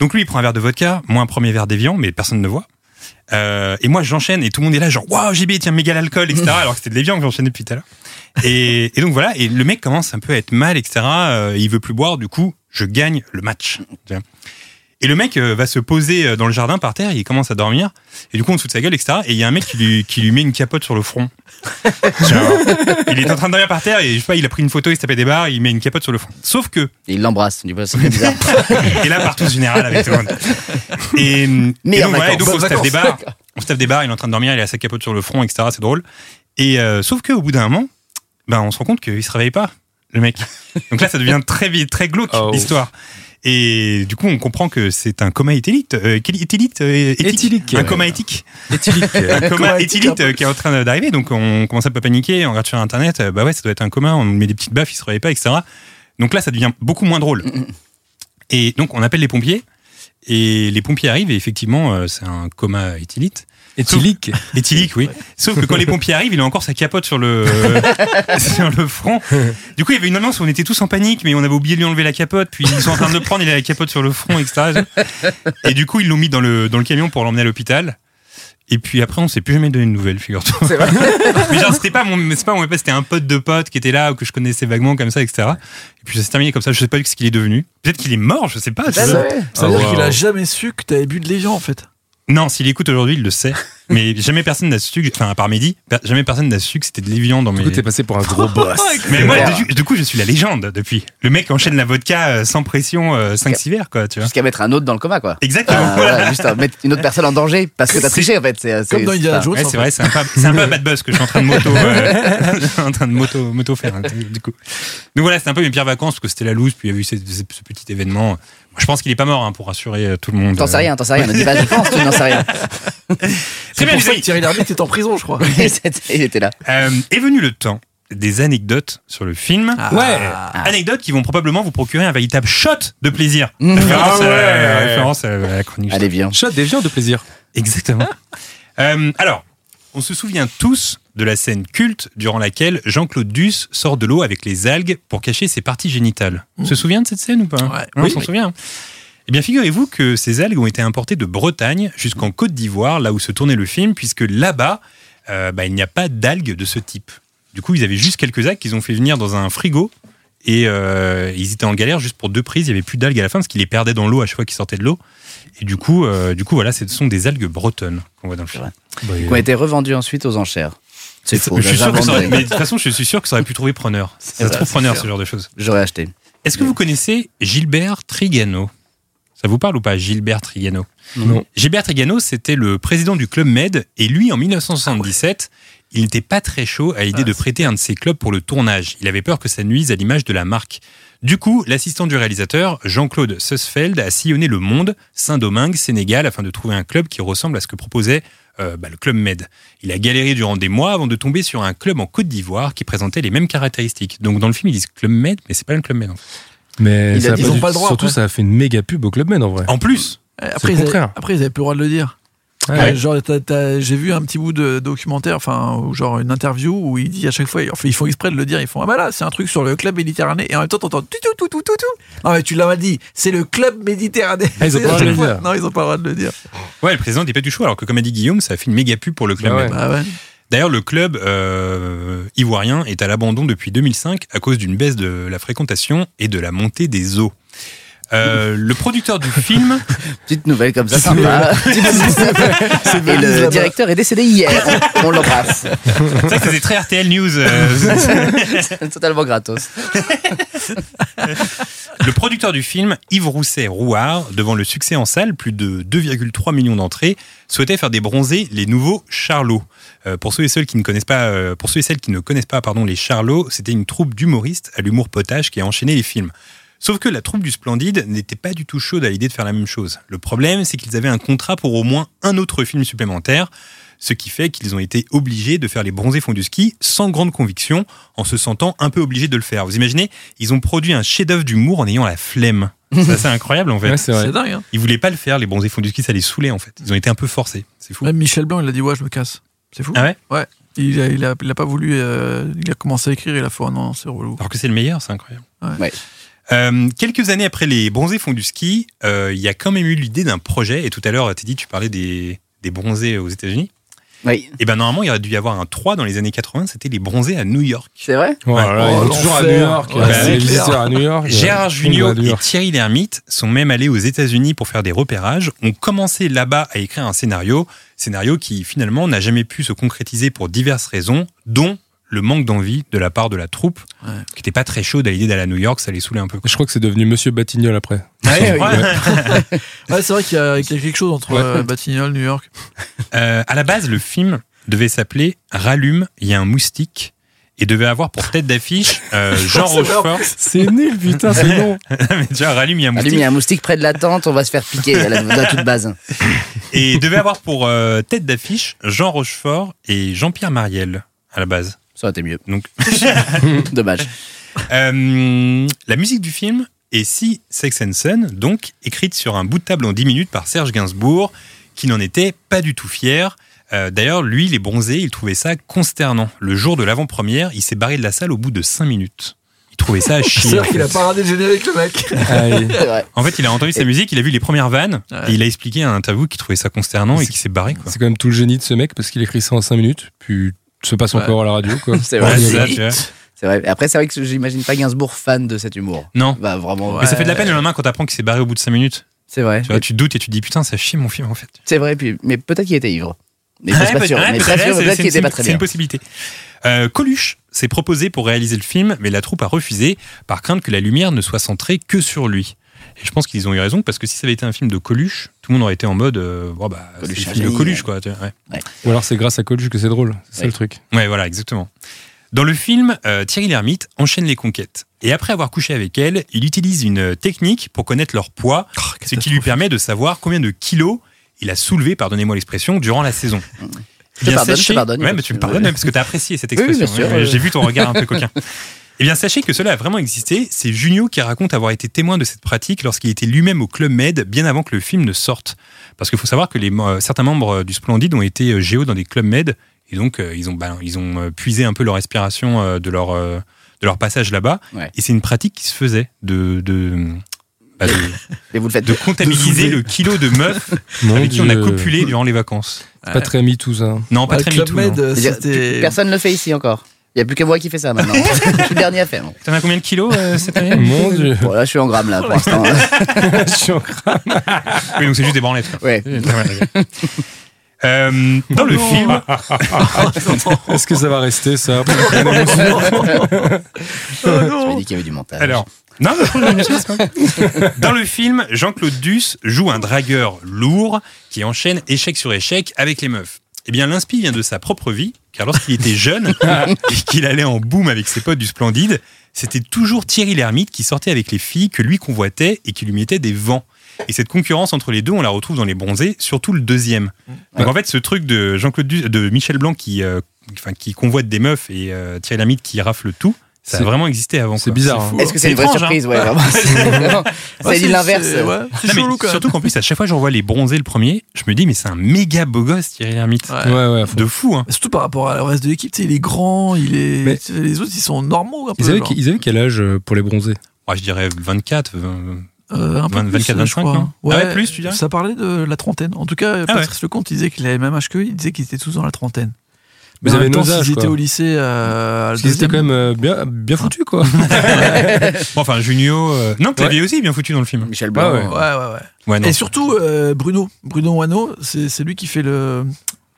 S3: Donc lui, il prend un verre de vodka, moi, un premier verre d'évian, mais personne ne voit. Euh, et moi, j'enchaîne et tout le monde est là, genre, waouh, JB, tiens, méga l'alcool, etc. alors que c'était de l'évian que j'enchaînais depuis tout à l'heure. Et, et donc voilà, et le mec commence un peu à être mal, etc. Euh, il veut plus boire, du coup, je gagne le match. tu vois. Et le mec euh, va se poser euh, dans le jardin par terre, il commence à dormir, et du coup, on se fout de sa gueule, etc. Et il y a un mec qui lui, qui lui met une capote sur le front. Genre, il est en train de dormir par terre, et je sais pas, il a pris une photo, il se tapait des barres, il met une capote sur le front. Sauf que,
S6: Et il l'embrasse. Du coup, c'est bizarre.
S3: et là, partout général avec tout le monde. Et,
S6: Mais
S3: et
S6: en
S3: donc, voilà, et donc
S6: vacances.
S3: on se tape des barres. On se tape des barres, il est en train de dormir, il a sa capote sur le front, etc. C'est drôle. Et euh, sauf qu'au bout d'un moment, ben, on se rend compte qu'il se réveille pas, le mec. Donc là, ça devient très, vite- très glauque,
S5: Oh.
S3: l'histoire. Et du coup, on comprend que c'est un coma éthylite, euh, éthylite, euh, éthique.
S5: Éthylique.
S3: un coma éthique,
S5: Éthylique.
S3: un coma
S4: coma éthique,
S3: éthylite euh, qui est en train d'arriver. Donc on commence un peu à paniquer, on regarde sur internet, euh, bah ouais, ça doit être un coma, on met des petites baffes, il se réveille pas, etc. Donc là, ça devient beaucoup moins drôle. Et donc, on appelle les pompiers. Et les pompiers arrivent, et effectivement, euh, c'est un coma éthylite.
S5: Éthylique.
S3: Éthylique, oui. Sauf que quand les pompiers arrivent, il a encore sa capote sur le, sur le front. Du coup, il y avait une annonce où on était tous en panique, mais on avait oublié de lui enlever la capote. Puis ils sont en train de le prendre, il a la capote sur le front, etc. Et du coup, ils l'ont mis dans le, dans le camion pour l'emmener à l'hôpital. Et puis après, on s'est plus jamais donné de nouvelles, figure-toi. Mais genre, c'était pas mon, c'est pas mon pote, c'était un pote de pote qui était là, ou que je connaissais vaguement, comme ça, etc. Et puis ça s'est terminé comme ça, je sais pas ce qu'il est devenu. Peut-être qu'il est mort, je sais pas. je-
S4: Ça, ça veut
S5: Ah,
S4: dire
S5: wow.
S4: qu'il a jamais su que t'avais bu de l'évian en fait.
S3: Non, s'il écoute aujourd'hui, il le sait. Mais jamais personne n'a su, que- enfin, à part Mehdi, per- jamais personne n'a su que c'était de l'évian dans mes.
S5: Du coup, t'es passé pour un gros
S4: Ah,
S5: boss.
S3: Mais moi,
S6: Voilà.
S3: du, du coup, je suis la légende depuis. Le mec enchaîne la vodka euh, sans pression, 5-6 verres, quoi, tu vois.
S6: Jusqu'à mettre un autre dans le coma, quoi.
S3: Exactement,
S6: Ah,
S3: voilà.
S6: voilà, Ah, juste à mettre une autre personne en danger parce que t'as triché en fait. C'est, c'est-
S4: Comme dans
S6: c'est
S4: Indiana
S6: ça.
S4: Jones.
S3: Ouais,
S4: en
S3: c'est
S4: fait.
S3: vrai, c'est un, peu- c'est un peu à bad buzz que je suis en train de moto, euh, je suis en train de moto, moto faire, hein, du coup. Donc voilà, c'était un peu mes pires vacances parce que c'était la loose, puis il y a eu ce, ce- ce petit événement. Moi, je pense qu'il est pas mort hein, pour rassurer euh, tout le monde.
S6: T'en sais rien, t'en sais rien. Ne dis pas, je pense, tu n'en sais rien.
S3: Très
S4: C'est
S3: bien,
S4: pour
S3: les
S4: ça que
S3: amis.
S4: Thierry Lhermitte est en prison, je crois.
S6: Il était là.
S3: Euh, est venu le temps des anecdotes sur le film. Anecdotes qui vont probablement vous procurer un véritable shot de plaisir. Référence, à la,
S5: ouais.
S3: référence euh, à la chronique.
S6: Ah Allez, viens.
S5: Chat des viandes de plaisir.
S3: Exactement. Euh, alors, on se souvient tous de la scène culte durant laquelle Jean-Claude Duss sort de l'eau avec les algues pour cacher ses parties génitales. On se souvient de cette scène ou pas
S4: Ouais.
S3: Hein, On
S4: Oui,
S3: s'en
S4: oui.
S3: souvient. Eh bien, figurez-vous que ces algues ont été importées de Bretagne jusqu'en Côte d'Ivoire, là où se tournait le film, puisque là-bas, euh, bah, il n'y a pas d'algues de ce type. Du coup, ils avaient juste quelques algues qu'ils ont fait venir dans un frigo. Et euh, ils étaient en galère juste pour deux prises. Il n'y avait plus d'algues à la fin parce qu'ils les perdaient dans l'eau à chaque fois qu'ils sortaient de l'eau. Et du coup, euh, du coup, voilà, ce sont des algues bretonnes qu'on voit dans le film.
S6: Qui ont été revendus ensuite aux enchères. C'est faux.
S3: je suis sûr que ça aurait-
S6: j'invente
S3: mais
S6: des-
S3: de toute façon, je suis sûr que ça aurait pu trouver preneur. Ça
S6: vrai,
S3: trouve
S6: c'est
S3: preneur
S6: sûr.
S3: ce genre de choses.
S6: J'aurais acheté.
S3: Est-ce que vous connaissez Gilbert Trigano Ça vous parle ou pas, Gilbert Trigano
S5: Non.
S3: Gilbert Trigano, c'était le président du Club Med, et lui, en 1977, Il n'était pas très chaud à l'idée de prêter un de ses clubs pour le tournage. Il avait peur que ça nuise à l'image de la marque. Du coup, l'assistant du réalisateur, Jean-Claude Sussfeld, a sillonné le monde, Saint-Domingue, Sénégal, afin de trouver un club qui ressemble à ce que proposait euh, bah, le Club Med. Il a galéré durant des mois avant de tomber sur un club en Côte d'Ivoire qui présentait les mêmes caractéristiques. Donc dans le film, ils disent Club Med, mais c'est pas le Club Med. hein. en fait.
S5: Mais
S4: Il
S5: ça
S4: a
S5: a
S4: dit,
S5: pas
S4: ils ont
S5: du-
S4: pas le droit,
S5: Surtout,
S4: après.
S5: ça a fait une méga pub au Club Med en vrai.
S3: En plus,
S4: Euh, Après,
S5: le
S4: ils
S5: contraire. Ah
S4: avaient, après, ils avaient plus le droit de le dire.
S5: Ouais.
S4: Ouais, genre, t'as- t'as- j'ai vu un petit bout de documentaire, enfin, ou genre une interview où il dit à chaque fois, enfin, ils font exprès de le dire, ils font ah bah là, c'est un truc sur le club méditerranéen, et en même temps t'entends tout tout tout tout tout tout. Non mais tu l'as mal dit, c'est le club méditerranéen.
S5: Ah, ils ont
S4: C'est
S5: pas le droit de
S4: à chaque
S5: le
S4: fois-
S5: dire.
S4: Non, ils ont pas le droit de le dire.
S3: ouais, le président n'était pas du choix, alors que comme a dit Guillaume, ça a fait une méga pub pour le Club
S5: Bah ouais.
S3: Med.
S4: Bah ouais.
S3: D'ailleurs, le club euh, ivoirien est à l'abandon depuis 2005 à cause d'une baisse de la fréquentation et de la montée des eaux. Euh, le producteur du film,
S6: Petite nouvelle comme ça, sympa. Et
S4: Venise,
S6: le
S4: là-bas.
S6: directeur est décédé hier. On, on l'embrasse.
S3: c'est vrai que c'était très RTL News. euh,
S6: Totalement gratos.
S3: Le producteur du film, Yves Rousset-Rouard, devant le succès en salle, plus de 2,3 millions d'entrées, souhaitait faire des bronzés les nouveaux Charlots. Euh, pour ceux et celles qui ne connaissent pas, euh, pour ceux et celles qui ne connaissent pas, pardon, les Charlots, c'était une troupe d'humoristes à l'humour potage qui a enchaîné les films. Sauf que la troupe du Splendide n'était pas du tout chaude à l'idée de faire la même chose. Le problème, c'est qu'ils avaient un contrat pour au moins un autre film supplémentaire, ce qui fait qu'ils ont été obligés de faire les bronzés fonds du ski sans grande conviction, en se sentant un peu obligés de le faire. Vous imaginez, ils ont produit un chef-d'œuvre d'humour en ayant la flemme. Ça, c'est incroyable en fait.
S5: Ouais, c'est vrai.
S4: C'est dingue. Hein.
S3: Ils voulaient pas le faire, les bronzés fonds du ski, ça les saoulait en fait. Ils ont été un peu forcés. C'est fou.
S4: Même Michel Blanc, il a dit ouais, je me casse. C'est fou.
S3: Ah ouais
S4: Ouais. Il a, il, a, il a pas voulu. euh, il a commencé à écrire, il a fait oh non, c'est relou.
S3: Alors que c'est le meilleur, c'est incroyable.
S4: Ouais.
S6: Ouais.
S3: Euh, quelques années après les bronzés fonds du ski, euh, il y a quand même eu l'idée d'un projet. Et tout à l'heure, Teddy, tu parlais des, des bronzés aux États-Unis.
S6: Oui.
S3: Et ben normalement, il y aurait dû y avoir un 3 dans les années 80, c'était les bronzés à New York.
S6: C'est vrai
S5: Oh là là,
S4: Oh,
S5: ils vont toujours à New
S4: l'enfer.
S5: York.
S4: Ouais,
S5: euh,
S3: c'est
S5: les
S4: clair.
S5: visiteurs à New York.
S3: Gérard
S5: euh,
S3: Junior
S5: à New
S3: et
S5: York.
S3: Thierry Lhermitte sont même allés aux États-Unis pour faire des repérages, ont commencé là-bas à écrire un scénario, scénario qui finalement n'a jamais pu se concrétiser pour diverses raisons, dont le manque d'envie de la part de la troupe,
S4: Ouais.
S3: qui n'était pas très chaude à l'idée d'aller à New York, ça les saoulait un peu.
S5: Je crois que c'est devenu Monsieur Batignol après.
S3: Ouais.
S4: Ouais, c'est vrai qu'il y, a qu'il y a quelque chose entre
S5: Ouais.
S4: euh, Batignolles, New York.
S3: Euh, à la base, le film devait s'appeler Rallume, il y a un moustique, et devait avoir pour tête d'affiche euh, Jean Rochefort.
S5: C'est nul, putain, c'est long.
S3: Mais déjà, Rallume, il y a un
S6: Allume, il
S3: moustique.
S6: y a un moustique près de la tente, on va se faire piquer à la, à toute base.
S3: Et devait avoir pour euh, tête d'affiche Jean Rochefort et Jean-Pierre Mariel, à la base.
S6: Ça aurait été mieux.
S3: Donc,
S6: Dommage.
S3: Euh, la musique du film est Si Sex and Son, donc écrite sur un bout de table en 10 minutes par Serge Gainsbourg, qui n'en était pas du tout fier. Euh, D'ailleurs, lui, les bronzés, il trouvait ça consternant. Le jour de l'avant-première, il s'est barré de la salle au bout de 5 minutes. Il trouvait ça à chier.
S4: C'est
S3: en,
S4: vrai qu'il a
S3: fait.
S4: pas raté le générique, le mec.
S5: Aïe.
S6: C'est vrai.
S3: En fait, il a entendu sa musique, il a vu les premières vannes,
S4: Ouais.
S3: et il a expliqué à un interview qu'il trouvait ça consternant et qu'il s'est barré. Quoi.
S5: C'est quand même tout le génie de ce mec parce qu'il écrit ça en 5 minutes, puis se passe
S4: Ouais.
S5: encore à la radio. Quoi.
S6: C'est
S3: Ouais,
S6: vrai.
S3: c'est ça, tu vois.
S6: C'est vrai. Après, c'est vrai que j'imagine pas Gainsbourg fan de cet humour.
S3: Non.
S6: Bah, vraiment.
S3: Mais ça fait de la peine le lendemain quand t'apprends qu'il s'est barré au bout de 5 minutes.
S6: C'est vrai.
S3: Tu vois, tu te doutes et tu te dis putain, ça chie mon film en fait.
S6: C'est vrai, puis, mais peut-être qu'il était ivre. Mais
S3: Ouais,
S6: c'est pas
S3: peut-
S6: sûr.
S3: ouais,
S6: mais
S3: peut-
S6: pas
S3: ouais,
S6: sûr,
S3: c'est-
S6: peut-être
S3: c'est
S6: qu'il était
S3: une-
S6: pas très
S3: C'est
S6: bien.
S3: une possibilité. Euh, Coluche s'est proposé pour réaliser le film, mais la troupe a refusé par crainte que la lumière ne soit centrée que sur lui. Et je pense qu'ils ont eu raison parce que si ça avait été un film de Coluche, tout le monde aurait été en mode euh, Bon, bah, c'est le
S6: Coluche, un
S3: film de
S6: génie,
S3: Coluche
S6: ouais.
S3: quoi. tu vois, ouais.
S5: Ou alors c'est grâce à Coluche que c'est drôle. C'est ça
S6: Oui.
S5: le truc.
S3: Ouais, voilà, exactement. Dans le film, euh, Thierry Lhermitte enchaîne les conquêtes. Et après avoir couché avec elle, il utilise une technique pour connaître leur poids,
S6: Oh,
S3: ce qui lui permet de savoir combien de kilos il a soulevé, pardonnez-moi l'expression, durant la saison.
S6: Je pardonne, je pardonne.
S3: Ouais, mais tu me pardonnes ouais, parce que tu as apprécié cette
S6: Oui, oui,
S3: expression.
S6: bien sûr.
S3: Ouais, J'ai vu ton regard un peu coquin. Eh bien, sachez que cela a vraiment existé. C'est Junio qui raconte avoir été témoin de cette pratique lorsqu'il était lui-même au Club Med, bien avant que le film ne sorte. Parce qu'il faut savoir que les, euh, certains membres du Splendide ont été euh, géo dans des clubs med et donc euh, ils ont, bah, ils ont euh, puisé un peu leur respiration euh, de, leur, euh, de leur passage là-bas.
S6: Ouais.
S3: Et c'est une pratique qui se faisait de, de, bah, de,
S6: Et vous le faites.
S3: de comptabiliser le kilo de meufs
S5: Mon
S3: avec qui on a
S5: Dieu.
S3: copulé durant les vacances.
S5: C'est Pas très mis tout ça.
S3: Non, pas
S4: Ouais,
S3: très
S4: Club
S3: MeToo,
S4: Med,
S3: non.
S4: euh,
S6: C'est-à-dire,
S4: c'était.
S6: Personne le fait ici encore. Il n'y a plus que moi qui fais ça maintenant. je suis le dernier à faire. bon.
S3: T'en as combien de kilos euh, cette année
S5: Mon dieu.
S6: Bon, là, je suis en grammes là pour l'instant.
S5: Je suis en-
S3: Oui, donc c'est juste des branlettes. quoi.
S6: Ouais.
S3: Euh, dans le film,
S5: Est-ce que ça va rester ça
S6: Je m'ai dit qu'il y avait du montage.
S3: Alors, non, mais je trouve que j'ai une chance, quand même. Dans le film, Jean-Claude Duss joue un dragueur lourd qui enchaîne échec sur échec avec les meufs. Eh bien, l'inspi vient de sa propre vie, car lorsqu'il était jeune et qu'il allait en boom avec ses potes du Splendide, c'était toujours Thierry Lhermitte qui sortait avec les filles que lui convoitait et qui lui mettait des vents. Et cette concurrence entre les deux, on la retrouve dans les bronzés, surtout le deuxième. Donc en fait, ce truc de Jean-Claude Du- de Michel Blanc qui, euh, enfin, qui convoite des meufs et euh, Thierry Lhermitte qui rafle tout, ça a
S5: C'est-
S3: vraiment existé avant.
S5: C'est
S3: quoi.
S5: bizarre. hein.
S6: Est-ce que c'est
S3: C'est
S6: une vraie
S3: étrange, hein.
S6: surprise Ouais, vraiment. C'est vraiment- Ça
S4: Ouais,
S6: dit
S4: c'est-
S6: l'inverse.
S4: c'est- ouais, c'est
S3: Non, mais
S4: chelou, quand même.
S3: surtout qu'en plus, à chaque fois que je revois les bronzés le premier, je me dis, mais c'est un méga beau gosse, Thierry Lhermitte.
S4: Ouais.
S5: Ouais, ouais, à fond.
S3: De fou, hein.
S4: Surtout par rapport au reste de l'équipe, tu sais, il est grand, il est.
S5: Mais-
S4: tu sais, Les autres, ils sont normaux un peu.
S5: Ils avaient,
S4: genre.
S5: ils avaient quel âge euh, pour les bronzés
S3: Ouais, Ah, je dirais 24. 20...
S4: Euh, un peu
S3: 20,
S4: plus,
S3: 24,
S4: euh, je
S3: 25,
S4: crois.
S3: non Ah ouais, plus, tu dirais
S4: Ça parlait de la trentaine. En tout cas,
S5: Ah
S4: Patrice Lecomte, il disait qu'il avait le même âge qu'eux, il disait qu'ils étaient tous dans la trentaine.
S5: Mais
S4: Mais en
S5: ils avaient
S4: même temps,
S5: nos âges,
S4: s'ils étaient
S5: quoi.
S4: au lycée, euh, à
S5: Ils
S4: la
S5: étaient
S4: deuxième-
S5: quand même euh, bien, bien foutus, quoi.
S3: Bon, enfin, Junio. euh, Non, Clavier aussi est bien foutu dans le film.
S6: euh, Michel
S5: Ah
S6: Blanc.
S5: ouais.
S4: Ouais, ouais, ouais.
S3: Ouais, non.
S4: Et surtout, euh, Bruno. Bruno Wano, c'est c'est lui qui fait l'homme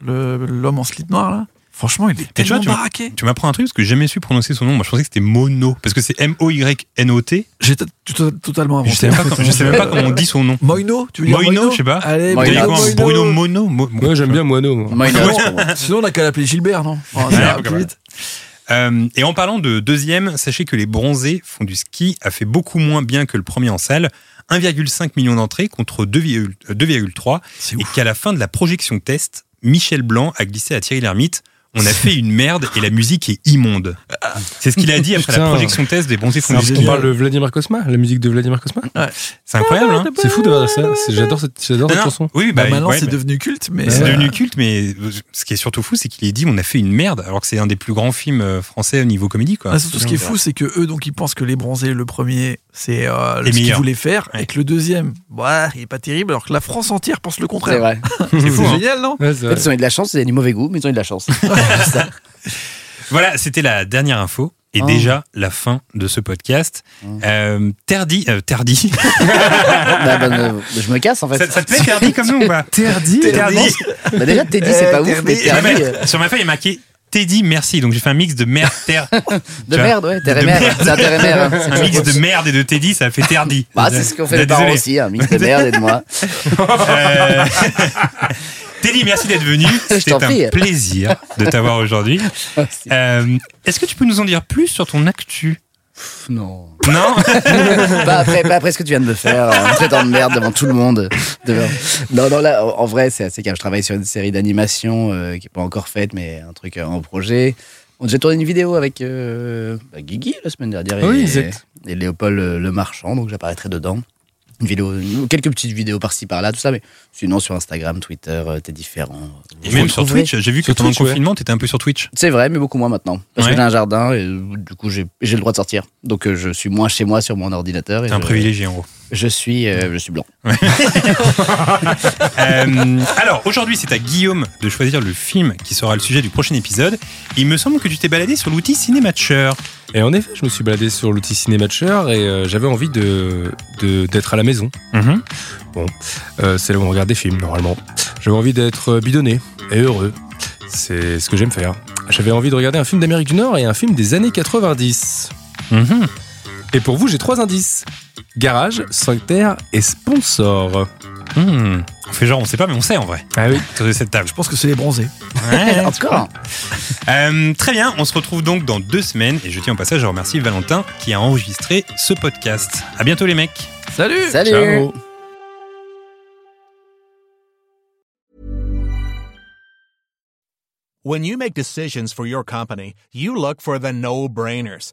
S4: le, l'homme en slip noir, là. Franchement, il est
S3: tu vois,
S4: tellement
S3: tu vois-
S4: baraqué.
S3: Tu m'apprends un truc parce que j'ai jamais su prononcer son nom. Moi, je pensais que c'était Mono. Parce que c'est M-O-Y-N-O-T.
S4: J'ai t- t- totalement
S3: Je
S4: inventé.
S3: sais même pas, comment- je sais même pas comment on dit son nom.
S4: Moino, tu veux dire
S3: Moino,
S4: Moino
S3: je sais pas.
S4: Allez,
S3: Vous
S6: Moino.
S3: diriez
S4: Bruno
S3: quoi, Bruno
S4: Moino.
S3: Mono Mo- Mo-
S5: Moi, j'aime bien Moineau. moi.
S6: Moi, il a-
S4: Sinon, on a qu'à l'appeler Gilbert, non Enfin, ça
S3: Ouais,
S4: va
S3: pourquoi
S4: plus
S3: pas.
S4: vite.
S3: Euh, et en parlant de deuxième, sachez que les bronzés font du ski a fait beaucoup moins bien que le premier en salle. 1,5 million d'entrées contre 2,3 euh, 2,3
S4: C'est
S3: et qu'à la fin de la projection test, Michel Blanc a glissé à Thierry Lhermitte On a fait une merde et la musique est immonde. C'est ce qu'il a dit après la
S5: Putain.
S3: projection test des bronzés font du
S5: On
S3: ski.
S5: parle de Vladimir Cosma, la musique de Vladimir Cosma.
S3: C'est incroyable, hein
S5: Ah, C'est fou d'avoir ça. C'est- J'adore cette, j'adore
S3: Non,
S5: cette
S3: non.
S5: chanson.
S3: Oui, bah,
S4: Bah, maintenant,
S3: ouais,
S4: c'est
S3: mais-
S4: devenu culte, mais.
S3: c'est
S4: euh,
S3: devenu culte, mais ce qui est surtout fou, c'est qu'il ait dit on a fait une merde, alors que c'est un des plus grands films euh, français au niveau comédie. Quoi.
S4: Ah, surtout, ce qui est fou, c'est que eux, donc, ils pensent que les bronzés, le premier, c'est euh, ce qu'ils
S3: meilleurs.
S4: voulaient faire,
S3: Ouais.
S4: et que le deuxième, bah, il est pas terrible, alors que la France entière pense le
S6: C'est
S4: contraire.
S6: vrai.
S3: C'est fou,
S4: C'est
S3: hein.
S4: génial, non
S5: Ouais, c'est
S6: En
S5: vrai.
S6: fait, ils ont eu de la chance, ils ont eu du mauvais goût, mais ils ont eu de la chance.
S3: Voilà, c'était la dernière info. Et
S6: Oh.
S3: déjà la fin de ce podcast.
S6: Oh.
S3: Euh, Terdi, euh, Terdi.
S6: Bah, bah, bah, je me casse en fait.
S3: ça, ça te plaît Terdi comme nous ou pas
S5: Terdi.
S3: Terdi.
S6: Bah, déjà, Teddy, c'est pas ouf, mais
S3: Ah,
S6: Terry, euh,
S3: mais Sur ma feuille, il est marqué Teddy, merci. Donc j'ai fait un mix de merde, terre.
S6: de merde, ouais, Terre et mère. C'est un Terre et mère. hein.
S3: Un mix de merde et de Teddy, ça fait Terdi.
S6: Bah, c'est ce qu'on fait les
S3: Désolé.
S6: parents aussi, un mix de merde et de moi.
S3: Euh, Teddy, merci d'être venu. C'était
S6: t'en prie.
S3: un plaisir de t'avoir aujourd'hui.
S6: Aussi.
S3: Euh, Est-ce que tu peux nous en dire plus sur ton actu
S9: Non.
S3: Non
S6: pas, après, pas après ce que tu viens de me faire, hein. en me traitant de merde devant tout le monde. Devant- Non, non, là, en en vrai, c'est assez calme. Je travaille sur une série d'animation euh, qui n'est pas encore faite, mais un truc euh, en projet. On- J'ai tourné une vidéo avec euh, bah, Guigui la semaine dernière
S5: Oui,
S6: et,
S5: exact.
S6: et Léopold euh, Le Marchand, donc j'apparaîtrai dedans. Une vidéo, quelques petites vidéos par-ci par-là, tout ça, mais sinon sur Instagram, Twitter, euh, t'es différent.
S3: Et même sur Twitch, j'ai vu que
S5: Sur
S3: pendant le
S5: Twitch, ouais.
S3: confinement, t'étais un peu sur Twitch.
S6: C'est vrai, mais beaucoup moins maintenant. Parce
S3: Ouais.
S6: que j'ai un jardin et euh, du coup, j'ai j'ai le droit de sortir. Donc euh, je suis moins chez moi sur mon ordinateur.
S5: Euh,
S6: et
S3: T'es un
S6: je-
S3: privilégié en gros.
S6: Je suis, euh, je suis blanc.
S3: Euh, alors aujourd'hui, c'est à Guillaume de choisir le film qui sera le sujet du prochain épisode. Il me semble que tu t'es baladé sur l'outil Cinématcher.
S5: Et en effet, je me suis baladé sur l'outil Cinématcher et euh, j'avais envie de de- d'être à la maison. Euh, c'est là où on regarde des films normalement. J'avais envie d'être euh, bidonné et heureux. C'est ce que j'aime faire. J'avais envie de regarder un film d'Amérique du Nord et un film des années 90.
S3: Mhm.
S5: Et pour vous, j'ai trois indices. Garage, Sanctaire et Sponsor.
S3: Mhm. On fait genre, on sait pas, mais on sait en vrai.
S5: Ah oui.
S3: Autour de cette table.
S4: Je pense que c'est les bronzés.
S3: Eh,
S6: Encore
S3: Euh, très bien, on se retrouve donc dans deux semaines. Et je tiens au passage à remercier Valentin qui a enregistré ce podcast. À bientôt les mecs.
S4: Salut
S6: Salut
S5: Ciao.
S10: When you make decisions for your company, you look for the no brainers.